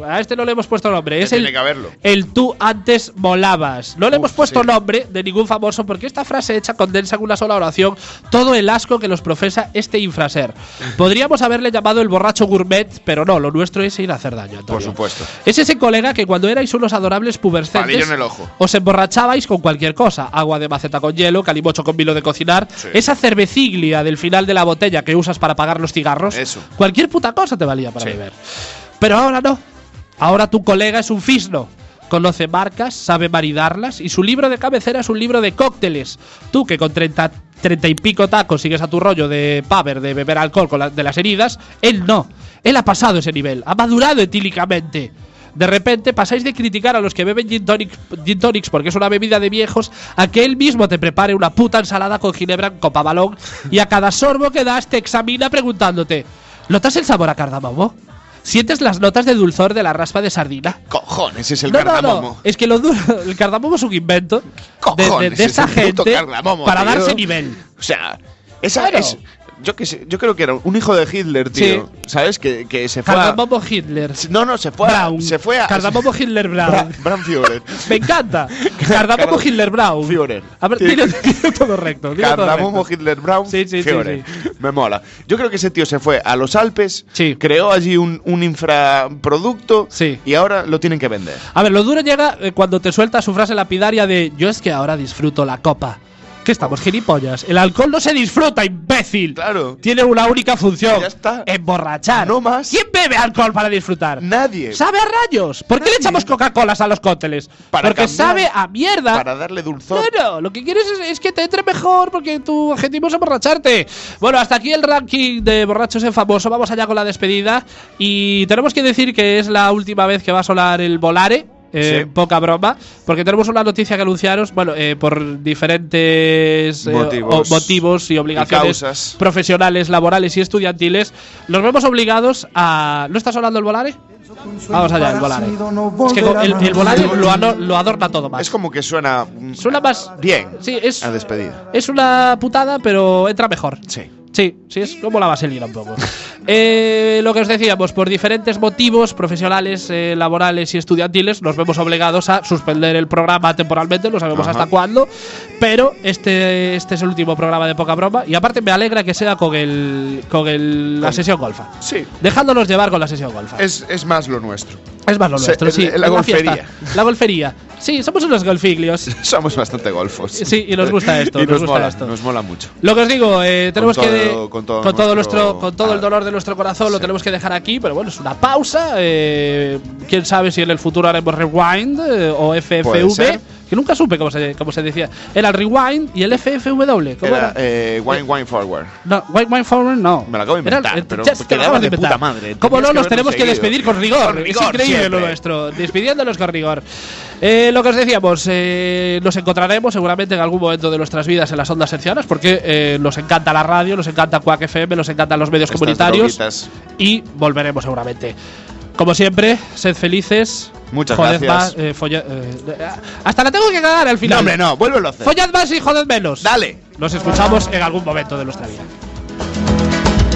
[SPEAKER 3] A este no le hemos puesto nombre. Es
[SPEAKER 4] eh, Tiene
[SPEAKER 3] el,
[SPEAKER 4] que haberlo.
[SPEAKER 3] el tú antes molabas. No le
[SPEAKER 4] Uf,
[SPEAKER 3] hemos puesto
[SPEAKER 4] sí.
[SPEAKER 3] nombre de ningún famoso porque esta frase hecha condensa en una sola oración todo el asco que nos profesa este infraser. Podríamos haberle llamado el borracho gourmet, pero no, lo nuestro es ir a hacer daño. Antonio.
[SPEAKER 4] Por supuesto.
[SPEAKER 3] Es ese colega que cuando erais unos adorables
[SPEAKER 4] Palillo
[SPEAKER 3] pubercentes
[SPEAKER 4] en el ojo.
[SPEAKER 3] os emborrachabais con cualquier cosa. Agua de maceta con hielo, calimocho con vino de cocinar,
[SPEAKER 4] Sí.
[SPEAKER 3] esa cerveciglia del final de la botella que usas para pagar los cigarros.
[SPEAKER 4] Eso.
[SPEAKER 3] Cualquier puta cosa te valía para
[SPEAKER 4] Sí.
[SPEAKER 3] beber. Pero ahora no. Ahora tu colega es un fisno. Conoce marcas, sabe maridarlas y su libro de cabecera es un libro de cócteles. Tú que con 30, 30 y pico tacos sigues a tu rollo de paver, de beber alcohol con la- de las heridas, él no. Él ha pasado ese nivel, ha madurado etílicamente. De repente pasáis de criticar a los que beben gin, tonic- gin tonics porque es una bebida de viejos a que él mismo te prepare una puta ensalada con ginebra en copa balón y a cada sorbo que das te examina preguntándote ¿Notas el sabor a cardamomo? ¿Sientes las notas de dulzor de la raspa de sardina?
[SPEAKER 4] Cojones, es el
[SPEAKER 3] no,
[SPEAKER 4] cardamomo.
[SPEAKER 3] no, no. Es que lo duro, el cardamomo es un invento de, de-
[SPEAKER 4] Cojones,
[SPEAKER 3] de esa
[SPEAKER 4] es el puto
[SPEAKER 3] gente
[SPEAKER 4] cardamomo,
[SPEAKER 3] para
[SPEAKER 4] tío.
[SPEAKER 3] darse nivel.
[SPEAKER 4] O sea, esa
[SPEAKER 3] Claro.
[SPEAKER 4] es. Yo, que sé, yo creo que era un hijo de Hitler, tío. ¿Sabes? Que, que se fue a.
[SPEAKER 3] Cardamomo Hitler.
[SPEAKER 4] No, no, se fue a.
[SPEAKER 3] Brown.
[SPEAKER 4] Se fue a.
[SPEAKER 3] Cardamomo Hitler Brown.
[SPEAKER 4] Bra- Bram Führer.
[SPEAKER 3] Me encanta. Cardamomo
[SPEAKER 4] Card-
[SPEAKER 3] Hitler Brown.
[SPEAKER 4] Führer.
[SPEAKER 3] A ver, dilo, dilo todo recto. dilo todo
[SPEAKER 4] Cardamomo
[SPEAKER 3] recto.
[SPEAKER 4] Hitler Brown.
[SPEAKER 3] Sí, sí, sí,
[SPEAKER 4] Führer.
[SPEAKER 3] sí.
[SPEAKER 4] Me mola. Yo creo que ese tío se fue a los Alpes,
[SPEAKER 3] Sí.
[SPEAKER 4] creó allí un, un infraproducto
[SPEAKER 3] Sí.
[SPEAKER 4] y ahora lo tienen que vender.
[SPEAKER 3] A ver, lo duro llega eh, cuando te suelta su frase lapidaria de Yo es que ahora disfruto la copa. ¿Qué estamos, gilipollas? El alcohol no se disfruta, imbécil.
[SPEAKER 4] Claro.
[SPEAKER 3] Tiene una única función.
[SPEAKER 4] Ya está.
[SPEAKER 3] Emborrachar.
[SPEAKER 4] No más.
[SPEAKER 3] ¿Quién bebe alcohol para disfrutar?
[SPEAKER 4] Nadie.
[SPEAKER 3] ¿Sabe a rayos? ¿Por qué le
[SPEAKER 4] Nadie.
[SPEAKER 3] echamos Coca-Colas a los cócteles?
[SPEAKER 4] Para
[SPEAKER 3] Porque
[SPEAKER 4] cambiar.
[SPEAKER 3] sabe a mierda.
[SPEAKER 4] Para darle dulzor.
[SPEAKER 3] Claro, lo que quieres es, es que te entre mejor porque tu objetivo es emborracharte. Bueno, hasta aquí el ranking de borrachos en famoso. Vamos allá con la despedida. Y tenemos que decir que es la última vez que va a sonar el Volare. eh,
[SPEAKER 4] Sí.
[SPEAKER 3] Poca broma, porque tenemos una noticia que anunciaros, bueno, eh, por diferentes eh, o-
[SPEAKER 4] Motivos.
[SPEAKER 3] motivos y obligaciones
[SPEAKER 4] causas.
[SPEAKER 3] profesionales, laborales y estudiantiles, nos vemos obligados a... ¿No está sonando el Volare? Vamos allá, el Volare. Es que con- el, el Volare lo, ano- lo adorna todo más.
[SPEAKER 4] Es como que suena. mm,
[SPEAKER 3] Suena más.
[SPEAKER 4] Bien.
[SPEAKER 3] Sí, es.
[SPEAKER 4] A despedida.
[SPEAKER 3] Es una putada, pero entra mejor.
[SPEAKER 4] Sí.
[SPEAKER 3] Sí, sí, es como la vaselina un poco. Eh, lo que os decíamos, por diferentes motivos profesionales, eh, laborales y estudiantiles, nos vemos obligados a suspender el programa temporalmente, no sabemos
[SPEAKER 4] Ajá.
[SPEAKER 3] hasta cuándo, pero este, este es el último programa de poca broma y aparte me alegra que sea con, el, con el, la
[SPEAKER 4] Con-
[SPEAKER 3] sesión golfa.
[SPEAKER 4] Sí.
[SPEAKER 3] Dejándonos llevar con la sesión golfa.
[SPEAKER 4] Es, es más lo nuestro.
[SPEAKER 3] Es más lo
[SPEAKER 4] se-
[SPEAKER 3] nuestro,
[SPEAKER 4] el-
[SPEAKER 3] sí.
[SPEAKER 4] el- la
[SPEAKER 3] es fiesta.
[SPEAKER 4] golfería.
[SPEAKER 3] La golfería. Sí, somos unos golfiglios.
[SPEAKER 4] Somos bastante golfos.
[SPEAKER 3] Eh, Sí, y nos gusta esto,
[SPEAKER 4] y
[SPEAKER 3] nos
[SPEAKER 4] nos,
[SPEAKER 3] gusta
[SPEAKER 4] mola,
[SPEAKER 3] esto.
[SPEAKER 4] nos mola mucho.
[SPEAKER 3] Lo que os digo, eh, tenemos
[SPEAKER 4] Con
[SPEAKER 3] que
[SPEAKER 4] todo- con todo nuestro- Ah.
[SPEAKER 3] con todo el dolor de nuestro corazón lo
[SPEAKER 4] Sí.
[SPEAKER 3] tenemos que dejar aquí, pero bueno, es una pausa. eh, quién sabe si en el futuro haremos rewind eh, o
[SPEAKER 4] ser.
[SPEAKER 3] FFV, que nunca supe cómo se, cómo se decía. Era el rewind y el FFW. ¿cómo
[SPEAKER 4] Era,
[SPEAKER 3] era?
[SPEAKER 4] eh, wine, wine forward.
[SPEAKER 3] No, White Wine Forward no.
[SPEAKER 4] Me lo acabo de
[SPEAKER 3] Era-
[SPEAKER 4] inventar,
[SPEAKER 3] eh,
[SPEAKER 4] pero
[SPEAKER 3] ya se
[SPEAKER 4] quedaba
[SPEAKER 3] acabas
[SPEAKER 4] de puta madre.
[SPEAKER 3] Como
[SPEAKER 4] Tenías
[SPEAKER 3] no,
[SPEAKER 4] que
[SPEAKER 3] nos
[SPEAKER 4] haberlo
[SPEAKER 3] tenemos que
[SPEAKER 4] seguido.
[SPEAKER 3] despedir con rigor.
[SPEAKER 4] Con rigor,
[SPEAKER 3] es increíble lo
[SPEAKER 4] siempre.
[SPEAKER 3] nuestro. Despidiéndonos con rigor. Eh, lo que os decíamos, eh, nos encontraremos seguramente en algún momento de nuestras vidas en las ondas hercianas, porque eh, nos encanta la radio, nos encanta Quack FM, nos encantan los medios
[SPEAKER 4] Estas
[SPEAKER 3] comunitarios
[SPEAKER 4] droguitas.
[SPEAKER 3] y volveremos seguramente. Como siempre, sed felices.
[SPEAKER 4] Muchas
[SPEAKER 3] joded
[SPEAKER 4] gracias.
[SPEAKER 3] más, eh, folla- eh, hasta la tengo que cagar al final.
[SPEAKER 4] No, hombre, no, vuélvelo a hacer.
[SPEAKER 3] Follad más y joded menos.
[SPEAKER 4] Dale.
[SPEAKER 3] Nos escuchamos en algún momento de nuestra vida.